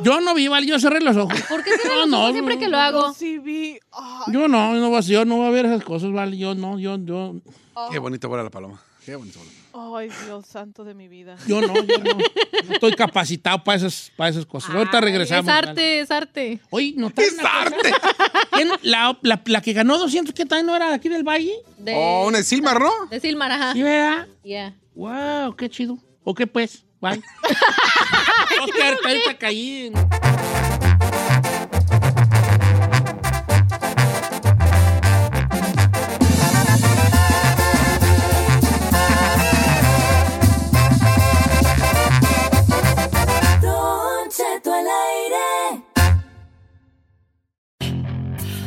[SPEAKER 3] Yo no vi, vale, yo cerré los ojos.
[SPEAKER 4] ¿Por qué se
[SPEAKER 3] No,
[SPEAKER 4] no,
[SPEAKER 3] no,
[SPEAKER 4] siempre
[SPEAKER 3] no,
[SPEAKER 4] que lo hago?
[SPEAKER 9] Sí vi. Ah,
[SPEAKER 3] Yo no, yo no voy a, yo no voy a ver esas cosas, vale. Yo no, yo, yo.
[SPEAKER 9] Oh.
[SPEAKER 5] Qué bonito vuela la paloma. Qué bonito vuela.
[SPEAKER 9] Ay, Dios santo de mi vida.
[SPEAKER 3] Yo no, yo no. No estoy capacitado para esas, para esas cosas. Ahorita regresamos.
[SPEAKER 4] Es
[SPEAKER 3] vale.
[SPEAKER 4] arte, es arte.
[SPEAKER 5] Oh,
[SPEAKER 3] Oye, no está Es arte. ¿Quién? La, la- la que ganó 200, ¿qué tal? ¿No era de aquí del Valle?
[SPEAKER 4] De,
[SPEAKER 5] Oh, un Silmar, ¿no?
[SPEAKER 4] de Silmar, ajá.
[SPEAKER 3] Sí, ¿verdad?
[SPEAKER 4] Yeah.
[SPEAKER 3] Wow, qué chido. ¿O qué pues? Bye. Oscar, ahorita caí. en-
[SPEAKER 7] Don Cheto al aire.